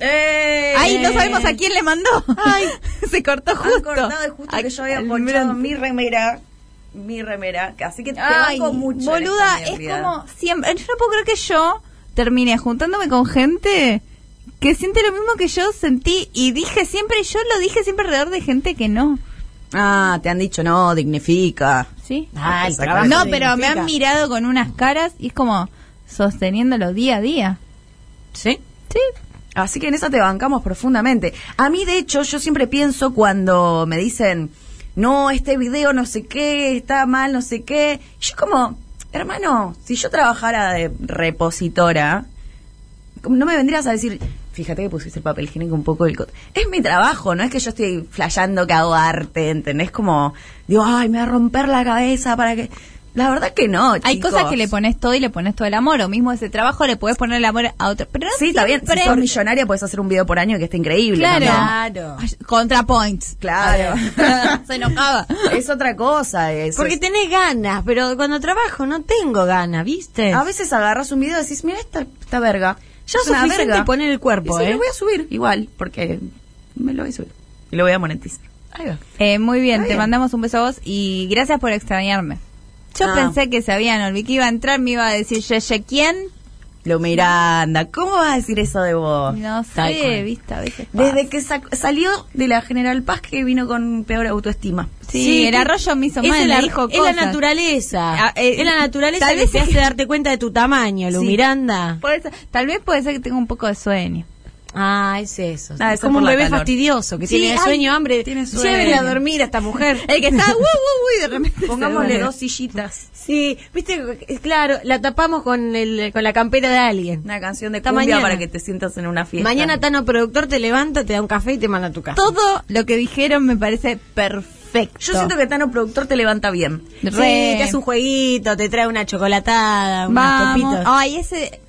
Eh,
Ay, no sabemos a quién le mandó. Ay, <laughs> se cortó
Han
justo.
cortado y justo que yo había
Al
ponchado
mirante.
mi remera. Mi remera. que- Así que te
Ay,
banco mucho. en
boluda,
esta
es
mediocridad.
como siempre. Yo no puedo creer que yo terminé juntándome con gente que siente lo mismo que yo sentí y dije siempre, y yo lo dije siempre alrededor de gente que no.
Ah, te han dicho, no, dignifica.
¿Sí?
Ah, el
Exacto.
trabajo
No,
de
pero me
Benfica.
han mirado con unas caras y es como sosteniéndolo día a día.
¿Sí?
Sí.
Así que en esa te bancamos profundamente. A mí, de hecho, yo siempre pienso cuando me dicen, no, este video no sé qué, está mal, no sé qué. Yo como, hermano, si yo trabajara de repositora, como no me vendrías a decir, fíjate que pusiste el papel higiénico un poco del... co-". Es mi trabajo, no es que yo estoy flayando que hago arte, ¿entendés? Como, digo, ay, me va a romper la cabeza para que... La verdad que no,
Hay
chicos.
cosas que le pones todo y le pones todo el amor. O mismo ese trabajo le puedes poner el amor a otro. Pero no
Sí, está bien. Si
siempre-
sos millonaria, puedes hacer un video por año que esté increíble.
Claro.
¿no?
Claro.
Ay, Contra points.
Claro.
<laughs>
Se enojaba.
<laughs> Es otra cosa eso.
Porque tenés ganas, pero cuando trabajo no tengo ganas, ¿viste?
a veces agarras un video y decís, mira esta, esta verga.
Ya es
una
suficiente
verga.
poner el cuerpo,
Y sí,
¿eh?
lo voy a subir igual, porque me lo voy a subir. Y lo voy a monetizar. Ahí va.
Eh, muy
Está
bien, te
bien.
mandamos un beso a vos y gracias por extrañarme. Yo
Ah.
pensé que sabían, Olvi, que iba a entrar, me iba a decir, ¿ye, ye quién?
Lo Miranda, ¿cómo vas a decir eso de vos?
No
Tal
sé,
cual.
viste, a veces.
Desde que sac- salió de la General Paz que vino con peor autoestima.
Sí, el arroyo me hizo
es
mal,
el
le
ar-
dijo
es
cosas.
la naturaleza.
Ah, eh,
es la naturaleza
tal
que
vez
te
es
hace
que-
datu cuenta de tu tamaño, Lu
Sí.
Miranda.
Por eso- tal vez puede ser que tenga un poco de sueño.
Ah, es eso.
Ah,
es
eso
como
por
un
la
bebé
calor.
fastidioso que
Sí,
tiene
ay,
sueño, hambre.
tiene sueño.
Llévenla a dormir a esta mujer.
<laughs> El que está, uh, uh, uh, y de repente se
Pongámosle
duerme.
dos sillitas.
Sí, viste, eh, claro, la tapamos con el con la campera de alguien.
Una canción de
Hasta
cumbia
mañana.
para que te sientas en una fiesta.
Mañana Tano productor te levanta, te da un café y te manda a tu casa.
Todo lo que dijeron me parece perfecto.
Yo siento que Tano Productor te levanta bien.
Sí,
Re.
te hace un jueguito, te trae una chocolatada, unos
Vamos.
copitos.
Ay, ese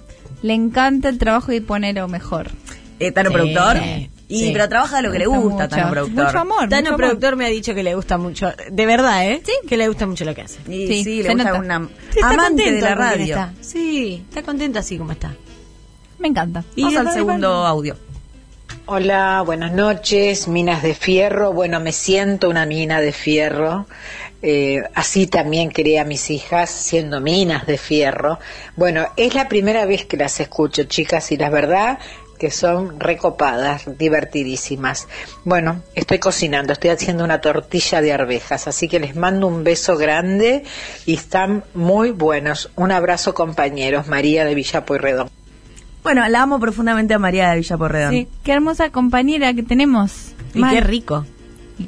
le encanta el trabajo y ponerlo mejor.
Eh, Tano
Sí,
Productor. Y,
sí.
Pero trabaja de lo que le gusta,
mucho.
Tano Productor.
Mucho amor.
Tano
mucho amor.
productor me ha dicho que le gusta mucho, de verdad, ¿eh? Sí. Que le gusta mucho lo que hace.
Y sí,
Sí, se
le gusta
nota.
una
Está
amante de
contento
la
con quien
radio.
está. Sí, está contento así como está.
Me encanta.
Y Vamos al segundo audio.
Hola, buenas noches, minas de fierro. Bueno, me siento una mina de fierro. Eh, así también crié a mis hijas siendo minas de fierro. Bueno, es la primera vez que las escucho, chicas, y la verdad que son recopadas, divertidísimas. Bueno, estoy cocinando, estoy haciendo una tortilla de arvejas, así que les mando un beso grande y están muy buenos. Un abrazo, compañeros. María de Villa Pueyrredón.
Bueno, la amo profundamente a María de Villa Porredón.
Sí, qué hermosa compañera que tenemos.
Y
Mal.
qué rico.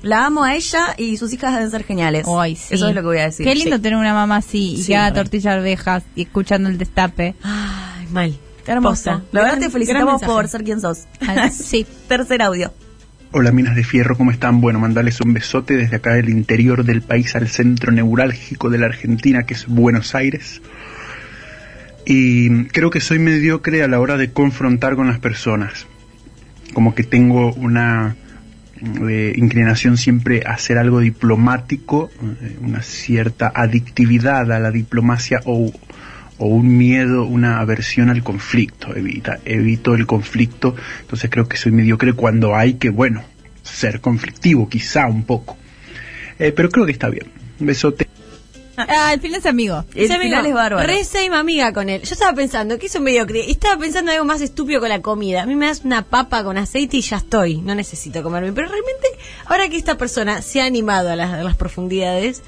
La amo a ella y sus hijas deben ser geniales.
Ay, sí.
Eso es lo que voy a decir.
Qué lindo tener una mamá así y
Sí,
que haga
re.
tortilla de arvejas y escuchando
<gasps>
el destape.
Ay, mal.
Qué hermosa.
Posta.
La verdad
Gran-
te
gran
felicitamos
mensaje.
por ser quien sos.
Ah, sí.
<laughs> Tercer audio.
Hola minas de fierro, ¿cómo están? Bueno, mandarles un besote desde acá del interior del país al centro neurálgico de la Argentina, que es Buenos Aires. Y creo que soy mediocre a la hora de confrontar con las personas. Como que tengo una eh, inclinación siempre a hacer algo diplomático, eh, una cierta adictividad a la diplomacia o, o un miedo, una aversión al conflicto. Evita, evito el conflicto, entonces creo que soy mediocre cuando hay que, bueno, ser conflictivo, quizá un poco. Eh, pero creo que está bien. Un besote.
<laughs>
Ah, al fin es amigo.
El
Ese amigo,
final es bárbaro.
Re same amiga con él. Yo estaba pensando que es un mediocre. y Estaba pensando algo más estúpido con la comida. A mí me das una papa con aceite y ya estoy. No necesito comerme. Pero realmente, ahora que esta persona se ha animado a las, a las profundidades,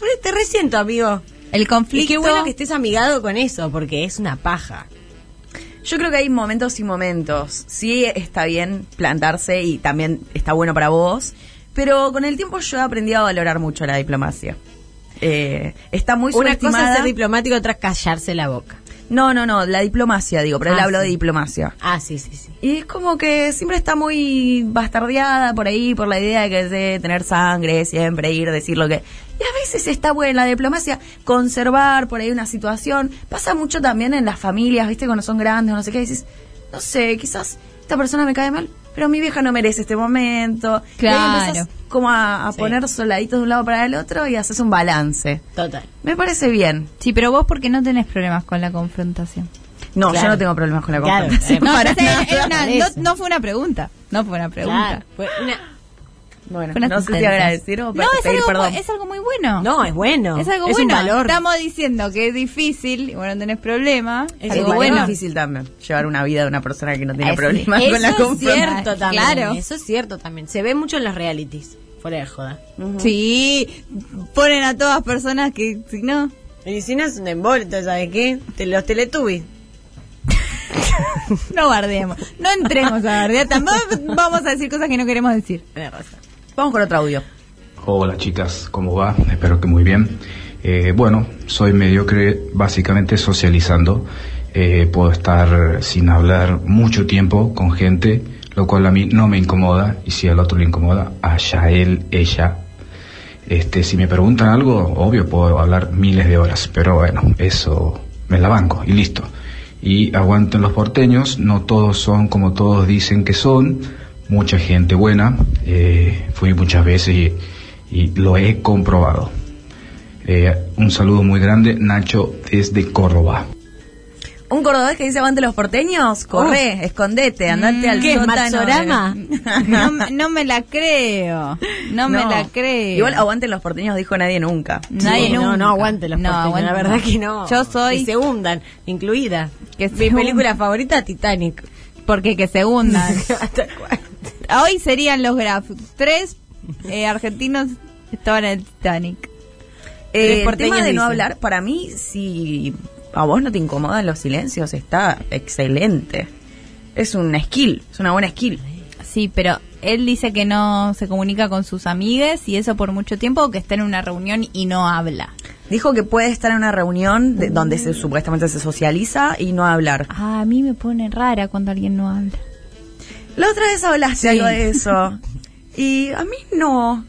re- te resiento, amigo.
El conflicto.
Y qué bueno que estés amigado con eso, porque es una paja.
Yo creo que hay momentos y momentos. Sí, está bien plantarse y también está bueno para vos. Pero con el tiempo yo he aprendido a valorar mucho la diplomacia. Eh, está muy
Una cosa es
subestimada.
ser diplomático, otra es callarse la boca.
no, no, no, la diplomacia, digo, pero él
Ah,
habló
sí.
de diplomacia.
Ah, sí, sí, sí.
Y es como que siempre está muy bastardeada por ahí, por la idea de que de tener sangre, siempre ir, decir lo que... Y a veces está bueno en la diplomacia conservar por ahí una situación. Pasa mucho también en las familias, ¿viste? Cuando son grandes o no sé qué, dices, no sé, quizás esta persona me cae mal, pero mi vieja no merece este momento. Y ahí
Claro.
empezás como a, a
Sí.
poner soldaditos de un lado para el otro y haces un balance.
Total.
Me parece bien.
Sí, pero vos porque no tenés problemas con la confrontación.
No, yo
Claro.
no tengo problemas con la
Claro.
confianza. <laughs>
Eh,
No,
para
ya sé,
nada.
eh, na-
Por
no,
eso.
no fue una pregunta. No fue una pregunta.
Claro. Fue una-
Bueno,
Fue una
no sé si
sentencia.
agradecer o
No, es
pedir
algo,
perdón.
bu- es algo muy bueno.
No, es bueno.
Es algo
un
bueno.
valor.
Estamos diciendo que es difícil y bueno, tenés problema.
Es
Es
algo
muy
bueno.
difícil también llevar una vida de una persona que no tiene
Ah, sí.
problemas
Eso
con la
es
confianza.
cierto también.
Claro.
Eso es cierto también. Se ve mucho en los realities. Fuera de joda.
Sí, ponen a todas personas que si no.
Y si no es un envolto, ¿sabes qué? Te- los teletubbies.
No bardeemos, no entremos a bardear, tampoco vamos a decir cosas que no queremos decir.
Vamos con otro audio.
Hola chicas, ¿cómo va? Espero que muy bien. Eh, bueno, soy mediocre básicamente socializando. Eh, puedo estar sin hablar mucho tiempo con gente, lo cual a mí no me incomoda. Y si al otro le incomoda, allá él, ella. Este, si me preguntan algo, obvio, puedo hablar miles de horas. Pero bueno, eso me la banco y listo. Y aguanten los porteños, no todos son como todos dicen que son. Mucha gente buena. eh, fui muchas veces y y lo he comprobado. Eh, un saludo muy grande, Nacho, desde Córdoba.
Un cordobés que dice aguante los porteños, corre, escondete, andate al
Mm. ¿Qué es,
sótano. <laughs>
Matsorama? No me-
la creo.
No me la creo.
Igual aguante los porteños dijo nadie nunca.
Nadie
Sí, no,
nunca.
no aguante los
No,
porteños,
aguante.
la verdad que no.
Yo soy-
Que se hundan, incluida.
Que
Mi película favorita, Titanic.
Porque que se <laughs> hundan. Hoy serían los Graf. Tres eh, argentinos estaban en el Titanic. Tres
Eh, el
porteños
tema de no
dicen.
hablar, para mí, si a vos no te incomodan los silencios, está excelente. Es una skill, es una buena skill.
Sí, pero él dice que no se comunica con sus amigues y eso por mucho tiempo, o que está en una reunión y no habla.
Dijo que puede estar en una reunión de- donde se, supuestamente se socializa y no hablar.
Ah, a mí me pone rara cuando alguien no habla.
La otra vez hablaste
Sí.
algo de
<laughs>
eso. Y a mí no.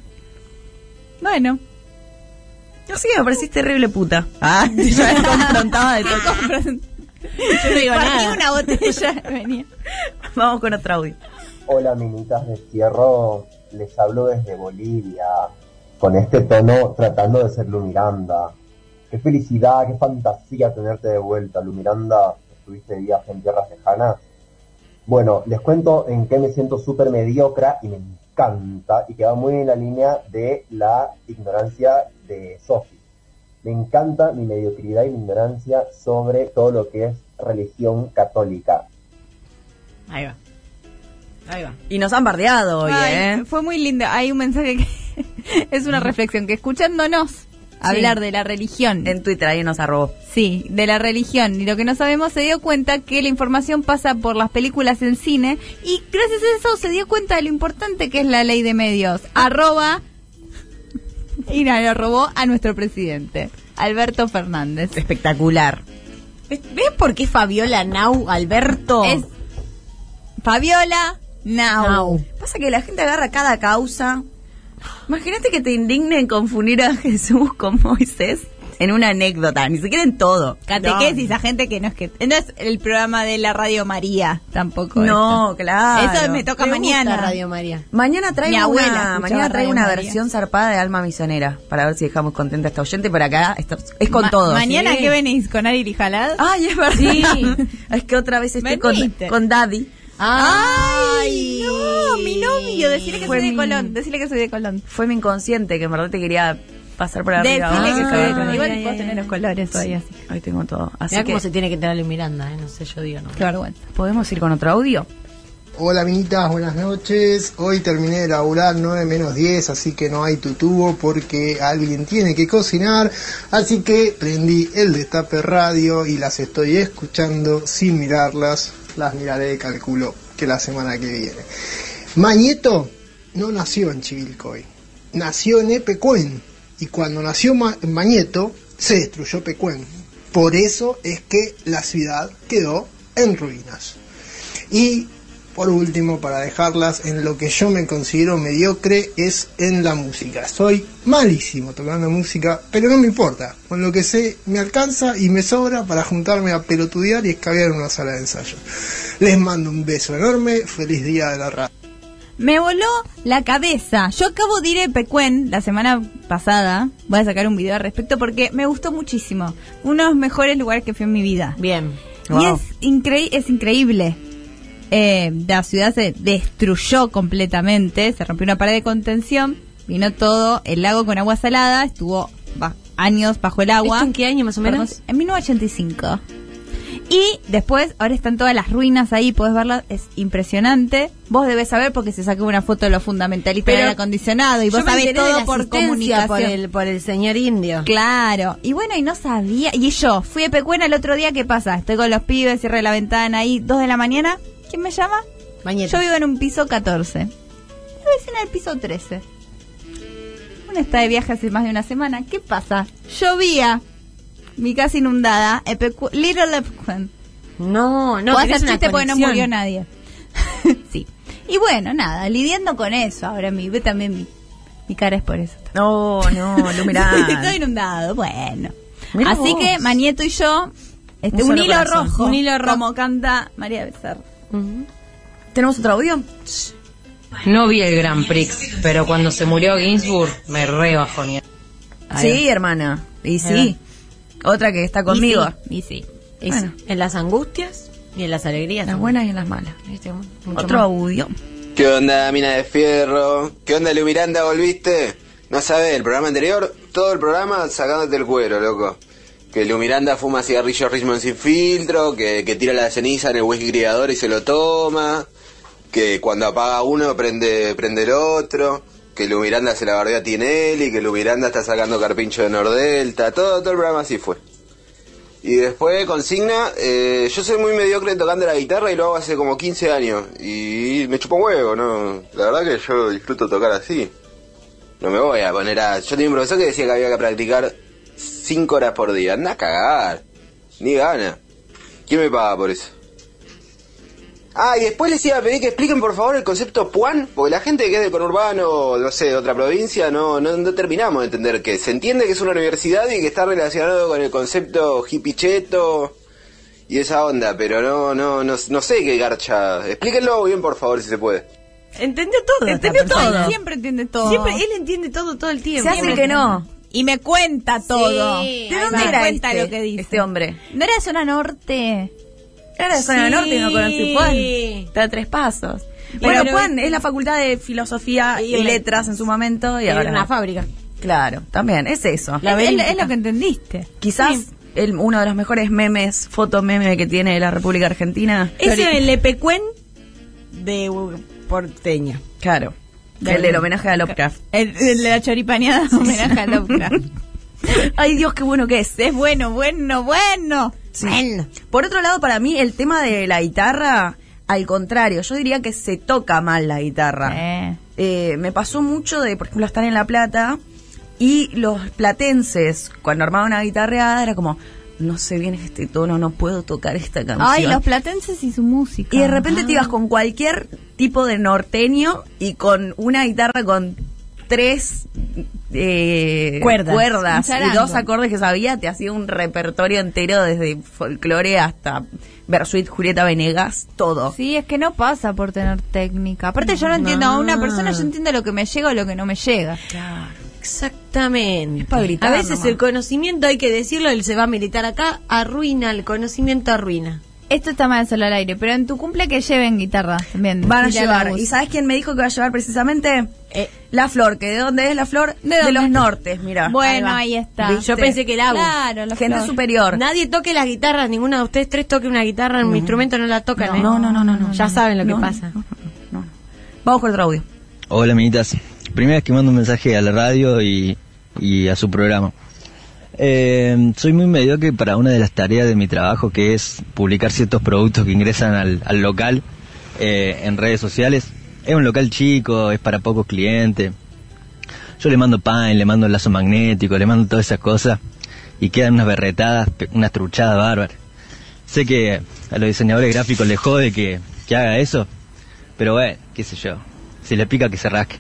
Bueno.
No sé, me parecís terrible puta. Ah, <laughs> yo me confrontaba de todo.
Yo
no digo
Partí
nada.
una botella, venía.
Vamos con otro audio.
Hola, minitas de Fierro. Les hablo desde Bolivia, con este tono tratando de ser Lu Miranda. Qué felicidad, qué fantasía tenerte de vuelta, Lu Miranda. Estuviste de viaje en tierras lejanas. Bueno, les cuento en qué me siento súper mediocra y me encanta, y que va muy en la línea de la ignorancia de Sofi. Me encanta mi mediocridad y mi ignorancia sobre todo lo que es religión católica.
Ahí va. Ahí va.
Y nos han bardeado hoy,
Ay,
¿eh?
Fue muy lindo. Hay un mensaje que <laughs> es una reflexión, que escuchándonos hablar de la religión.
En Twitter ahí nos arrobó.
Sí, de la religión. Y lo que no sabemos se dio cuenta que la información pasa por las películas en cine y gracias a eso se dio cuenta de lo importante que es la ley de medios.
Ah.
Arroba y nos lo robó a nuestro presidente, Alberto Fernández.
Espectacular.
¿Ves ves por qué Fabiola Nau, Alberto?
Es Fabiola Now.
Pasa que la gente agarra cada causa. Imagínate que te indignen confundir a <laughs> Jesús con Moisés en una anécdota, ni siquiera en todo.
Catequesis a gente que no es que... No es el programa de la Radio María tampoco.
No,
esto.
claro.
Eso me toca
Me
mañana.
gusta Radio María.
Mañana traigo
Mi abuela
una,
escuchaba
mañana traigo una
Radio María.
versión zarpada de Alma Misionera para ver si dejamos contenta a esta oyente, pero acá esto es con
Ma-
todos.
Mañana
Sí.
que venís con Ari Lijalad.
Ay, es verdad.
<laughs> Sí.
<laughs> Es que otra vez estoy con,
Venite.
con Daddy.
Ay,
No, mi novio, decirle que
Fue
soy de
mi-
Colón, decirle que soy de Colón.
Fue mi inconsciente que en verdad te quería pasar por
Decirle
arriba. Ah,
que soy de Colón.
Ay,
Igual
ay,
puedo
ay,
tener
ay.
los colores todavía, así.
Hoy tengo todo. Así
Mirá
que
cómo se tiene que entrar Luis Miranda, eh, no sé, yo digo no.
Qué vergüenza.
podemos ir con otro audio.
Hola minitas, buenas noches. Hoy terminé de laburar 9 menos 10, así que no hay tutubo porque alguien tiene que cocinar. Así que prendí el destape radio y las estoy escuchando sin mirarlas. Las miraré, calculo, que la semana que viene. Mañeto no nació en Chivilcoy, nació en Epecuén. Y cuando nació Ma- Mañeto, se destruyó Pecuén. Por eso es que la ciudad quedó en ruinas. Y por último, para dejarlas en lo que yo me considero mediocre, es en la música. Soy malísimo tocando música, pero no me importa. Con lo que sé me alcanza y me sobra para juntarme a pelotudear y escabear en una sala de ensayo. Les mando un beso enorme, feliz día de la radio.
Me voló la cabeza. Yo acabo de ir a Pecuén la semana pasada. Voy a sacar un video al respecto porque me gustó muchísimo. Uno de los mejores lugares que fui en mi vida.
Bien.
Y
Wow.
es, increí- es increíble. Eh, la ciudad se destruyó completamente, se rompió una pared de contención, vino todo el lago con agua salada, estuvo ba- años bajo el agua.
¿Esto en qué año más o menos?
Perdón, En 1985. Y después, ahora están todas las ruinas ahí, podés verlas, es impresionante. Vos debés saber porque se sacó una foto de los fundamentalistas
Pero
del acondicionado y
Yo
vos
me
sabés
enteré de
todo
la
por
asistencia
comunicación.
Por el, por el señor indio.
Claro. Y bueno, y no sabía. Y yo fui a Pecuena el otro día, ¿qué pasa? Estoy con los pibes, cierre la ventana ahí, dos de la mañana. ¿Quién me llama?
Mañeto.
Yo vivo en un piso 14. La vecina del piso 13. Uno está de viaje hace más de una semana. ¿Qué pasa? Llovía. Mi casa inundada. Epecu- Little Epecuén.
No, no,
Puedo
tenés
hacer
una
chiste porque no
conexión.
murió nadie. sí. Y bueno, nada, lidiando con eso. Ahora mi, ve también mi, mi cara es por eso.
No, no,
<laughs>
lo
Estoy inundado, bueno.
Mirá
Así
vos.
que Manieto y yo, este,
Un
un,
solo
hilo
corazón.
rojo.
Un hilo rojo.
Como canta María Becerra.
¿Tenemos otro audio?
No vi el Grand Prix, pero cuando se murió Ginsburg me re bajoneé.
Sí, hermana. Y sí. Otra que está conmigo.
Y sí. y sí.
Es en las angustias y en las alegrías.
Las buenas y en las malas. Otro audio.
¿Qué onda, mina de fierro? ¿Qué onda, Lu Miranda? ¿Volviste? No sabes, el programa anterior, todo el programa sacándote el cuero, loco. Que Lu Miranda fuma cigarrillo Richmond sin filtro, que, que tira la ceniza en el whisky criador y se lo toma, que cuando apaga uno prende, prende el otro, que Lu Miranda se la bardea a Tinelli, que Lu Miranda está sacando carpincho de Nordelta, todo, todo el programa así fue. Y después consigna, eh, yo soy muy mediocre tocando la guitarra y lo hago hace como 15 años. Y me chupo un huevo, ¿no? La verdad que yo disfruto tocar así. No me voy a poner a... Yo tenía un profesor que decía que había que practicar 5 horas por día. Anda a cagar. Ni gana. ¿Quién me paga por eso? Ah, y después les iba a pedir que expliquen por favor el concepto puan, porque la gente que es de conurbano, o, no sé, de otra provincia, no, no, no terminamos de entender que se entiende que es una universidad y que está relacionado con el concepto hippiecheto y esa onda, pero no, no, no, no sé qué garcha. Explíquenlo bien por favor si se puede.
Entendió todo.
Entendió
esta persona.
todo. Siempre entiende todo.
Siempre, él entiende todo todo el tiempo.
Se hace
Siempre
que no.
Y me cuenta todo.
¿De
Ahí
dónde
va.
era
Me cuenta
este,
lo que dice.
este hombre?
¿No era de zona norte?
Era de zona
Sí.
norte y no conocí Juan. Está a tres pasos.
Pero-
bueno, Juan es la facultad de filosofía y,
Y una-
letras en su momento y
y
ahora.
una
fábrica.
Claro, también, es eso.
La Es- es- es lo que entendiste.
Quizás el- uno de los mejores memes, foto meme que tiene la República Argentina.
Ese es el Epecuen de Porteña.
Claro. El del homenaje a Lovecraft.
El, el de la <laughs> choripaneada
<laughs>
homenaje a Lovecraft.
Ay, Dios, qué bueno que es.
Es bueno, bueno, bueno.
Bueno. Por otro lado, para mí, el tema de la guitarra, al contrario, yo diría que se toca mal la guitarra. Eh, me pasó mucho de, por ejemplo, estar en La Plata y los platenses, cuando armaban una guitarreada, era como, no sé bien este tono, no puedo tocar esta canción.
Ay, los platenses y su música.
Y de repente te ibas con cualquier tipo de norteño y con una guitarra con tres eh,
Cuerdas.
cuerdas
Un
y
charango.
dos acordes que sabía, te hacía un repertorio entero desde folclore hasta Bersuit, Julieta Venegas, todo.
Sí, es que no pasa por tener técnica. Aparte, yo no entiendo a una persona, yo entiendo lo que me llega o lo que no me llega.
Exactamente.
gritar
A veces
nomás.
el conocimiento, hay que decirlo, él se va a militar acá, arruina, el conocimiento arruina.
Esto está mal solo al aire, pero en tu cumple que lleven guitarra también.
Van a
Dile
llevar.
Agus.
¿Y sabes quién me dijo que va a llevar precisamente? la flor, que de dónde es la flor? De, los nortes, mira.
Bueno, ahí está.
Yo pensé que el hago.
Claro, la
Gente
flor.
superior.
Nadie toque las guitarras, ninguno de ustedes tres toque una guitarra, un instrumento no la tocan.
No,
¿eh?
no, no, no, no, no,
Ya
no,
saben lo
no,
que pasa.
Vamos con otro audio.
Hola, amiguitas. Primera vez que mando un mensaje a la radio y, y a su programa. Eh, soy muy mediocre para una de las tareas de mi trabajo, que es publicar ciertos productos que ingresan al, al local eh, en redes sociales. Es un local chico, es para pocos clientes. Yo le mando pan, le mando lazo magnético, le mando todas esas cosas y quedan unas berretadas, pe- unas truchadas bárbaras. Sé que a los diseñadores gráficos les jode que, que haga eso, pero bueno, qué sé yo. Si le pica, que se rasque.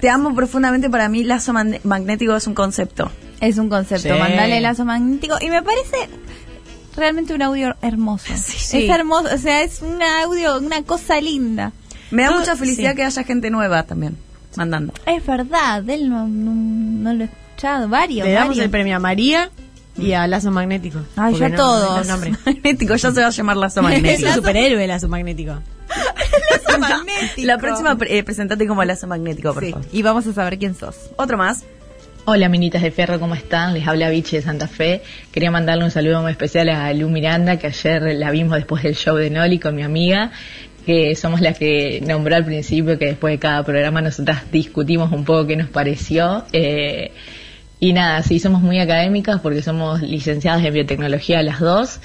Te amo profundamente. Para mí, lazo man- magnético es un concepto.
Es un concepto.
Sí.
Mandale el lazo magnético. Y me parece realmente un audio hermoso.
sí.
Es hermoso. O sea, es un audio, una cosa linda.
Me da
Yo-
mucha felicidad
sí.
que haya gente nueva también mandando.
Es verdad, él no, no, no lo he escuchado. Varios.
Le damos
varios.
el premio a María y a Lazo Magnético.
Ah,
Ay,
Porque
yo a
no-
todos.
no es nombre.
Mm. <laughs> Magnético, ya se va a llamar lazo
<laughs> Es un
magnético.
superhéroe
<laughs>
Lazo Magnético.
La próxima, eh, presentate como lazo magnético, por favor.
Y vamos a saber quién sos.
Otro más.
Hola, minitas de fierro, ¿cómo están? Les habla Vichy de Santa Fe. Quería mandarle un saludo muy especial a Lu Miranda, que ayer la vimos después del show de Noli con mi amiga, que somos las que nombró al principio, que después de cada programa nosotras discutimos un poco qué nos pareció. Eh, y nada, sí, somos muy académicas porque somos licenciadas en biotecnología las dos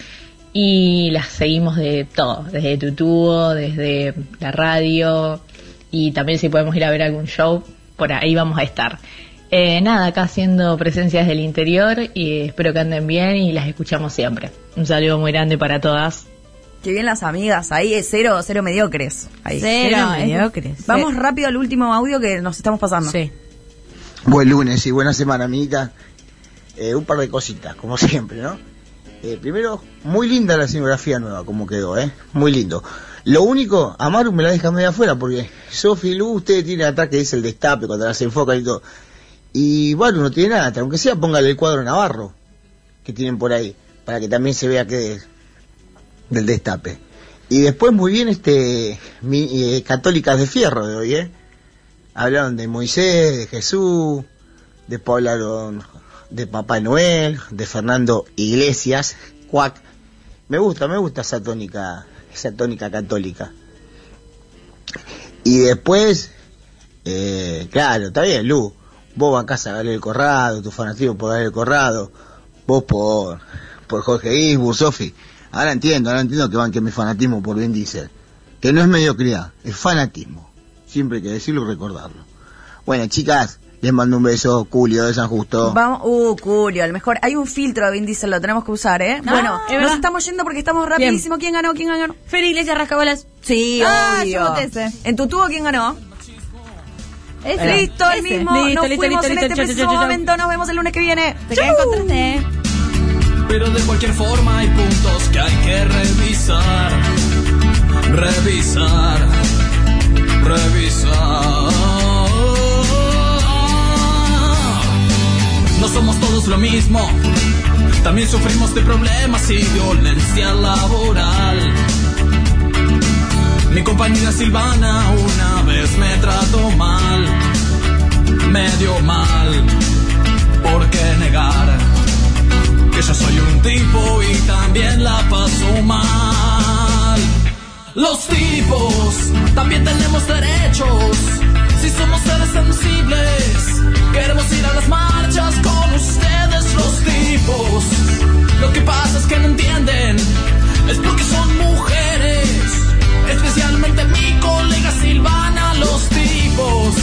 y las seguimos de todo, desde Tutubo, desde la radio y también si podemos ir a ver algún show, por ahí vamos a estar. Eh, nada, acá haciendo presencias del interior y espero que anden bien y las escuchamos siempre. Un saludo muy grande para todas.
Qué bien las amigas. Ahí es cero, cero mediocres. Ahí.
Cero Cero mediocres. mediocres.
Vamos rápido al último audio que nos estamos pasando.
Sí.
Buen lunes y buena semana, amiguita. Eh, un par de cositas, como <laughs> siempre, ¿no? Eh, primero, muy linda la escenografía nueva, como quedó, ¿eh? Muy lindo. Lo único, a Maru me la deja medio afuera, porque Sofi y Lu, ustedes tienen atrás que dice el destape cuando las enfocan y todo. Y Maru no tiene nada, aunque sea póngale el cuadro Navarro que tienen por ahí. para que también se vea que del destape. Y después muy bien este mi- eh, Católicas de Fierro de hoy, ¿eh? Hablaron de Moisés, de Jesús, después hablaron de Papá Noel, de Fernando Iglesias, Cuac. Me gusta, me gusta esa tónica, esa tónica católica. Y después, eh, claro, está bien, Lu, vos bancás a Gabriel Corrado, tu fanatismo por Gabriel Corrado, vos por, por Jorge Isbur, Sofi. Ahora entiendo, ahora entiendo que banque mi fanatismo por Vin Diesel. Que no es mediocridad, es fanatismo. Siempre hay que decirlo y recordarlo. Bueno, chicas, les mando un beso, Julio de San Justo.
Vamos, uh, Curio, a lo mejor hay un filtro de Vin Diesel, lo tenemos que usar, ¿eh? bueno,
Ah, es
nos
verdad.
estamos yendo porque estamos rapidísimo. ¿Quién ganó? ¿Quién ganó? Feliz Iglesias Rascabolas. Sí,
Ah,
obvio.
yo voté ese.
¿En tu tubo quién ganó?
Ese.
Listo, el
Ese.
mismo.
Listo,
nos
listo,
fuimos
listo,
en
listo,
este
chau,
preciso
chau, chau, chau.
momento. Nos vemos el lunes que viene.
Te quedan con tres, ¿eh?
Pero de cualquier forma hay puntos que hay que revisar. Revisar. Revisar. No somos todos lo mismo. También sufrimos de problemas y violencia laboral. Mi compañera Silvana una vez me trató mal. Medio mal. ¿Por qué negar? que yo soy un tipo y también la paso mal. Los tipos también tenemos derechos, si somos seres sensibles, queremos ir a las marchas con ustedes los tipos. Lo que pasa es que no entienden, es porque son mujeres, especialmente mi colega Silvana, los tipos.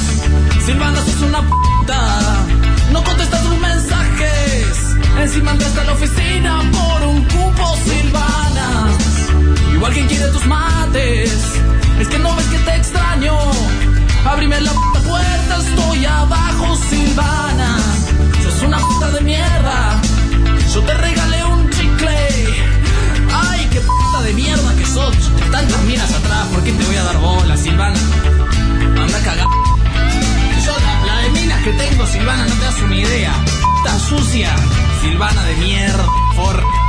Silvana, sos una puta, no contestas tus mensajes. Encima andaste a la oficina por un cupo, Silvana. Igual quien quiere tus mates, es que no ves que te extraño. Abrime la puta puerta, estoy abajo, Silvana. Sos una puta de mierda, yo te regalé un chicle. Ay, qué puta de mierda que sos. Tantas miras atrás, ¿por qué te voy a dar bola, Silvana? Anda a cagar. Yo la, la de minas que tengo, Silvana, no te das una idea. Tan sucia, Silvana de mierda, por.